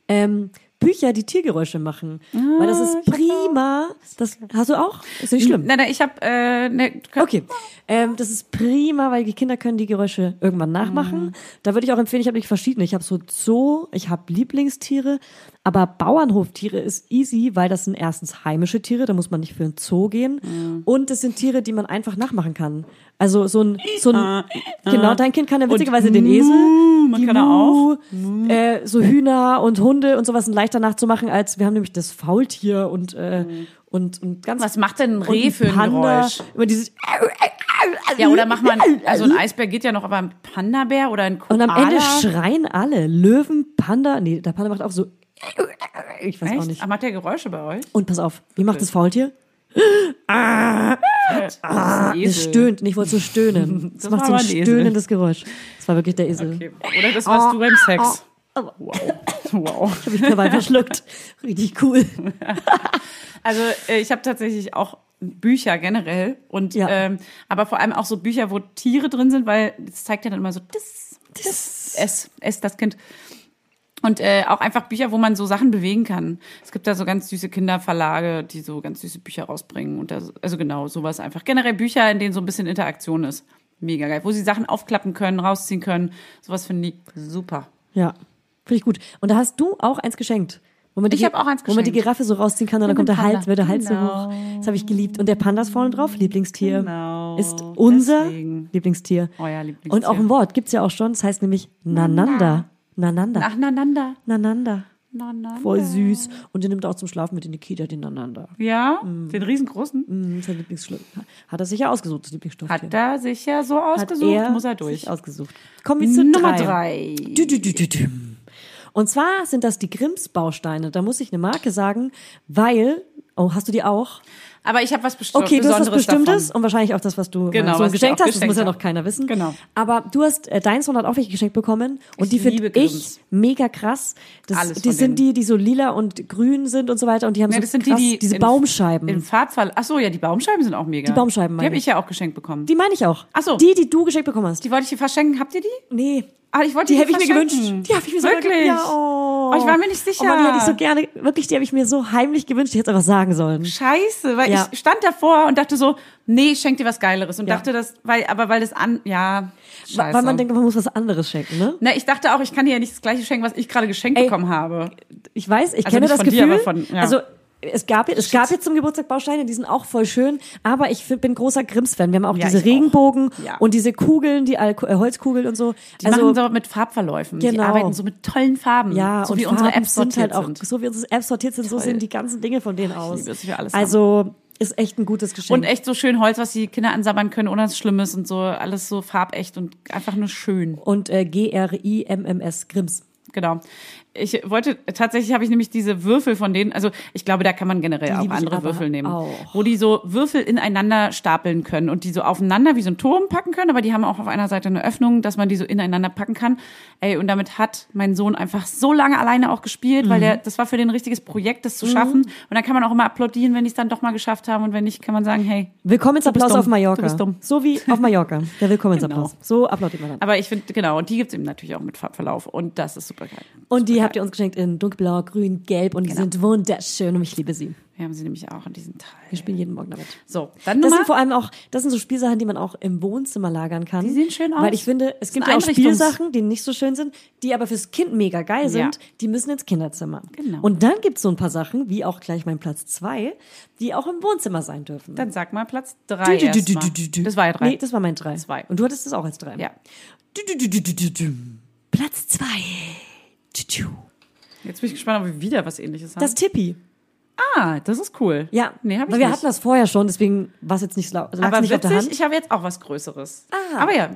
A: Ähm, Bücher, die Tiergeräusche machen. Weil das ist prima. Das hast du auch? Ist nicht schlimm.
B: Nein, nein, ich habe äh, ne,
A: Okay. Ähm, das ist prima, weil die Kinder können die Geräusche irgendwann nachmachen.
B: Mhm.
A: Da würde ich auch empfehlen, ich habe nicht verschiedene. Ich habe so Zoo, ich habe Lieblingstiere, aber Bauernhoftiere ist easy, weil das sind erstens heimische Tiere, da muss man nicht für einen Zoo gehen.
B: Mhm.
A: Und das sind Tiere, die man einfach nachmachen kann. Also so ein, so
B: Äh,
A: ein genau, dein Kind kann ja witzigerweise den Esel,
B: man
A: die
B: kann er
A: Mu, Äh, so Hühner und Hunde und sowas sind leichter nachzumachen als, wir haben nämlich das Faultier und, äh, und, und ganz
B: Mhm. Was macht denn ein
A: und
B: Reh für ein Geräusch?
A: Immer dieses
B: Ja, oder mach mal, also ein Eisbär geht ja noch, aber ein Panda-Bär oder ein
A: und
B: Koala.
A: am Ende schreien alle. Löwen, Panda, nee, der Panda macht auch so ich weiß auch
B: Echt?
A: nicht.
B: Aber macht der Geräusche bei euch?
A: Und pass auf, wie macht das Faultier?
B: Ah,
A: Es stöhnt, und ich wollte so
B: *laughs*
A: stöhnen. Es
B: Das
A: macht
B: war
A: so ein
B: aber ein Esel.
A: stöhnendes Geräusch. Das war wirklich der Esel.
B: Okay. Oder das warst du beim Sex. Wow.
A: Ich
B: wow.
A: habe mich
B: *laughs*
A: dabei verschluckt. Richtig cool.
B: Also äh, ich habe tatsächlich auch Bücher generell und
A: Ja.
B: ähm, aber vor allem auch so Bücher, wo Tiere drin sind, weil das zeigt ja dann immer so das, das, es, es, das Kind. Und äh, auch einfach Bücher, wo man so Sachen bewegen kann. Es gibt da so ganz süße Kinderverlage, die so ganz süße Bücher rausbringen. Und das, also genau, sowas einfach. Generell Bücher, in denen so ein bisschen Interaktion ist. Mega geil. Wo sie Sachen aufklappen können, rausziehen können. Sowas finde ich super.
A: Ja, finde ich gut. Und da hast du auch eins geschenkt. Wo man die
B: Ich hab auch eins
A: Wo man die
B: geschenkt.
A: Giraffe so rausziehen kann und dann kommt der
B: Panda.
A: Hals, wird der Hals
B: Genau.
A: so hoch. Das habe ich geliebt. Und der Panda ist vorne drauf, Lieblingstier.
B: Genau.
A: Ist unser
B: Deswegen. Oh
A: Lieblingstier.
B: Euer Lieblingstier.
A: Und auch ein Wort gibt's ja auch schon, das heißt nämlich Nananda. Nananda.
B: Nacheinander.
A: Nananda.
B: Nananda.
A: Voll süß. Und den nimmt er auch zum Schlafen mit in die Kita, den Nananda.
B: Ja, den riesengroßen.
A: Mhm, ist sein Lieblingsschlüssel. Hat er sich ja ausgesucht, das Lieblingsstofftier.
B: Hat er sich ja so ausgesucht, muss er durch.
A: Sich ausgesucht. Kommen wir zu
B: Nummer drei.
A: Dü, dü, dü, dü, dü. Und zwar sind das die Grimms Bausteine. Da muss ich eine Marke sagen, weil Oh, hast du die auch?
B: Aber ich habe was besti-
A: Okay, du hast
B: Besonderes
A: was Bestimmtes
B: davon.
A: und wahrscheinlich auch das, was du
B: Genau,
A: genau,
B: was ich
A: Sohn geschenkt
B: auch
A: hast. Das
B: geschenkt
A: muss ja
B: hab.
A: noch keiner wissen.
B: Genau.
A: Aber du hast, äh, dein Sohn hat auch welche geschenkt bekommen und
B: Ich
A: die finde
B: liebe Grimms.
A: ich mega krass. Das,
B: Alles von
A: die sind
B: denen.
A: die, die so lila und grün sind und so weiter und die haben
B: Ja,
A: so
B: das sind
A: krass,
B: die, die
A: diese
B: in-
A: Baumscheiben.
B: Im Fahrtfall. Ach so, ja, die Baumscheiben sind auch mega.
A: Die Baumscheiben
B: Die
A: meine
B: habe ich
A: ich.
B: ja auch geschenkt bekommen. Die,
A: die meine ich auch.
B: Ach so.
A: Die, die du geschenkt bekommen hast.
B: wollte ich dir verschenken. Habt ihr die?
A: nee.
B: Ah, ich wollte
A: Die
B: dir
A: habe ich mir gewünscht.
B: verschenken.
A: Die habe ich mir so
B: Wirklich?
A: gewünscht. Ja, oh.
B: Oh, ich war mir nicht
A: Oh
B: sicher.
A: Mann, die hätte ich so gerne, wirklich, die habe ich mir so heimlich gewünscht, ich hätte es einfach sagen sollen.
B: Scheiße, weil
A: Ja.
B: ich stand davor und dachte so, nee, ich schenk dir was Geileres und
A: Ja.
B: dachte das, weil, aber weil das an, ja, scheiße.
A: Weil man denkt, man muss was anderes schenken, ne?
B: Na, ich dachte auch, ich kann dir ja nicht das gleiche schenken, was ich gerade geschenkt
A: Ey.
B: bekommen habe.
A: Ich weiß, ich
B: Also
A: kenne
B: nicht
A: das
B: von dir,
A: Gefühl.
B: aber von- ja.
A: Also es gab, es gab jetzt zum Geburtstag Bausteine, die sind auch voll schön, aber ich f- bin großer Grimms-Fan. Wir haben auch
B: Ja, ich
A: diese
B: auch.
A: Regenbogen
B: Ja.
A: und diese Kugeln, die Al äh, Holzkugeln und so.
B: Die machen so mit Farbverläufen. Die
A: Also Genau.
B: arbeiten so mit tollen Farben.
A: ja,
B: so
A: und
B: wie unsere
A: Farben
B: Apps
A: sind
B: sortiert
A: halt auch, so wie unsere Apps sortiert sind, so sehen die ganzen Dinge von denen aus.
B: liebe es, wie wir alles
A: also ist echt ein gutes Geschenk.
B: Und echt so schön Holz, was die Kinder ansabbern können, ohne dass es schlimm ist und so. Alles so farbecht und einfach nur schön.
A: und äh, G-R-I-M-M-S, Grimms.
B: Genau. Ich wollte, tatsächlich habe ich nämlich diese Würfel von denen, also ich glaube, da kann man generell auch
A: liebe ich
B: andere
A: aber
B: Würfel nehmen,
A: auch.
B: wo die so Würfel ineinander stapeln können und die so aufeinander wie so ein Turm packen können, aber die haben auch auf einer Seite eine Öffnung, dass man die so ineinander packen kann. Ey, und damit hat mein Sohn einfach so lange alleine auch gespielt,
A: Mhm.
B: weil der, das war für den ein richtiges Projekt, das zu schaffen. Und dann kann man auch immer applaudieren, wenn die es dann doch mal geschafft haben und wenn nicht, kann man sagen, hey,
A: Willkommensapplaus
B: dumm.
A: auf Mallorca.
B: Du bist dumm.
A: So wie auf
B: *laughs*
A: Mallorca. Der Willkommensapplaus.
B: Genau.
A: So applaudiert man dann.
B: aber ich finde, genau, und die gibt's eben natürlich auch mit Farbverlauf und das ist super geil.
A: Und die habt ihr uns geschenkt in dunkelblau, grün, gelb und die
B: Genau.
A: sind wunderschön und ich liebe sie.
B: Wir haben sie nämlich auch in diesem Teil.
A: Wir spielen jeden Morgen damit.
B: So, dann
A: Das
B: Nummer.
A: sind vor allem auch, das sind so Spielsachen, die man auch im Wohnzimmer lagern kann.
B: Die sehen schön aus.
A: Weil ich finde, es gibt
B: ein
A: ja auch
B: Einrichtungs-
A: Spielsachen, die nicht so schön sind, die aber fürs Kind mega geil sind,
B: Ja.
A: die müssen ins Kinderzimmer.
B: Genau.
A: Und dann gibt's so ein paar Sachen, wie auch gleich mein Platz zwei, die auch im Wohnzimmer sein dürfen.
B: Dann sag mal Platz 3. Das war ja 3.
A: Nee, das war mein drei.
B: Zwei.
A: Und du hattest es auch als drei.
B: ja.
A: Du, du, du, du, du, du, du. Platz zwei. Du, du.
B: Jetzt bin ich gespannt, ob wir wieder was ähnliches haben.
A: Das Tippi.
B: ah, das ist cool.
A: Ja,
B: Nee, hab ich
A: weil wir
B: nicht.
A: hatten das vorher schon, deswegen war es jetzt nicht, lau- lag's
B: Aber
A: nicht auf der
B: witzig,
A: Hand.
B: ich habe jetzt auch was Größeres.
A: Ah.
B: Aber ja.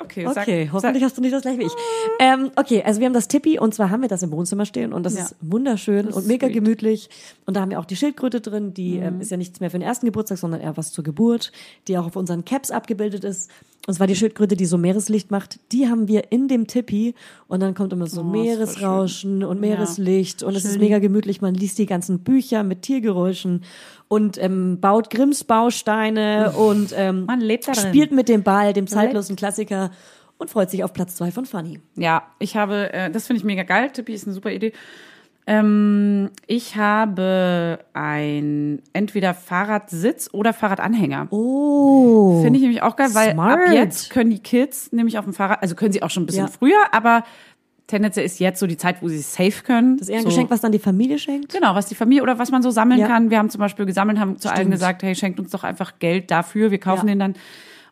B: Okay, sag,
A: Okay, hoffentlich
B: Sag,
A: hast du nicht das gleiche wie ich. Ähm, okay, also wir haben das Tippi und zwar haben wir das im Wohnzimmer stehen und das
B: Ja.
A: ist wunderschön und mega
B: sweet. Mhm.
A: gemütlich. Und da haben wir auch die Schildkröte drin, die ähm, ist ja nichts mehr für den ersten Geburtstag, sondern eher was zur Geburt, die auch auf unseren Caps abgebildet ist. Und
B: Mhm.
A: zwar die Schildkröte, die so Meereslicht macht, die haben wir in dem Tippi und dann kommt immer
B: Oh,
A: so Meeresrauschen und Meereslicht und es ist mega gemütlich. Man liest die ganzen Bücher mit Tiergeräuschen und ähm, baut Grimms
B: *laughs*
A: Bausteine und ähm,
B: Man lebt da drin.
A: spielt mit dem Ball, dem zeitlosen Klassiker und freut sich auf Platz zwei von Fanny.
B: Ja, ich habe, äh, das finde ich mega geil. Tippi ist eine super Idee. Ähm, ich habe ein entweder Fahrradsitz oder Fahrradanhänger.
A: Oh.
B: Finde ich nämlich auch geil, weil
A: Smart.
B: ab jetzt können die Kids nämlich auf dem Fahrrad, also können sie auch schon ein bisschen
A: Ja.
B: früher, aber tendenziell ist jetzt so die Zeit, wo sie safe können.
A: Das ist eher ein
B: so.
A: Geschenk, was dann die Familie schenkt.
B: Genau, was die Familie oder was man so sammeln
A: Ja.
B: kann. Wir haben zum Beispiel gesammelt, haben zu allen gesagt, hey, schenkt uns doch einfach Geld dafür, wir kaufen
A: Ja.
B: den dann.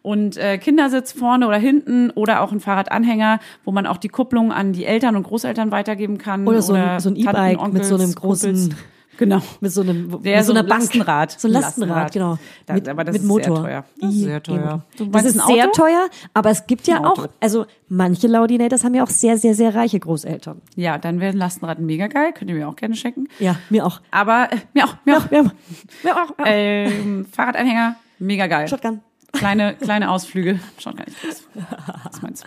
B: Und äh, Kindersitz vorne oder hinten oder auch ein Fahrradanhänger, wo man auch die Kupplung an die Eltern und Großeltern weitergeben kann.
A: Oder so ein- so ein E-Bike
B: Tanten,
A: mit so einem großen-
B: Kumpels. Genau.
A: *laughs* Mit so einem
B: Der
A: mit so
B: so
A: einer
B: ein
A: Bank.
B: Lastenrad.
A: So ein Lastenrad, genau.
B: Da- aber
A: mit
B: das ist sehr
A: Motor.
B: teuer. Das ist sehr teuer.
A: E-Motor.
B: Du
A: Das
B: meinst
A: ist
B: ein
A: sehr
B: Auto?
A: teuer, aber es gibt ja
B: Ein
A: auch,
B: Auto.
A: also manche Laudinators haben ja auch sehr, sehr, sehr reiche Großeltern.
B: Ja, dann wäre ein Lastenrad mega geil, könnt ihr mir auch gerne schenken.
A: Ja, mir auch.
B: Aber äh, mir auch, *laughs* mir auch.
A: Ja, mir auch. Mir auch.
B: Ähm, Fahrradanhänger, mega geil.
A: Shotgun.
B: Kleine, kleine Ausflüge. Schaut gar nicht.
A: *laughs*
B: Das ist meins.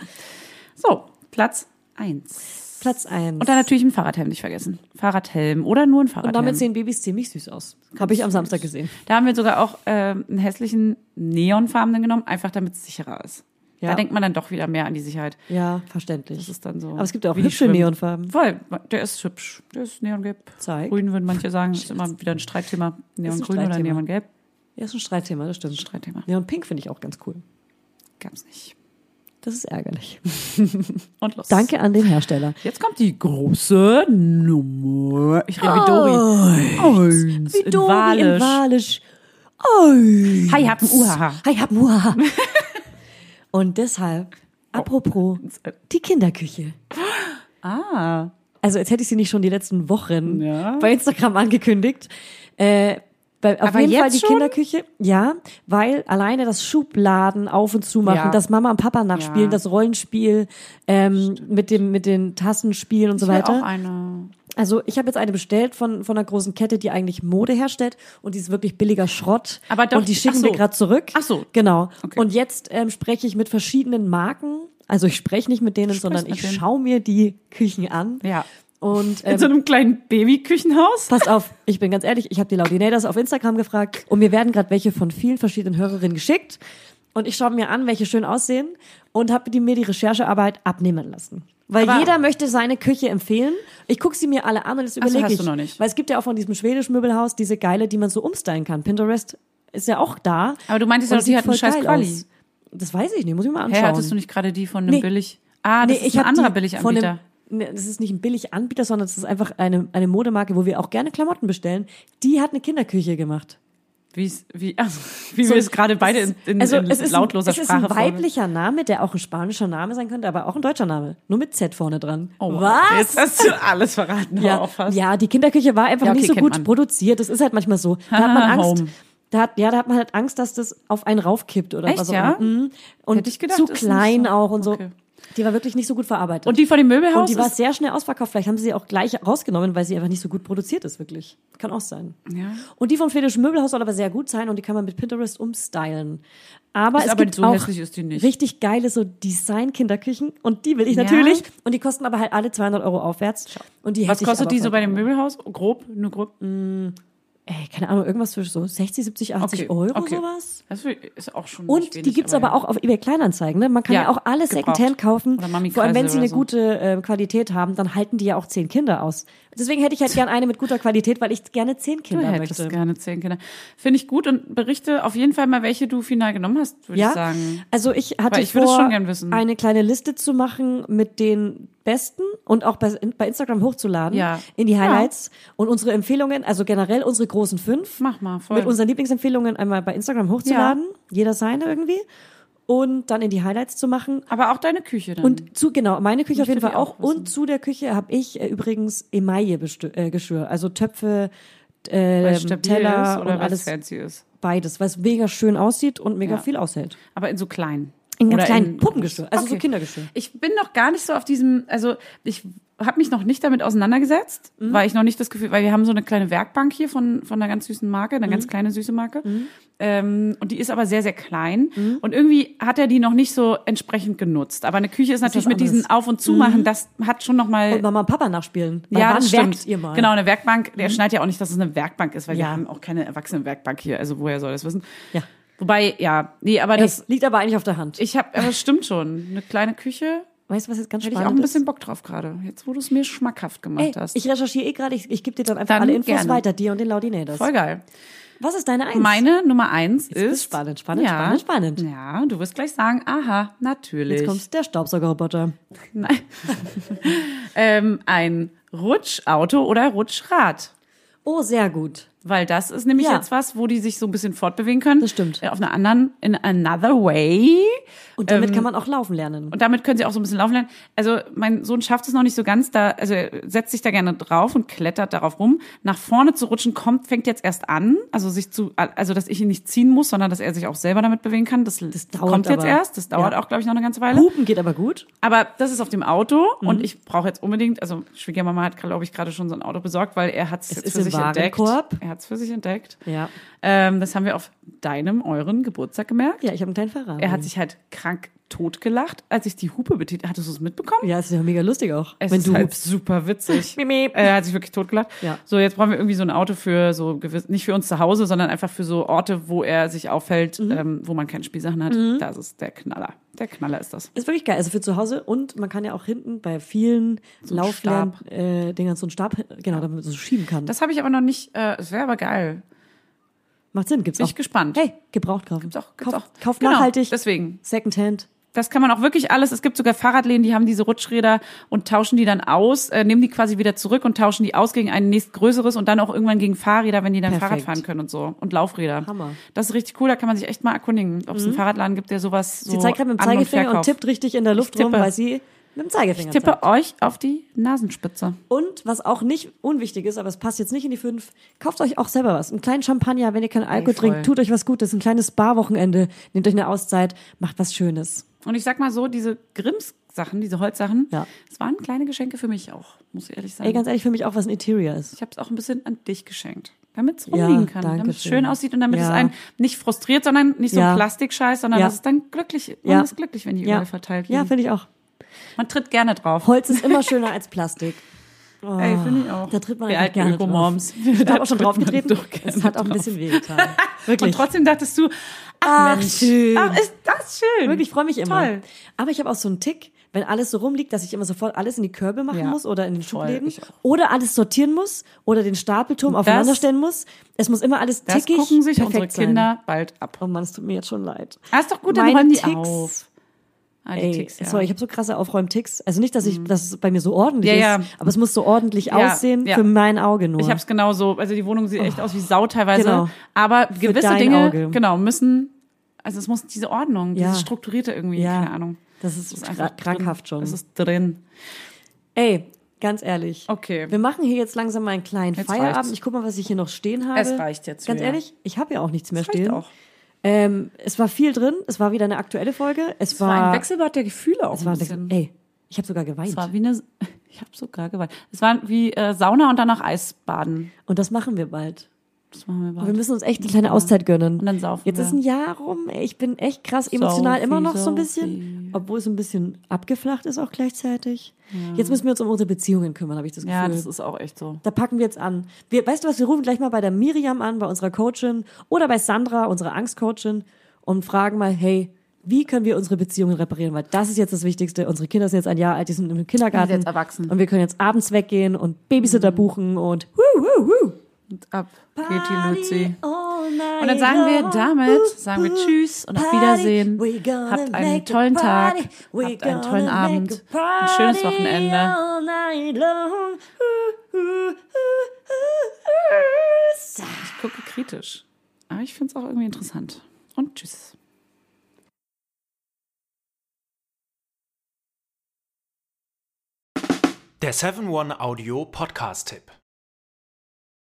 B: So, Platz eins
A: Platz eins.
B: Und dann natürlich ein Fahrradhelm nicht vergessen. Fahrradhelm oder nur ein
A: Und
B: Fahrradhelm.
A: damit sehen Babys ziemlich süß aus. Habe ich am Samstag gesehen.
B: da haben wir sogar auch ähm, einen hässlichen neonfarbenen genommen, einfach damit es sicherer ist.
A: Ja.
B: Da denkt man dann doch wieder mehr an die Sicherheit.
A: Ja, verständlich.
B: Das ist dann so.
A: aber es gibt ja auch
B: wie die
A: hübsche
B: schwimmen.
A: Neonfarben.
B: Voll, der ist hübsch. Der ist neongelb.
A: Zeig.
B: Grün würden manche sagen, ist immer wieder ein Streitthema. Neongrün oder
A: Streitthema.
B: neongelb.
A: Ja, ist ein Streitthema, das stimmt.
B: Streitthema.
A: Ja, und Pink finde ich auch ganz cool.
B: Gab's nicht.
A: Das ist ärgerlich.
B: Und los.
A: Danke an den Hersteller.
B: Jetzt kommt die große Nummer. Ich rede wie Dori. Eins.
A: Wie
B: in
A: Dori in Walisch.
B: Walisch.
A: Oi.
B: Hi, hab ein Uhaha. Oh.
A: Hi, hab Muhaha. *laughs* Und deshalb, apropos, die Kinderküche.
B: Ah.
A: Also als hätte ich sie nicht schon die letzten Wochen
B: Ja.
A: bei Instagram angekündigt. Äh, bei, auf
B: Aber
A: jeden Fall
B: jetzt
A: die
B: schon?
A: Kinderküche. Ja, weil alleine das Schubladen auf und zu machen,
B: Ja.
A: das Mama und Papa nachspielen,
B: Ja.
A: das Rollenspiel ähm, mit dem mit den Tassenspielen und so
B: Ich will
A: weiter.
B: auch eine.
A: Also ich habe jetzt eine bestellt von von einer großen Kette, die eigentlich Mode herstellt und die ist wirklich billiger Schrott.
B: Aber doch-
A: und die schicken
B: ach so.
A: wir gerade zurück.
B: Ach so.
A: Genau.
B: Okay.
A: Und jetzt ähm, spreche ich mit verschiedenen Marken. Also ich spreche nicht mit denen, sondern
B: mit
A: ich
B: denen.
A: schaue mir die Küchen an.
B: Ja. *laughs*
A: Und
B: In so
A: ähm,
B: einem kleinen Babyküchenhaus?
A: passt auf, ich bin ganz ehrlich, ich habe die Laudinators auf Instagram gefragt und mir werden gerade welche von vielen verschiedenen Hörerinnen geschickt. Und ich schaue mir an, welche schön aussehen und habe die, mir die Recherchearbeit abnehmen lassen. Weil
B: Aber-
A: jeder möchte seine Küche empfehlen. Ich gucke sie mir alle an und jetzt
B: so,
A: überlege
B: hast
A: ich.
B: du noch nicht.
A: Weil es gibt ja auch von diesem schwedischen Möbelhaus diese geile, die man so umstylen kann. Pinterest ist ja auch da.
B: Aber du meintest
A: Und
B: ja,
A: es
B: sie
A: sieht
B: hat einen
A: voll
B: scheiß
A: geil
B: Quali.
A: aus. Das weiß ich nicht, muss ich mal anschauen.
B: Hä, hattest du nicht gerade die von einem
A: Nee.
B: Billig? Ah, das
A: Nee,
B: ist ein
A: hab
B: anderer
A: die Von
B: Billiganbieter.
A: einem, nee, das ist nicht ein Billiganbieter, sondern das ist einfach eine, eine Modemarke, wo wir auch gerne Klamotten bestellen. Die hat eine Kinderküche gemacht.
B: Wie's, wie *laughs* also, wie wir es gerade beide in, in,
A: also
B: in
A: es ist
B: lautloser
A: ein, es
B: Sprache
A: ist ein weiblicher Name, der auch ein spanischer Name sein könnte, aber auch ein deutscher Name. Nur mit Z vorne dran.
B: Oh,
A: Was?
B: Jetzt hast du alles verraten. Hau
A: Ja,
B: auf, fast.
A: ja, die Kinderküche war einfach
B: Ja, okay,
A: nicht so
B: kennt
A: gut
B: man. Ah,
A: produziert. Das ist halt manchmal so. Da hat man Angst.
B: Home.
A: Da hat, ja, da hat man halt Angst, dass das auf einen raufkippt oder
B: Echt,
A: was auch
B: ja?
A: immer. Mhm. Und
B: Hätte ich gedacht,
A: zu
B: ist nicht
A: klein
B: so.
A: auch und so.
B: Okay.
A: Die war wirklich nicht so gut verarbeitet.
B: Und die von dem Möbelhaus?
A: Und die war
B: ist-
A: sehr schnell ausverkauft. Vielleicht haben sie sie auch gleich rausgenommen, weil sie einfach nicht so gut produziert ist, wirklich. Kann auch sein.
B: Ja.
A: Und die vom schwedischen Möbelhaus soll aber sehr gut sein und die kann man mit Pinterest umstylen. Aber
B: Ist
A: es
B: aber
A: gibt
B: so
A: auch
B: hässlich ist die nicht.
A: richtig geile so Design-Kinderküchen und die will ich
B: Ja.
A: natürlich. Und die kosten aber halt alle 200 Euro aufwärts. Und die
B: Was
A: hätte ich
B: kostet
A: aber
B: die so
A: voll
B: bei dem
A: gerne.
B: Möbelhaus? Grob, nur grob.
A: Ey, keine Ahnung, irgendwas für so 60, 70, 80 Euro sowas.
B: Das ist auch schon
A: Und
B: nicht wenig,
A: die gibt's aber,
B: ja.
A: auch auf eBay Kleinanzeigen. Ne? Man kann ja,
B: Ja,
A: auch alles
B: gebraucht.
A: Secondhand kaufen.
B: Oder Mami
A: Vor allem, wenn
B: Kreisel
A: sie eine
B: oder so.
A: gute äh, Qualität haben, dann halten die ja auch zehn Kinder aus. Deswegen hätte ich
B: *laughs*
A: halt gern eine mit guter Qualität, weil ich gerne zehn
B: Du
A: Kinder
B: hättest
A: möchte.
B: gerne zehn Kinder. Finde ich gut und berichte auf jeden Fall mal, welche du final genommen hast, würde ich
A: Ja,
B: sagen.
A: also ich hatte
B: Weil ich würde es
A: vor,
B: schon gern wissen.
A: eine kleine Liste zu machen mit den besten und auch bei, bei Instagram hochzuladen
B: Ja.
A: in die Highlights und unsere Empfehlungen, also generell unsere großen fünf.
B: Mach mal, voll.
A: Mit unseren Lieblingsempfehlungen einmal bei Instagram hochzuladen, jeder seine irgendwie und dann in die Highlights zu machen.
B: Aber auch deine Küche dann.
A: Und zu, genau, meine Küche auf jeden
B: Möchte
A: Fall
B: die
A: auch.
B: auch wissen.
A: und zu der Küche habe ich äh, übrigens Emaille-Geschirr, also Töpfe,
B: weil
A: äh,
B: es stabil
A: Teller
B: ist oder
A: und
B: weil es
A: alles
B: fancy ist.
A: beides, was mega schön aussieht und mega
B: Ja.
A: viel aushält.
B: Aber in so kleinen.
A: In ganz
B: Oder
A: kleinen Puppengeschirr, also so
B: Okay.
A: Kindergeschirr.
B: Ich bin noch gar nicht so auf diesem, also ich habe mich noch nicht damit auseinandergesetzt,
A: Mhm.
B: weil ich noch nicht das Gefühl, weil wir haben so eine kleine Werkbank hier von, von einer ganz süßen Marke, einer
A: Mhm.
B: ganz kleine süße Marke. Ähm, und die ist aber sehr, sehr klein.
A: Mhm.
B: Und irgendwie hat er die noch nicht so entsprechend genutzt. Aber eine Küche ist natürlich
A: was
B: mit diesen
A: anderes.
B: Auf- und Zumachen, das hat schon nochmal.
A: Und Mama und Papa nachspielen. Weil wann werkt ihr mal? Mhm.
B: Genau, eine Werkbank, der schneidet ja auch nicht, dass es eine Werkbank ist, weil wir
A: Ja.
B: haben auch keine Erwachsenen-Werkbank hier. Also woher soll er das wissen?
A: Ja.
B: Wobei, ja, nee, aber
A: Ey,
B: das,
A: Das liegt aber eigentlich auf der Hand.
B: ich habe, aber es stimmt schon. Eine kleine Küche,
A: weißt du, was jetzt ganz
B: hätte ich
A: spannend
B: auch ein bisschen
A: ist?
B: Bock drauf gerade. Jetzt, wo du es mir schmackhaft gemacht
A: Ey,
B: hast.
A: ich recherchiere eh gerade, ich, ich gebe dir dann einfach
B: Dann
A: alle Infos
B: gerne.
A: weiter, dir und den Laudinators.
B: Voll geil.
A: Was ist deine Eins?
B: Meine Nummer eins
A: wird's
B: ist.
A: spannend, spannend, spannend, spannend.
B: Ja, du wirst gleich sagen, aha, natürlich.
A: Jetzt kommt der Staubsaugerroboter.
B: Nein. ähm, ein Rutschauto oder Rutschrad.
A: Oh, sehr gut.
B: Weil das ist nämlich
A: Ja.
B: jetzt was, wo die sich so ein bisschen fortbewegen können.
A: Das stimmt.
B: Äh, Auf einer anderen, in another way.
A: Und damit
B: Ähm,
A: kann man auch laufen lernen.
B: Und damit können sie auch so ein bisschen laufen lernen. Also mein Sohn schafft es noch nicht so ganz da, also er setzt sich da gerne drauf und klettert darauf rum. Nach vorne zu rutschen kommt, fängt jetzt erst an. Also sich zu, also dass ich ihn nicht ziehen muss, sondern dass er sich auch selber damit bewegen kann. Das,
A: dauert
B: kommt jetzt
A: aber.
B: erst. Das dauert
A: Ja.
B: auch, glaube ich, noch eine ganze Weile.
A: Hupen geht aber gut.
B: Aber das ist auf dem Auto
A: Mhm.
B: und ich brauche jetzt unbedingt, also Schwiegermama hat, glaube ich, gerade schon so ein Auto besorgt, weil er hat es jetzt
A: ist
B: für
A: im
B: sich entdeckt.
A: Warenkorb.
B: Er hat es für sich entdeckt.
A: Ja.
B: Ähm, das haben wir auf deinem, euren Geburtstag gemerkt.
A: Ja, ich habe einen kleinen Ferrari.
B: Er hat sich halt krank totgelacht, als ich die Hupe betätigt. Hattest du es mitbekommen?
A: ja, es ist ja mega lustig auch,
B: Es
A: wenn
B: ist
A: du
B: halt
A: hupst.
B: super
A: *laughs*
B: witzig.
A: Mimi.
B: Er hat sich wirklich totgelacht.
A: Ja.
B: So, jetzt brauchen wir irgendwie so ein Auto für so gewiss, nicht für uns zu Hause, sondern einfach für so Orte, wo er sich auffällt,
A: Mhm.
B: ähm, wo man keine Spielsachen hat. Das ist der Knaller. Der Knaller ist das.
A: Ist wirklich geil. Also für zu Hause und man kann ja auch hinten bei vielen so
B: Stab.
A: Lauflern-Dingern so einen Stab, hin- genau, damit man so schieben kann. Das
B: Das habe ich aber noch nicht. äh, Es wäre aber geil.
A: macht Sinn. Gibt's
B: Bin
A: auch.
B: ich gespannt.
A: Hey, gebraucht kaufen.
B: Gibt's auch, gibt's
A: Kauft-
B: auch.
A: Kauft
B: Genau,
A: nachhaltig.
B: deswegen.
A: Secondhand.
B: Das kann man auch wirklich alles. Es gibt sogar Fahrradläden, die haben diese Rutschräder und tauschen die dann aus, äh, nehmen die quasi wieder zurück und tauschen die aus gegen ein nächstgrößeres und dann auch irgendwann gegen Fahrräder, wenn die dann
A: Perfekt.
B: Fahrrad fahren können und so. Und Laufräder.
A: Hammer. Mhm.
B: Das ist richtig cool, da kann man sich echt mal erkundigen, ob es einen Fahrradladen gibt, der sowas so
A: Sie zeigt gerade mit dem
B: An-
A: Zeigefinger und,
B: Verkauf.
A: tippt richtig in der Luft
B: Ich
A: rum,
B: tippe.
A: weil sie mit dem Zeigefinger
B: Ich tippe
A: zeigt.
B: euch auf die Nasenspitze.
A: Und was auch nicht unwichtig ist, aber es passt jetzt nicht in die fünf, kauft euch auch selber was. Einen kleinen Champagner, wenn ihr keinen Alkohol
B: voll.
A: trinkt, tut euch was Gutes, ein kleines Barwochenende, nehmt euch eine Auszeit, macht was Schönes.
B: Und ich sag mal so, diese Grimms-Sachen, diese Holzsachen,
A: Ja.
B: das waren kleine Geschenke für mich auch, muss ich ehrlich sagen.
A: Ey, ganz ehrlich, für mich auch, was ein Interior ist.
B: Ich habe es auch ein bisschen an dich geschenkt, damit es
A: Ja,
B: rumliegen kann,
A: danke
B: damit es schön
A: schön.
B: aussieht und damit es
A: Ja.
B: einen nicht frustriert, sondern nicht so ein
A: Ja.
B: Plastikscheiß, sondern
A: Ja.
B: dass es dann glücklich, man
A: Ja.
B: ist glücklich, wenn die
A: Ja,
B: überall verteilt
A: ja
B: liegen.
A: finde ich auch.
B: man tritt gerne drauf.
A: Holz ist immer schöner als Plastik. Oh,
B: Ey, finde ich auch.
A: Da tritt man
B: Wir
A: einfach
B: alten
A: gerne *laughs*
B: Ökomoms.
A: drauf. Ich
B: Da
A: habe auch schon
B: tritt
A: drauf
B: man
A: getreten.
B: doch gerne
A: Es hat auch ein
B: drauf. Ah,
A: bisschen
B: *laughs*
A: wehgetan. Wirklich.
B: Und trotzdem dachtest du, ach,
A: Ach,
B: Mensch,
A: schön.
B: ach, ist das schön.
A: Wirklich, ich freue mich immer.
B: Toll.
A: Aber ich habe auch so einen Tick, wenn alles so rumliegt, dass ich immer sofort alles in die Körbe machen
B: Ja,
A: muss oder in den
B: voll,
A: Schubläden
B: ich auch.
A: oder alles sortieren muss oder den Stapelturm aufeinander stellen muss. Es muss immer alles
B: Das
A: tickig
B: gucken sich
A: perfekt
B: unsere Kinder bald ab.
A: Sein. Oh Mann, es tut mir jetzt schon leid.
B: Ah, ist doch gut, dann
A: Meine
B: räumen die
A: Ticks.
B: auf. Ah, die
A: Ey,
B: Ticks, ja.
A: sorry, ich habe so krasse Aufräumticks. Also nicht, dass ich, dass es bei mir so ordentlich
B: Ja, ja.
A: ist, aber es muss so ordentlich
B: Ja,
A: aussehen
B: ja.
A: für mein Auge nur.
B: Ich habe es genau so, also die Wohnung sieht echt aus wie Sau teilweise,
A: Oh, Genau.
B: aber gewisse
A: dein
B: Dinge
A: Auge.
B: genau müssen also es muss diese Ordnung,
A: Ja.
B: dieses strukturierte irgendwie,
A: Ja.
B: keine Ahnung.
A: Das ist,
B: Es
A: kra-
B: einfach
A: krankhaft
B: drin.
A: schon.
B: Es ist drin.
A: Ey, ganz ehrlich.
B: Okay.
A: Wir machen hier jetzt langsam mal einen kleinen
B: Jetzt
A: Feierabend.
B: reicht's.
A: Ich guck mal, was ich hier noch stehen habe.
B: Es reicht jetzt,
A: Ganz
B: Julia.
A: ehrlich, ich habe ja auch nichts mehr
B: Es reicht
A: stehen.
B: auch.
A: Ähm, es war viel drin. Es war wieder eine aktuelle Folge. Es, war,
B: Wechselbad der Gefühle auch
A: Es war ein Wechsel. Ey, ich habe sogar geweint.
B: Es war wie eine *laughs* ich habe sogar geweint. Es war wie äh, Sauna und danach Eisbaden.
A: Und das machen wir bald.
B: Das machen wir
A: Aber wir
B: bald.
A: müssen uns echt eine kleine Auszeit gönnen.
B: Und dann saufen
A: Jetzt
B: wir.
A: ist ein Jahr rum. Ey, Ich bin echt krass emotional
B: Saufi,
A: immer noch so ein
B: Saufi.
A: bisschen, obwohl es ein bisschen abgeflacht ist auch gleichzeitig. Jetzt müssen wir uns um unsere Beziehungen kümmern, habe ich das Gefühl.
B: Ja, das ist auch echt so.
A: Da packen wir jetzt an. Wir, weißt du was, wir rufen gleich mal bei der Miriam an, bei unserer Coachin oder bei Sandra, unserer Angstcoachin und fragen mal, hey, wie können wir unsere Beziehungen reparieren? Weil das ist jetzt das Wichtigste. Unsere Kinder sind jetzt ein Jahr alt, die sind im Kindergarten.
B: Die sind jetzt erwachsen. Mhm.
A: Und wir können jetzt abends weggehen und Babysitter buchen und hu, hu, hu.
B: Und ab geht die Luzi.
A: Und
B: Und dann sagen wir damit, sagen wir Tschüss und auf Wiedersehen. Habt einen tollen Tag, habt einen tollen Abend, ein schönes Wochenende. Ich gucke kritisch, aber ich finde es auch irgendwie interessant. Und Tschüss.
G: Der 7-One-Audio-Podcast-Tipp.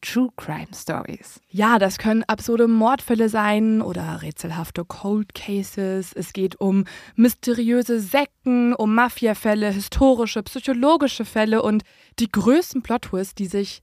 H: True Crime Stories.
I: Ja, das können absurde Mordfälle sein oder rätselhafte Cold Cases. Es geht um mysteriöse Sekten, um Mafiafälle, historische, psychologische Fälle und die größten Plot-Twists, die sich